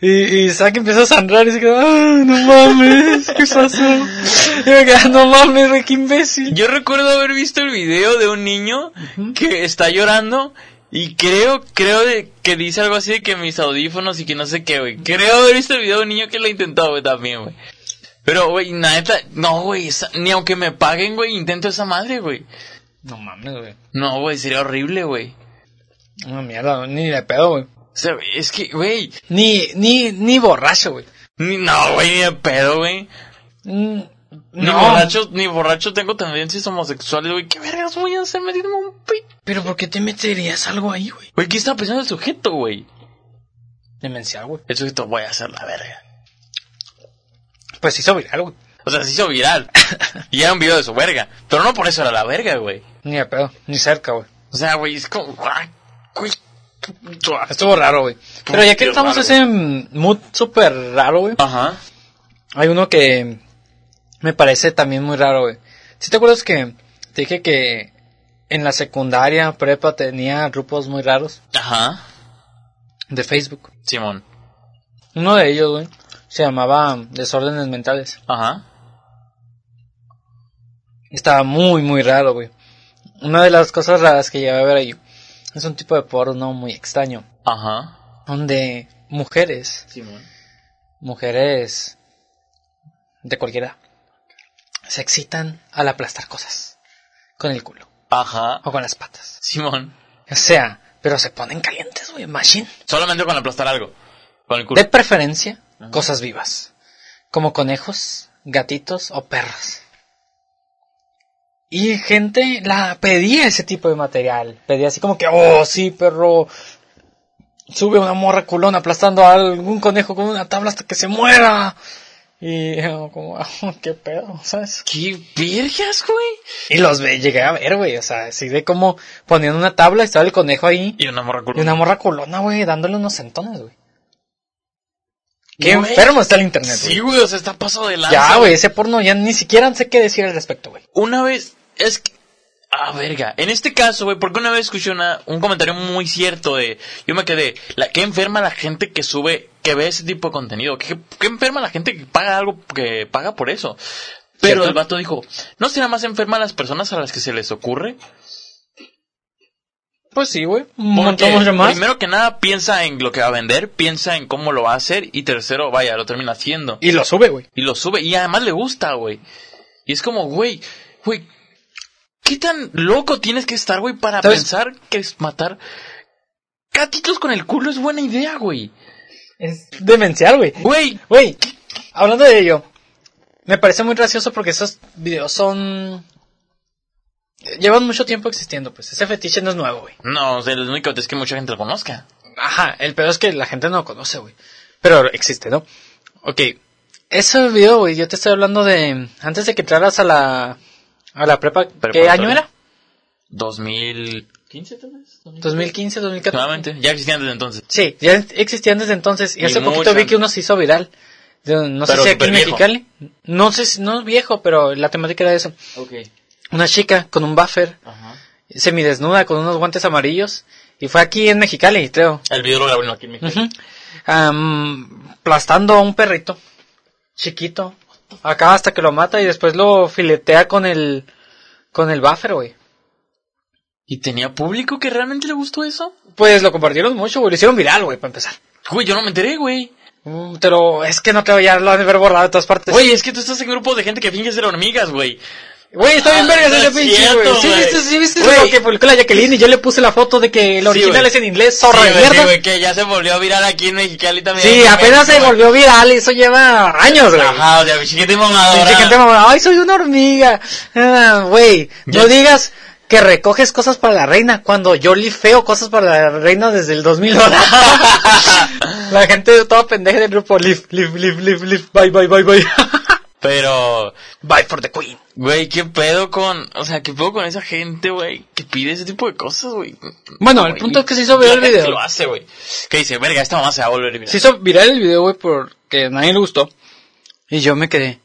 [SPEAKER 3] Y, y Zack empieza a sangrar y se queda, ¡ay, no mames! ¿Qué pasó? Y me queda, no mames, güey, qué imbécil.
[SPEAKER 2] Yo recuerdo haber visto el video de un niño que está llorando y creo, creo de- que dice algo así de que mis audífonos y que no sé qué, güey. Creo haber visto el video de un niño que lo intentó, güey, también, güey. Pero, güey, la neta, no, güey, esa- ni aunque me paguen, güey, intento esa madre, güey.
[SPEAKER 3] No mames, güey.
[SPEAKER 2] No, güey, sería horrible, güey.
[SPEAKER 3] Una mierda, güey, ni de pedo, güey.
[SPEAKER 2] O sea, güey, es que, güey,
[SPEAKER 3] Ni, ni, ni borracho, güey.
[SPEAKER 2] ni- no, güey, ni de pedo, güey.
[SPEAKER 3] Mm,
[SPEAKER 2] Ni borracho, ni borracho tengo tendencias homosexuales, güey. ¿Qué vergas voy a hacer metiéndome un pi?
[SPEAKER 3] Pero ¿por qué te meterías algo ahí, güey?
[SPEAKER 2] Güey, ¿qué está pensando el sujeto, güey?
[SPEAKER 3] Demencial, güey.
[SPEAKER 2] El sujeto, voy a hacer la verga.
[SPEAKER 3] Pues hizo viral, güey.
[SPEAKER 2] O sea, se hizo viral. y era un video de su verga. Pero no por eso era la verga, güey.
[SPEAKER 3] Ni de pedo, ni cerca, güey.
[SPEAKER 2] O sea, güey, es como... ah, güey.
[SPEAKER 3] Estuvo raro, güey. Pero ya que
[SPEAKER 2] Qué
[SPEAKER 3] estamos
[SPEAKER 2] raro,
[SPEAKER 3] en ese mm, mood súper raro, güey.
[SPEAKER 2] Ajá.
[SPEAKER 3] Hay uno que me parece también muy raro, güey. ¿Sí te acuerdas que te dije que en la secundaria, prepa, tenía grupos muy raros
[SPEAKER 2] Ajá.
[SPEAKER 3] de Facebook?
[SPEAKER 2] Simón.
[SPEAKER 3] Uno de ellos, güey, se llamaba Desórdenes Mentales.
[SPEAKER 2] Ajá.
[SPEAKER 3] Estaba muy, muy raro, güey. Una de las cosas raras que llevé a ver ahí es un tipo de porno muy extraño.
[SPEAKER 2] Ajá.
[SPEAKER 3] Donde mujeres
[SPEAKER 2] Simón.
[SPEAKER 3] mujeres de cualquiera se excitan al aplastar cosas con el culo
[SPEAKER 2] Ajá.
[SPEAKER 3] o con las patas.
[SPEAKER 2] Simón.
[SPEAKER 3] O sea, pero se ponen calientes, güey, machine.
[SPEAKER 2] Solamente con aplastar algo. Con el culo.
[SPEAKER 3] De preferencia cosas vivas, como conejos, gatitos o perros. Y gente la pedía ese tipo de material, pedía así como que, oh, sí, perro, sube una morra culona aplastando a algún conejo con una tabla hasta que se muera. Y yo como, "Ah, qué pedo, ¿sabes?
[SPEAKER 2] ¿Qué vergas, güey?
[SPEAKER 3] Y los ve, llegué a ver, güey, o sea, así de como ponían una tabla, estaba el conejo ahí,
[SPEAKER 2] Y una morra
[SPEAKER 3] y
[SPEAKER 2] culona.
[SPEAKER 3] una morra culona, güey, dándole unos centones, güey. Qué
[SPEAKER 2] Güey.
[SPEAKER 3] enfermo está el internet, güey.
[SPEAKER 2] Sí, güey, o sea, está pasado de lanza.
[SPEAKER 3] Ya, eh. güey, ese porno ya ni siquiera sé qué decir al respecto, güey.
[SPEAKER 2] Una vez, es que... Ah, verga. En este caso, güey, porque una vez escuché una- un comentario muy cierto de... Yo me quedé, la, ¿qué enferma la gente que sube, que ve ese tipo de contenido? ¿Qué, qué enferma la gente que paga algo, que paga por eso? Pero
[SPEAKER 3] ¿Cierto?
[SPEAKER 2] el vato dijo, ¿no será más enferma las personas a las que se les ocurre?
[SPEAKER 3] Pues sí, güey. Un
[SPEAKER 2] Porque
[SPEAKER 3] montón mucho más.
[SPEAKER 2] primero que nada piensa en lo que va a vender, piensa en cómo lo va a hacer y tercero, vaya, lo termina haciendo.
[SPEAKER 3] Y lo sube, güey.
[SPEAKER 2] Y lo sube. Y además le gusta, güey. Y es como, güey, güey, ¿qué tan loco tienes que estar, güey, para
[SPEAKER 3] ¿Sabes?
[SPEAKER 2] pensar que es matar gatitos con el culo es buena idea, güey?
[SPEAKER 3] Es demencial, güey.
[SPEAKER 2] Güey,
[SPEAKER 3] Güey, hablando de ello, me parece muy gracioso porque esos videos son... eh, Llevan mucho tiempo existiendo, pues. Ese fetiche no es nuevo, güey.
[SPEAKER 2] no, o sea, lo único es que mucha gente lo conozca.
[SPEAKER 3] Ajá, el peor es que la gente no lo conoce, güey. Pero existe, ¿no? Ok. Ese video, güey, yo te estoy hablando de... Antes de que entraras a la... A la prepa... ¿Qué
[SPEAKER 2] Preparatoria.
[SPEAKER 3] año era?
[SPEAKER 2] 2015 tal vez?
[SPEAKER 3] 2015, 2014.
[SPEAKER 2] Nuevamente, ya existían desde entonces.
[SPEAKER 3] Sí, ya existían desde entonces. Y,
[SPEAKER 2] Y
[SPEAKER 3] hace
[SPEAKER 2] mucho
[SPEAKER 3] poquito vi que uno se hizo viral. De- No sé
[SPEAKER 2] Pero
[SPEAKER 3] si aquí en
[SPEAKER 2] superviejo.
[SPEAKER 3] Mexicali. No sé, si- no es viejo, pero la temática era eso.
[SPEAKER 2] Ok.
[SPEAKER 3] Una chica con un buffer,
[SPEAKER 2] Ajá.
[SPEAKER 3] semidesnuda, con unos guantes amarillos. Y fue aquí en Mexicali, creo.
[SPEAKER 2] El video lo grabaron aquí en México.
[SPEAKER 3] Ujú. Am, aplastando a un perrito. Chiquito. Acá hasta que lo mata y después lo filetea con el... Con el buffer, güey.
[SPEAKER 2] ¿Y tenía público que realmente le gustó eso?
[SPEAKER 3] Pues lo compartieron mucho, güey. Lo hicieron viral, güey, para empezar.
[SPEAKER 2] Güey, yo no me enteré, güey.
[SPEAKER 3] Mm, Pero es que no creo, ya lo han de haber borrado de todas partes.
[SPEAKER 2] Güey, es que tú estás en grupos de gente que finge ser hormigas, güey.
[SPEAKER 3] Güey, está bien
[SPEAKER 2] Ah,
[SPEAKER 3] vergas
[SPEAKER 2] no
[SPEAKER 3] ese
[SPEAKER 2] es
[SPEAKER 3] pinche,
[SPEAKER 2] cierto,
[SPEAKER 3] güey. Sí,
[SPEAKER 2] güey.
[SPEAKER 3] viste, sí, viste
[SPEAKER 2] Güey.
[SPEAKER 3] lo que publicó la Jacqueline y yo le puse la foto de que el
[SPEAKER 2] Sí,
[SPEAKER 3] original
[SPEAKER 2] güey.
[SPEAKER 3] es en inglés,
[SPEAKER 2] Sí,
[SPEAKER 3] zorra de
[SPEAKER 2] güey, sí,
[SPEAKER 3] mierda.
[SPEAKER 2] güey, que ya se volvió a virar aquí en Mexicali también.
[SPEAKER 3] Sí, apenas se volvió viral, eso lleva años, güey.
[SPEAKER 2] Ajá, o sea, chiquita y mamadora.
[SPEAKER 3] Pinche gente mamona, ay, soy una hormiga. Ah, Güey,
[SPEAKER 2] Ya-
[SPEAKER 3] no digas que recoges cosas para la reina cuando yo lifeo cosas para la reina desde el 2000. la gente toda pendeja del grupo, lif, lif, lif, lif, lif, bye, bye, bye, bye.
[SPEAKER 2] Pero,
[SPEAKER 3] bye for the queen.
[SPEAKER 2] güey, qué pedo con, o sea, qué pedo con esa gente, güey, que pide ese tipo de cosas, güey.
[SPEAKER 3] Bueno, el
[SPEAKER 2] Güey,
[SPEAKER 3] punto es que se hizo viral el
[SPEAKER 2] la gente
[SPEAKER 3] video.
[SPEAKER 2] lo hace, güey. Que dice, verga, esta mamá se va a volver viral.
[SPEAKER 3] Se hizo viral el video, güey, porque a nadie le gustó. Y yo me quedé.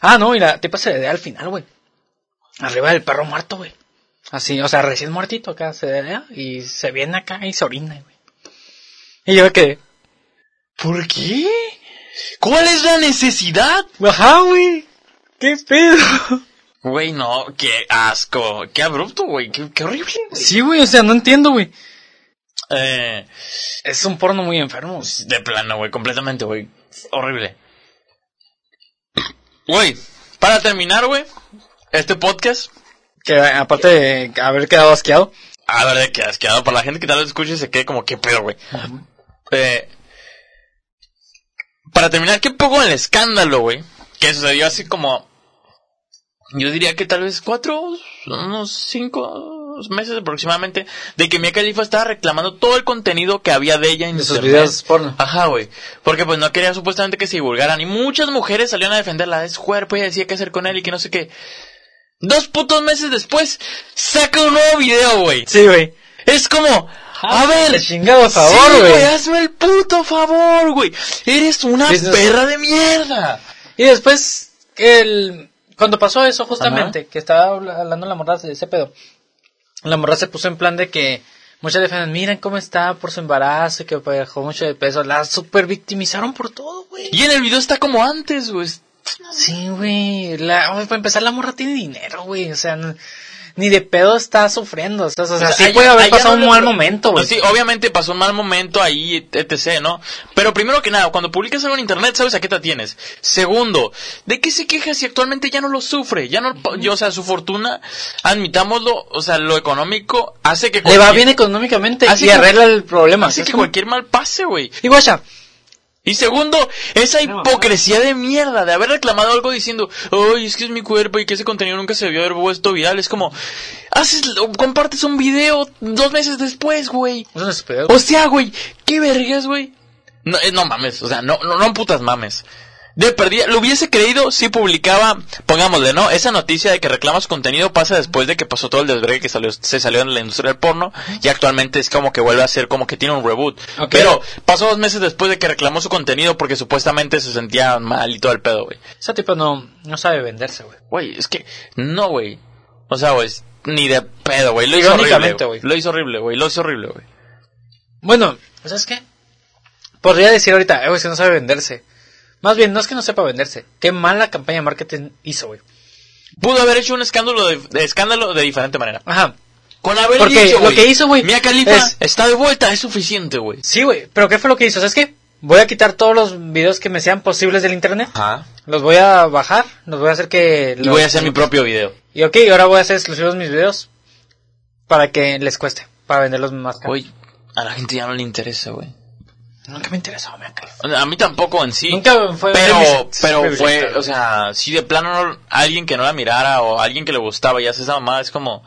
[SPEAKER 3] Ah, no, y la tipa se dedea al final, güey. Arriba del perro muerto, güey. Así, o sea, recién muertito acá, se dedea y se viene acá y se orina, güey. Y yo me quedé.
[SPEAKER 2] ¿Por qué? ¿Cuál es la necesidad?
[SPEAKER 3] Ajá, güey. ¿Qué pedo?
[SPEAKER 2] Güey, no, qué asco, qué abrupto, güey, qué, qué horrible, güey.
[SPEAKER 3] Sí, güey, o sea, no entiendo, güey.
[SPEAKER 2] Eh,
[SPEAKER 3] Es un porno muy enfermo.
[SPEAKER 2] Pues, De plano, güey, completamente, güey. Horrible. Güey, para terminar, güey, este podcast,
[SPEAKER 3] Que aparte de haber quedado asqueado.
[SPEAKER 2] a ver, de que asqueado, para Ah, la gente que tal vez escuche y se quede como, qué pedo, güey. Eh, para terminar, qué poco el escándalo, güey, que sucedió así como, yo diría que tal vez cuatro, unos cinco meses aproximadamente, de que Mia Khalifa estaba reclamando todo el contenido que había de ella en
[SPEAKER 3] De sus
[SPEAKER 2] internet.
[SPEAKER 3] videos porno.
[SPEAKER 2] Ajá, güey. Porque pues no quería supuestamente que se divulgaran. Y muchas mujeres salieron a defenderla de su cuerpo y decía qué hacer con él y que no sé qué. Dos putos meses después, saca un nuevo video, güey.
[SPEAKER 3] Sí, güey.
[SPEAKER 2] Es como,
[SPEAKER 3] Ah,
[SPEAKER 2] a ver.
[SPEAKER 3] El chingado
[SPEAKER 2] sí,
[SPEAKER 3] favor, güey.
[SPEAKER 2] hazme el puto favor, güey. Eres una
[SPEAKER 3] Dices-
[SPEAKER 2] perra de mierda.
[SPEAKER 3] Y después, el, cuando pasó eso justamente, que estaba habla- hablando la morra de ese pedo, la morra se puso en plan de que muchas defensan, miren cómo está por su embarazo y que bajó mucho de peso, la super victimizaron por todo, güey.
[SPEAKER 2] Y en el video está como antes, güey.
[SPEAKER 3] Sí, güey, la, oye, para empezar la morra tiene dinero, güey, o sea, no- ni de pedo está sufriendo, o sea, o sea, sí
[SPEAKER 2] allá-
[SPEAKER 3] puede haber
[SPEAKER 2] allá
[SPEAKER 3] pasado
[SPEAKER 2] no
[SPEAKER 3] un
[SPEAKER 2] le-
[SPEAKER 3] mal momento, güey.
[SPEAKER 2] Sí, obviamente pasó un mal momento ahí, etc, ¿no? Pero primero que nada, cuando publicas algo en internet, sabes a qué te tienes. Segundo, ¿de qué se queja si actualmente ya no lo sufre? Ya no, yo, o sea, su fortuna, admitámoslo, o sea, lo económico hace que
[SPEAKER 3] Le va
[SPEAKER 2] cualquier-
[SPEAKER 3] bien económicamente
[SPEAKER 2] Así
[SPEAKER 3] y
[SPEAKER 2] que-
[SPEAKER 3] arregla el problema.
[SPEAKER 2] hace
[SPEAKER 3] Es
[SPEAKER 2] que
[SPEAKER 3] como-
[SPEAKER 2] cualquier mal pase, güey.
[SPEAKER 3] Y guacha,
[SPEAKER 2] Y segundo, esa hipocresía de mierda de haber reclamado algo diciendo, "Ay, es que es mi cuerpo y que ese contenido nunca se debió haber vuelto viral." Es como haces compartes un video dos meses después, güey.
[SPEAKER 3] Eso no es pedo.
[SPEAKER 2] O sea, güey, qué vergas, güey. No, eh, no mames, o sea, no no no putas mames. De perdida, lo hubiese creído si publicaba, pongámosle, ¿no? Esa noticia de que reclamas contenido pasa después de que pasó todo el desvergue que salió, se salió en la industria del porno y actualmente es como que vuelve a ser como que tiene un reboot.
[SPEAKER 3] Ok.
[SPEAKER 2] Pero pasó dos meses después de que reclamó su contenido porque supuestamente se sentía mal y todo el pedo, güey.
[SPEAKER 3] Ese tipo no, no sabe venderse, güey.
[SPEAKER 2] Güey, es que, no, güey. O sea, güey, ni de pedo, güey. Lo hizo horrible,
[SPEAKER 3] Irónicamente,
[SPEAKER 2] güey.
[SPEAKER 3] güey.
[SPEAKER 2] Lo hizo horrible, güey. Lo hizo horrible, güey.
[SPEAKER 3] Bueno, ¿sabes qué? Podría decir ahorita, eh, güey, es que no sabe venderse. Más bien, no es que no sepa venderse. Qué mala campaña de marketing hizo, güey.
[SPEAKER 2] Pudo haber hecho un escándalo de, de escándalo de diferente manera.
[SPEAKER 3] Ajá.
[SPEAKER 2] Con haber
[SPEAKER 3] Porque
[SPEAKER 2] dicho,
[SPEAKER 3] lo que hizo, güey,
[SPEAKER 2] Mia Khalifa
[SPEAKER 3] es-
[SPEAKER 2] está de vuelta, es suficiente, güey.
[SPEAKER 3] Sí, güey, pero ¿qué fue lo que hizo? ¿Sabes qué? Voy a quitar todos los videos que me sean posibles del internet.
[SPEAKER 2] Ajá.
[SPEAKER 3] Los voy a bajar, los voy a hacer que...
[SPEAKER 2] Y voy a hacer mi propio video.
[SPEAKER 3] Y ok, ahora voy a hacer exclusivos mis videos para que les cueste, para venderlos más caro.
[SPEAKER 2] Güey, a la gente ya no le interesa, güey.
[SPEAKER 3] Nunca me interesó, me acá.
[SPEAKER 2] A mí tampoco en sí.
[SPEAKER 3] Nunca fue...
[SPEAKER 2] pero,
[SPEAKER 3] privilegi-
[SPEAKER 2] pero fue,
[SPEAKER 3] privilegiado.
[SPEAKER 2] o sea, si de plano no- alguien que no la mirara o alguien que le gustaba y hace esa mamada, es como,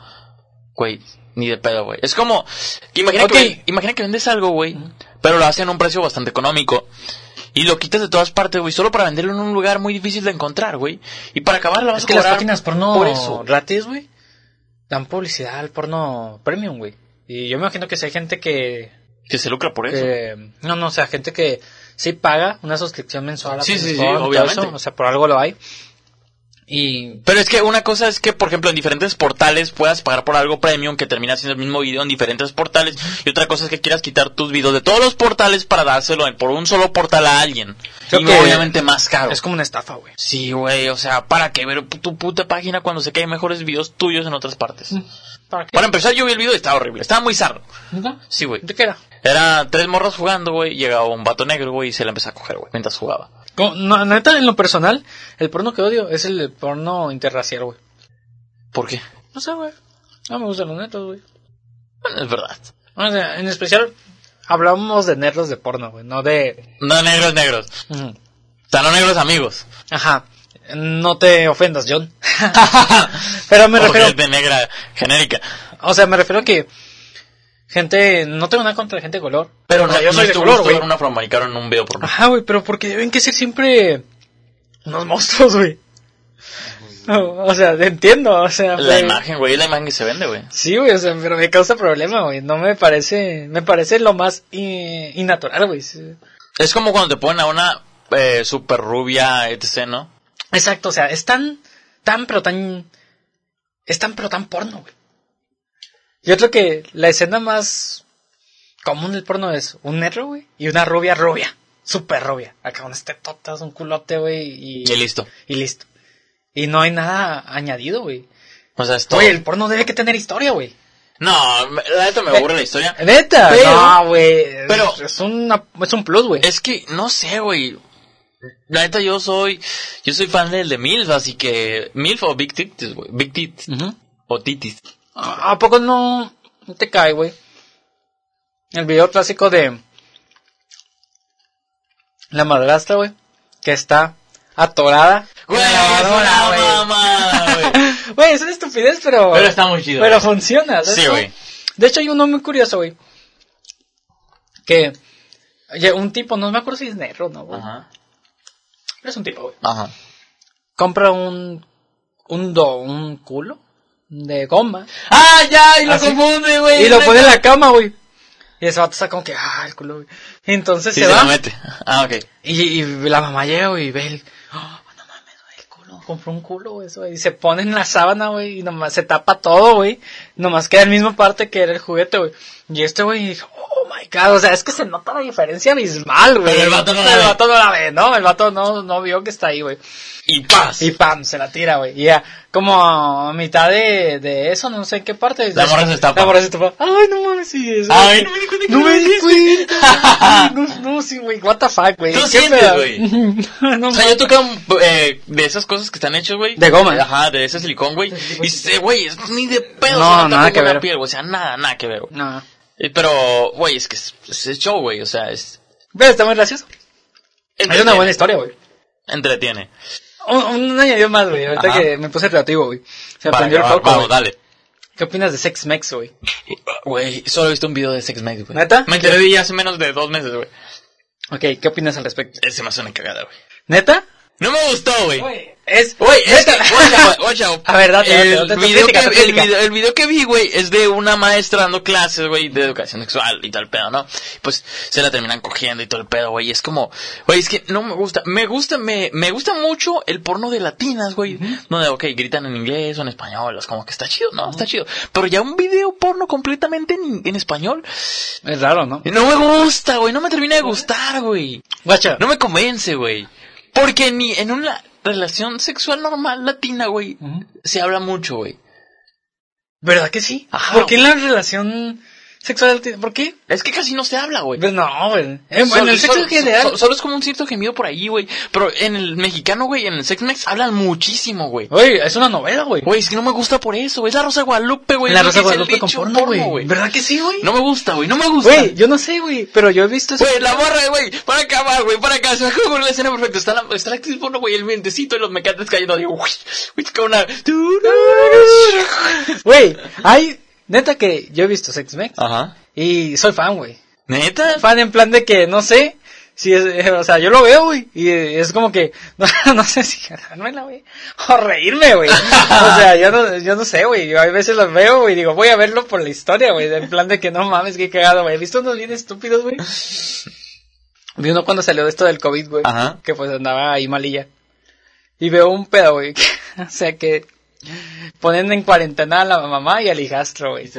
[SPEAKER 2] güey, ni de pedo, güey. Es como, que imagina,
[SPEAKER 3] Ok.
[SPEAKER 2] que, ven- imagina que vendes algo, güey, pero lo hacen a un precio bastante económico y lo quitas de todas partes, güey, solo para venderlo en un lugar muy difícil de encontrar, güey. Y para acabar, la vas
[SPEAKER 3] Es
[SPEAKER 2] a
[SPEAKER 3] que las
[SPEAKER 2] cobrar
[SPEAKER 3] páginas porno
[SPEAKER 2] por eso.
[SPEAKER 3] gratis, güey, dan publicidad al porno premium, güey. Y yo me imagino que si hay gente que...
[SPEAKER 2] Que se lucra por eso.
[SPEAKER 3] que- Eh, no, no, o sea, gente que sí paga una suscripción mensual. a
[SPEAKER 2] Sí, sí, sí,
[SPEAKER 3] porno y todo
[SPEAKER 2] obviamente.
[SPEAKER 3] eso, o sea, por algo lo hay. Y
[SPEAKER 2] Pero es que una cosa es que, por ejemplo, en diferentes portales puedas pagar por algo premium que termina siendo el mismo video en diferentes portales. Y otra cosa es que quieras quitar tus videos de todos los portales para dárselo en- por un solo portal a alguien.
[SPEAKER 3] Creo
[SPEAKER 2] y
[SPEAKER 3] que
[SPEAKER 2] obviamente más caro.
[SPEAKER 3] es como una estafa, güey.
[SPEAKER 2] Sí, güey, o sea, ¿para qué ver pu- tu puta página cuando sé que hay mejores videos tuyos en otras partes?
[SPEAKER 3] ¿Para qué?
[SPEAKER 2] Para empezar, yo vi el video y estaba horrible. Estaba muy sardo. Sí, güey.
[SPEAKER 3] ¿De qué era?
[SPEAKER 2] Era tres morros jugando, güey. Llegaba un vato negro, güey, y se la empezó a coger, güey, mientras jugaba.
[SPEAKER 3] Como- No, neta, en lo personal, el porno que odio es el porno interracial, güey.
[SPEAKER 2] ¿Por qué?
[SPEAKER 3] No sé, güey. No me gustan los netos, güey.
[SPEAKER 2] Bueno, es verdad.
[SPEAKER 3] O sea, en especial, hablamos de nerdos de porno, güey, no de...
[SPEAKER 2] No negros, negros.
[SPEAKER 3] Ujú.
[SPEAKER 2] O sea, no negros amigos.
[SPEAKER 3] Ajá. No te ofendas, John. Pero me
[SPEAKER 2] Porque
[SPEAKER 3] refiero...
[SPEAKER 2] es de negra genérica.
[SPEAKER 3] O sea, me refiero a que... Gente... No tengo nada contra la gente de color.
[SPEAKER 2] Pero no,
[SPEAKER 3] O sea, yo soy
[SPEAKER 2] no
[SPEAKER 3] de
[SPEAKER 2] te
[SPEAKER 3] color,
[SPEAKER 2] gusta
[SPEAKER 3] güey.
[SPEAKER 2] ver un afroamericano en un video por
[SPEAKER 3] Ajá, güey, pero porque deben que ser siempre unos monstruos, güey. O o sea, entiendo, o sea...
[SPEAKER 2] La
[SPEAKER 3] güey.
[SPEAKER 2] imagen, güey, es la imagen que se vende, güey.
[SPEAKER 3] Sí, güey, o sea, pero me causa problema, güey. No me parece... Me parece lo más eh, innatural, güey. Sí.
[SPEAKER 2] Es como cuando te ponen a una eh, super rubia, etc., ¿no?
[SPEAKER 3] Exacto, o sea, es tan... Tan, pero tan... Es tan, pero tan porno, güey. Yo creo que la escena más común del porno es un negro, güey, y una rubia rubia. Súper rubia. Acá unas tetotas, un culote, güey, y...
[SPEAKER 2] Y listo.
[SPEAKER 3] y listo. Y no hay nada añadido, güey.
[SPEAKER 2] O sea, es todo.
[SPEAKER 3] Oye, el porno debe que tener historia, güey.
[SPEAKER 2] No, me- la neta me
[SPEAKER 3] Eh,
[SPEAKER 2] aburre la historia.
[SPEAKER 3] Neta.
[SPEAKER 2] Pero-
[SPEAKER 3] no, güey.
[SPEAKER 2] pero-
[SPEAKER 3] es, es una, es un plus, güey.
[SPEAKER 2] Es que, no sé, güey. La neta, yo soy. Yo soy fan del de MILF, así que. MILF o Big Titis, güey. Big Titis.
[SPEAKER 3] Ujú.
[SPEAKER 2] O Titis.
[SPEAKER 3] ¿A a poco no, no te cae, güey? El video clásico de la madrastra, güey, que está atorada.
[SPEAKER 2] Güey,
[SPEAKER 3] en la
[SPEAKER 2] es
[SPEAKER 3] lavadora,
[SPEAKER 2] una
[SPEAKER 3] güey.
[SPEAKER 2] mamada, güey.
[SPEAKER 3] Güey, es una estupidez, pero...
[SPEAKER 2] Pero está muy chido.
[SPEAKER 3] Pero funciona, ¿sabes
[SPEAKER 2] Sí,
[SPEAKER 3] cómo?
[SPEAKER 2] güey.
[SPEAKER 3] De hecho, hay uno muy curioso, güey. Que... oye, un tipo, no me acuerdo si es negro, ¿no? güey?
[SPEAKER 2] Ajá.
[SPEAKER 3] Pero es un tipo, güey.
[SPEAKER 2] Ajá.
[SPEAKER 3] Compra un... Un do... Un culo de goma.
[SPEAKER 2] ¡Ah, ya! Y lo
[SPEAKER 3] ¿Ah, sí?
[SPEAKER 2] confunde, güey.
[SPEAKER 3] Y lo
[SPEAKER 2] Neta.
[SPEAKER 3] pone en la cama, güey. Y ese vato está como que... Ah, el culo, güey. Entonces
[SPEAKER 2] Sí,
[SPEAKER 3] se
[SPEAKER 2] se la
[SPEAKER 3] va.
[SPEAKER 2] mete. Ah, ok.
[SPEAKER 3] Y, y la mamá llega, güey, y ve el... "Ah, no mames, güey, el culo, Compró un culo, güey, eso, güey. Y se pone en la sábana, güey, y nomás se tapa todo, güey. Nomás queda el mismo parte que era el juguete, güey. Y este, güey, dijo, oh my god, o sea, es que se nota la diferencia abismal, güey.
[SPEAKER 2] Pero el vato no la
[SPEAKER 3] El
[SPEAKER 2] ve.
[SPEAKER 3] vato no la ve, ¿no? El vato no, no vio que está ahí, güey.
[SPEAKER 2] Y paz.
[SPEAKER 3] Y pam, se la tira, güey. Y ya, como a mitad de, de eso, no sé en qué parte.
[SPEAKER 2] La morra se tapa.
[SPEAKER 3] La morra se tapa. Ay, no mames, sí, eso.
[SPEAKER 2] Ay,
[SPEAKER 3] güey.
[SPEAKER 2] no me di cuenta que
[SPEAKER 3] No
[SPEAKER 2] lo
[SPEAKER 3] me di
[SPEAKER 2] dijiste.
[SPEAKER 3] cuenta. No, no, sí, güey. What the fuck, güey.
[SPEAKER 2] ¿Tú
[SPEAKER 3] Qué
[SPEAKER 2] sientes,
[SPEAKER 3] pedo.
[SPEAKER 2] güey?
[SPEAKER 3] no,
[SPEAKER 2] O sea, yo tocaba eh, de esas cosas que están hechas, güey.
[SPEAKER 3] De goma.
[SPEAKER 2] Ajá, de ese silicón, güey. Y dice, güey, es ni de pedo.
[SPEAKER 3] No,
[SPEAKER 2] se nota
[SPEAKER 3] nada
[SPEAKER 2] como
[SPEAKER 3] que
[SPEAKER 2] una
[SPEAKER 3] ver.
[SPEAKER 2] piel, güey. o sea, nada, nada que ver, güey.
[SPEAKER 3] no.
[SPEAKER 2] Eh, Pero, güey, es que es, es show, güey. O sea, es...
[SPEAKER 3] Pero está muy gracioso. Hay una buena historia, güey.
[SPEAKER 2] Entretiene.
[SPEAKER 3] Un, un añadido más, güey. Ahorita
[SPEAKER 2] Ajá.
[SPEAKER 3] que me puse creativo, güey. Se me
[SPEAKER 2] Para
[SPEAKER 3] prendió el
[SPEAKER 2] acabar,
[SPEAKER 3] foco,
[SPEAKER 2] vamos,
[SPEAKER 3] güey.
[SPEAKER 2] dale.
[SPEAKER 3] ¿Qué opinas de Sex Mex, güey?
[SPEAKER 2] Güey, solo he visto un video de Sex Mex, güey.
[SPEAKER 3] ¿Neta?
[SPEAKER 2] Me enteré de ella hace menos de dos meses, güey.
[SPEAKER 3] Ok, ¿qué opinas al respecto?
[SPEAKER 2] Ese me hace una cagada, güey.
[SPEAKER 3] ¿Neta?
[SPEAKER 2] No me gustó, güey.
[SPEAKER 3] Es...
[SPEAKER 2] Güey, es que,
[SPEAKER 3] neta.
[SPEAKER 2] watch out, watch out.
[SPEAKER 3] A ver, date, date,
[SPEAKER 2] el,
[SPEAKER 3] date, tu
[SPEAKER 2] video
[SPEAKER 3] crítica, tu
[SPEAKER 2] que, el,
[SPEAKER 3] crítica.
[SPEAKER 2] video, el video que vi, güey, es de una maestra dando clases, güey, de educación sexual y tal pedo, ¿no? Pues se la terminan cogiendo y todo el pedo, güey. y Es como, güey, es que no me gusta. Me gusta, me, me gusta mucho el porno de latinas, güey. Donde, ok, gritan en inglés o en español. Es como que está chido, ¿no? Está chido. Pero ya un video porno completamente en, en español.
[SPEAKER 3] Es raro, ¿no?
[SPEAKER 2] No me gusta, güey. No me termina de gustar, güey.
[SPEAKER 3] Guacha.
[SPEAKER 2] No me convence, güey. Porque ni en una relación sexual normal latina, güey,
[SPEAKER 3] Ujú.
[SPEAKER 2] se habla mucho, güey.
[SPEAKER 3] ¿Verdad que sí?
[SPEAKER 2] Ajá.
[SPEAKER 3] ¿Por qué en la relación sexual? te- ¿Por qué?
[SPEAKER 2] Es que casi no se habla, güey.
[SPEAKER 3] Pues no, güey. En, en
[SPEAKER 2] Solo-
[SPEAKER 3] el sexo
[SPEAKER 2] solo-
[SPEAKER 3] en general.
[SPEAKER 2] so- solo es como un cierto gemido por ahí, güey. Pero en el mexicano, güey, en el sex mex hablan muchísimo, güey.
[SPEAKER 3] Oye, es una novela, güey.
[SPEAKER 2] Güey, es que no me gusta por eso. Es la Rosa de Guadalupe, güey.
[SPEAKER 3] La
[SPEAKER 2] es lo
[SPEAKER 3] Rosa
[SPEAKER 2] que es el
[SPEAKER 3] Guadalupe con
[SPEAKER 2] dicho
[SPEAKER 3] porno, güey. ¿Verdad que sí, güey?
[SPEAKER 2] No me gusta, güey. No me gusta.
[SPEAKER 3] Güey, yo no sé, güey. Pero yo he visto eso.
[SPEAKER 2] Güey, la morra, güey, para acabar, güey, para acá, se me acabó con la escena perfecta. Está la, está la actriz porno, güey, el vientecito y los mecates cayendo. Digo, uy, uy, con una.
[SPEAKER 3] Güey, hay... Neta que yo he visto Sex Mex.
[SPEAKER 2] Ajá.
[SPEAKER 3] Y soy fan, güey.
[SPEAKER 2] ¿Neta?
[SPEAKER 3] fan en plan de que no sé si es, eh, o sea, yo lo veo, güey, y eh, es como que no, no sé si ganármela, güey, o reírme, güey. O sea, yo no, yo no sé, güey, yo a veces los veo, güey, y digo, voy a verlo por la historia, güey, en plan de que no mames, qué cagado, güey. He visto unos bien estúpidos, güey. Vi uno cuando salió de esto del COVID, güey,
[SPEAKER 2] Ajá.
[SPEAKER 3] que pues andaba ahí malilla. Y veo un pedo, güey, que- o sea, que ponen en cuarentena a la mamá y al hijastro, güey.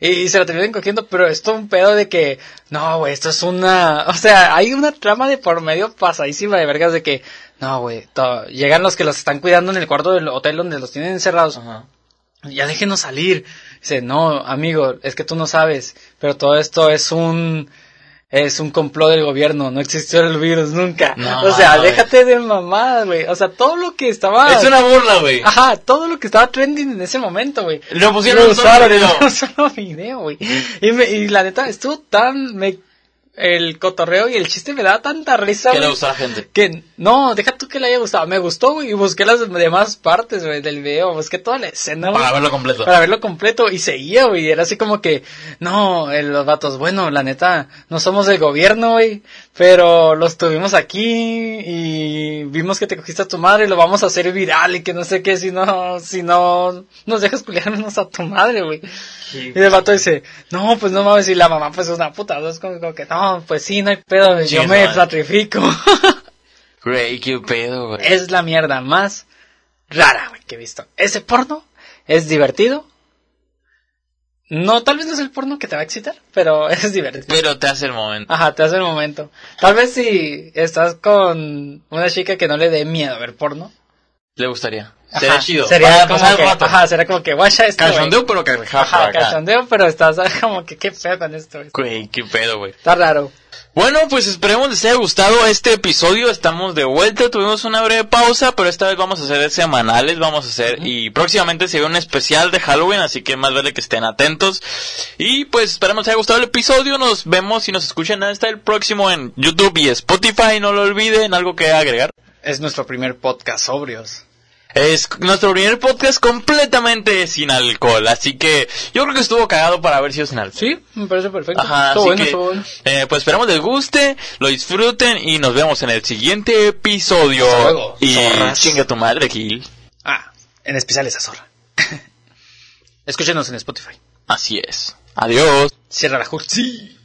[SPEAKER 3] Y, y se la terminan cogiendo, pero esto es un pedo de que, no, güey, esto es una, o sea, hay una trama de por medio pasadísima de vergas de que, no, güey, to- llegan los que los están cuidando en el cuarto del hotel donde los tienen encerrados.
[SPEAKER 2] Ajá.
[SPEAKER 3] Ya déjenos salir. Dice, no, amigo, es que tú no sabes, pero todo esto es un, es un complot del gobierno, no existió el virus nunca.
[SPEAKER 2] No,
[SPEAKER 3] o sea,
[SPEAKER 2] mames.
[SPEAKER 3] déjate de mamadas, güey. O sea, todo lo que estaba,
[SPEAKER 2] Es una burla, güey.
[SPEAKER 3] ajá, todo lo que estaba trending en ese momento, güey.
[SPEAKER 2] Lo pusieron
[SPEAKER 3] Lo
[SPEAKER 2] en un solo
[SPEAKER 3] usaron en
[SPEAKER 2] video.
[SPEAKER 3] un solo video, güey. Y, me- y la neta, estuvo tan... Me, el cotorreo y el chiste me daba tanta risa,
[SPEAKER 2] Que le
[SPEAKER 3] güey.
[SPEAKER 2] gusta a la gente.
[SPEAKER 3] Que no, deja tú que le haya gustado. Me gustó, güey. Y busqué las demás partes, güey, del video. Busqué toda la escena, güey.
[SPEAKER 2] Para verlo completo.
[SPEAKER 3] Para verlo completo y seguía, güey. Era así como que, no, eh, los vatos, bueno, la neta, no somos del gobierno, güey. Pero los tuvimos aquí y vimos que te cogiste a tu madre y lo vamos a hacer viral y que no sé qué, si no, si no nos dejas culiarnos a tu madre, güey. Y el vato dice, no, pues no mames, y la mamá pues es una puta, ¿no? es como, como que, no, pues sí, no hay pedo, güey, yo
[SPEAKER 2] Chingue
[SPEAKER 3] me
[SPEAKER 2] su madre.
[SPEAKER 3] sacrifico.
[SPEAKER 2] Güey, qué pedo, güey.
[SPEAKER 3] es la mierda más rara, güey, que he visto. Ese porno es divertido. No, tal vez no es el porno que te va a excitar, pero es divertido.
[SPEAKER 2] Pero te hace el momento.
[SPEAKER 3] Ajá, te hace el momento. Tal vez si estás con una chica que no le dé miedo ver porno.
[SPEAKER 2] Le gustaría.
[SPEAKER 3] ajá,
[SPEAKER 2] Sería chido.
[SPEAKER 3] Sería
[SPEAKER 2] Para
[SPEAKER 3] como
[SPEAKER 2] pasar
[SPEAKER 3] que,
[SPEAKER 2] el rato.
[SPEAKER 3] ajá, será como que guacha esto. güey".
[SPEAKER 2] Cachondeo, pero carcajada por
[SPEAKER 3] Ajá,
[SPEAKER 2] acá.
[SPEAKER 3] cachondeo, pero estás como que qué pedo con esto. güey.
[SPEAKER 2] Güey, qué pedo, güey.
[SPEAKER 3] Está raro.
[SPEAKER 2] Bueno, pues esperemos les haya gustado este episodio. Estamos de vuelta. Tuvimos una breve pausa, pero esta vez vamos a hacer semanales. Vamos a hacer y próximamente se ve un especial de Halloween, así que más vale que estén atentos. Y pues esperemos les haya gustado el episodio. Nos vemos y nos escuchan hasta el próximo en YouTube y Spotify. No lo olviden. Algo que agregar.
[SPEAKER 3] Es nuestro primer podcast sobrios.
[SPEAKER 2] Es nuestro primer podcast completamente sin alcohol, así que yo creo que estuvo cagado para haber sido sin alcohol.
[SPEAKER 3] Sí, me parece perfecto.
[SPEAKER 2] Ajá,
[SPEAKER 3] Estuvo
[SPEAKER 2] así
[SPEAKER 3] bueno,
[SPEAKER 2] que,
[SPEAKER 3] estuvo bueno.
[SPEAKER 2] eh, pues esperamos les guste, lo disfruten y nos vemos en el siguiente episodio.
[SPEAKER 3] Hasta luego,
[SPEAKER 2] y
[SPEAKER 3] zorras.
[SPEAKER 2] chinga tu madre, Gil.
[SPEAKER 3] Ah, en especial esa zorra. Escúchenos en Spotify.
[SPEAKER 2] Así es. Adiós.
[SPEAKER 3] Cierra la jur. Sí.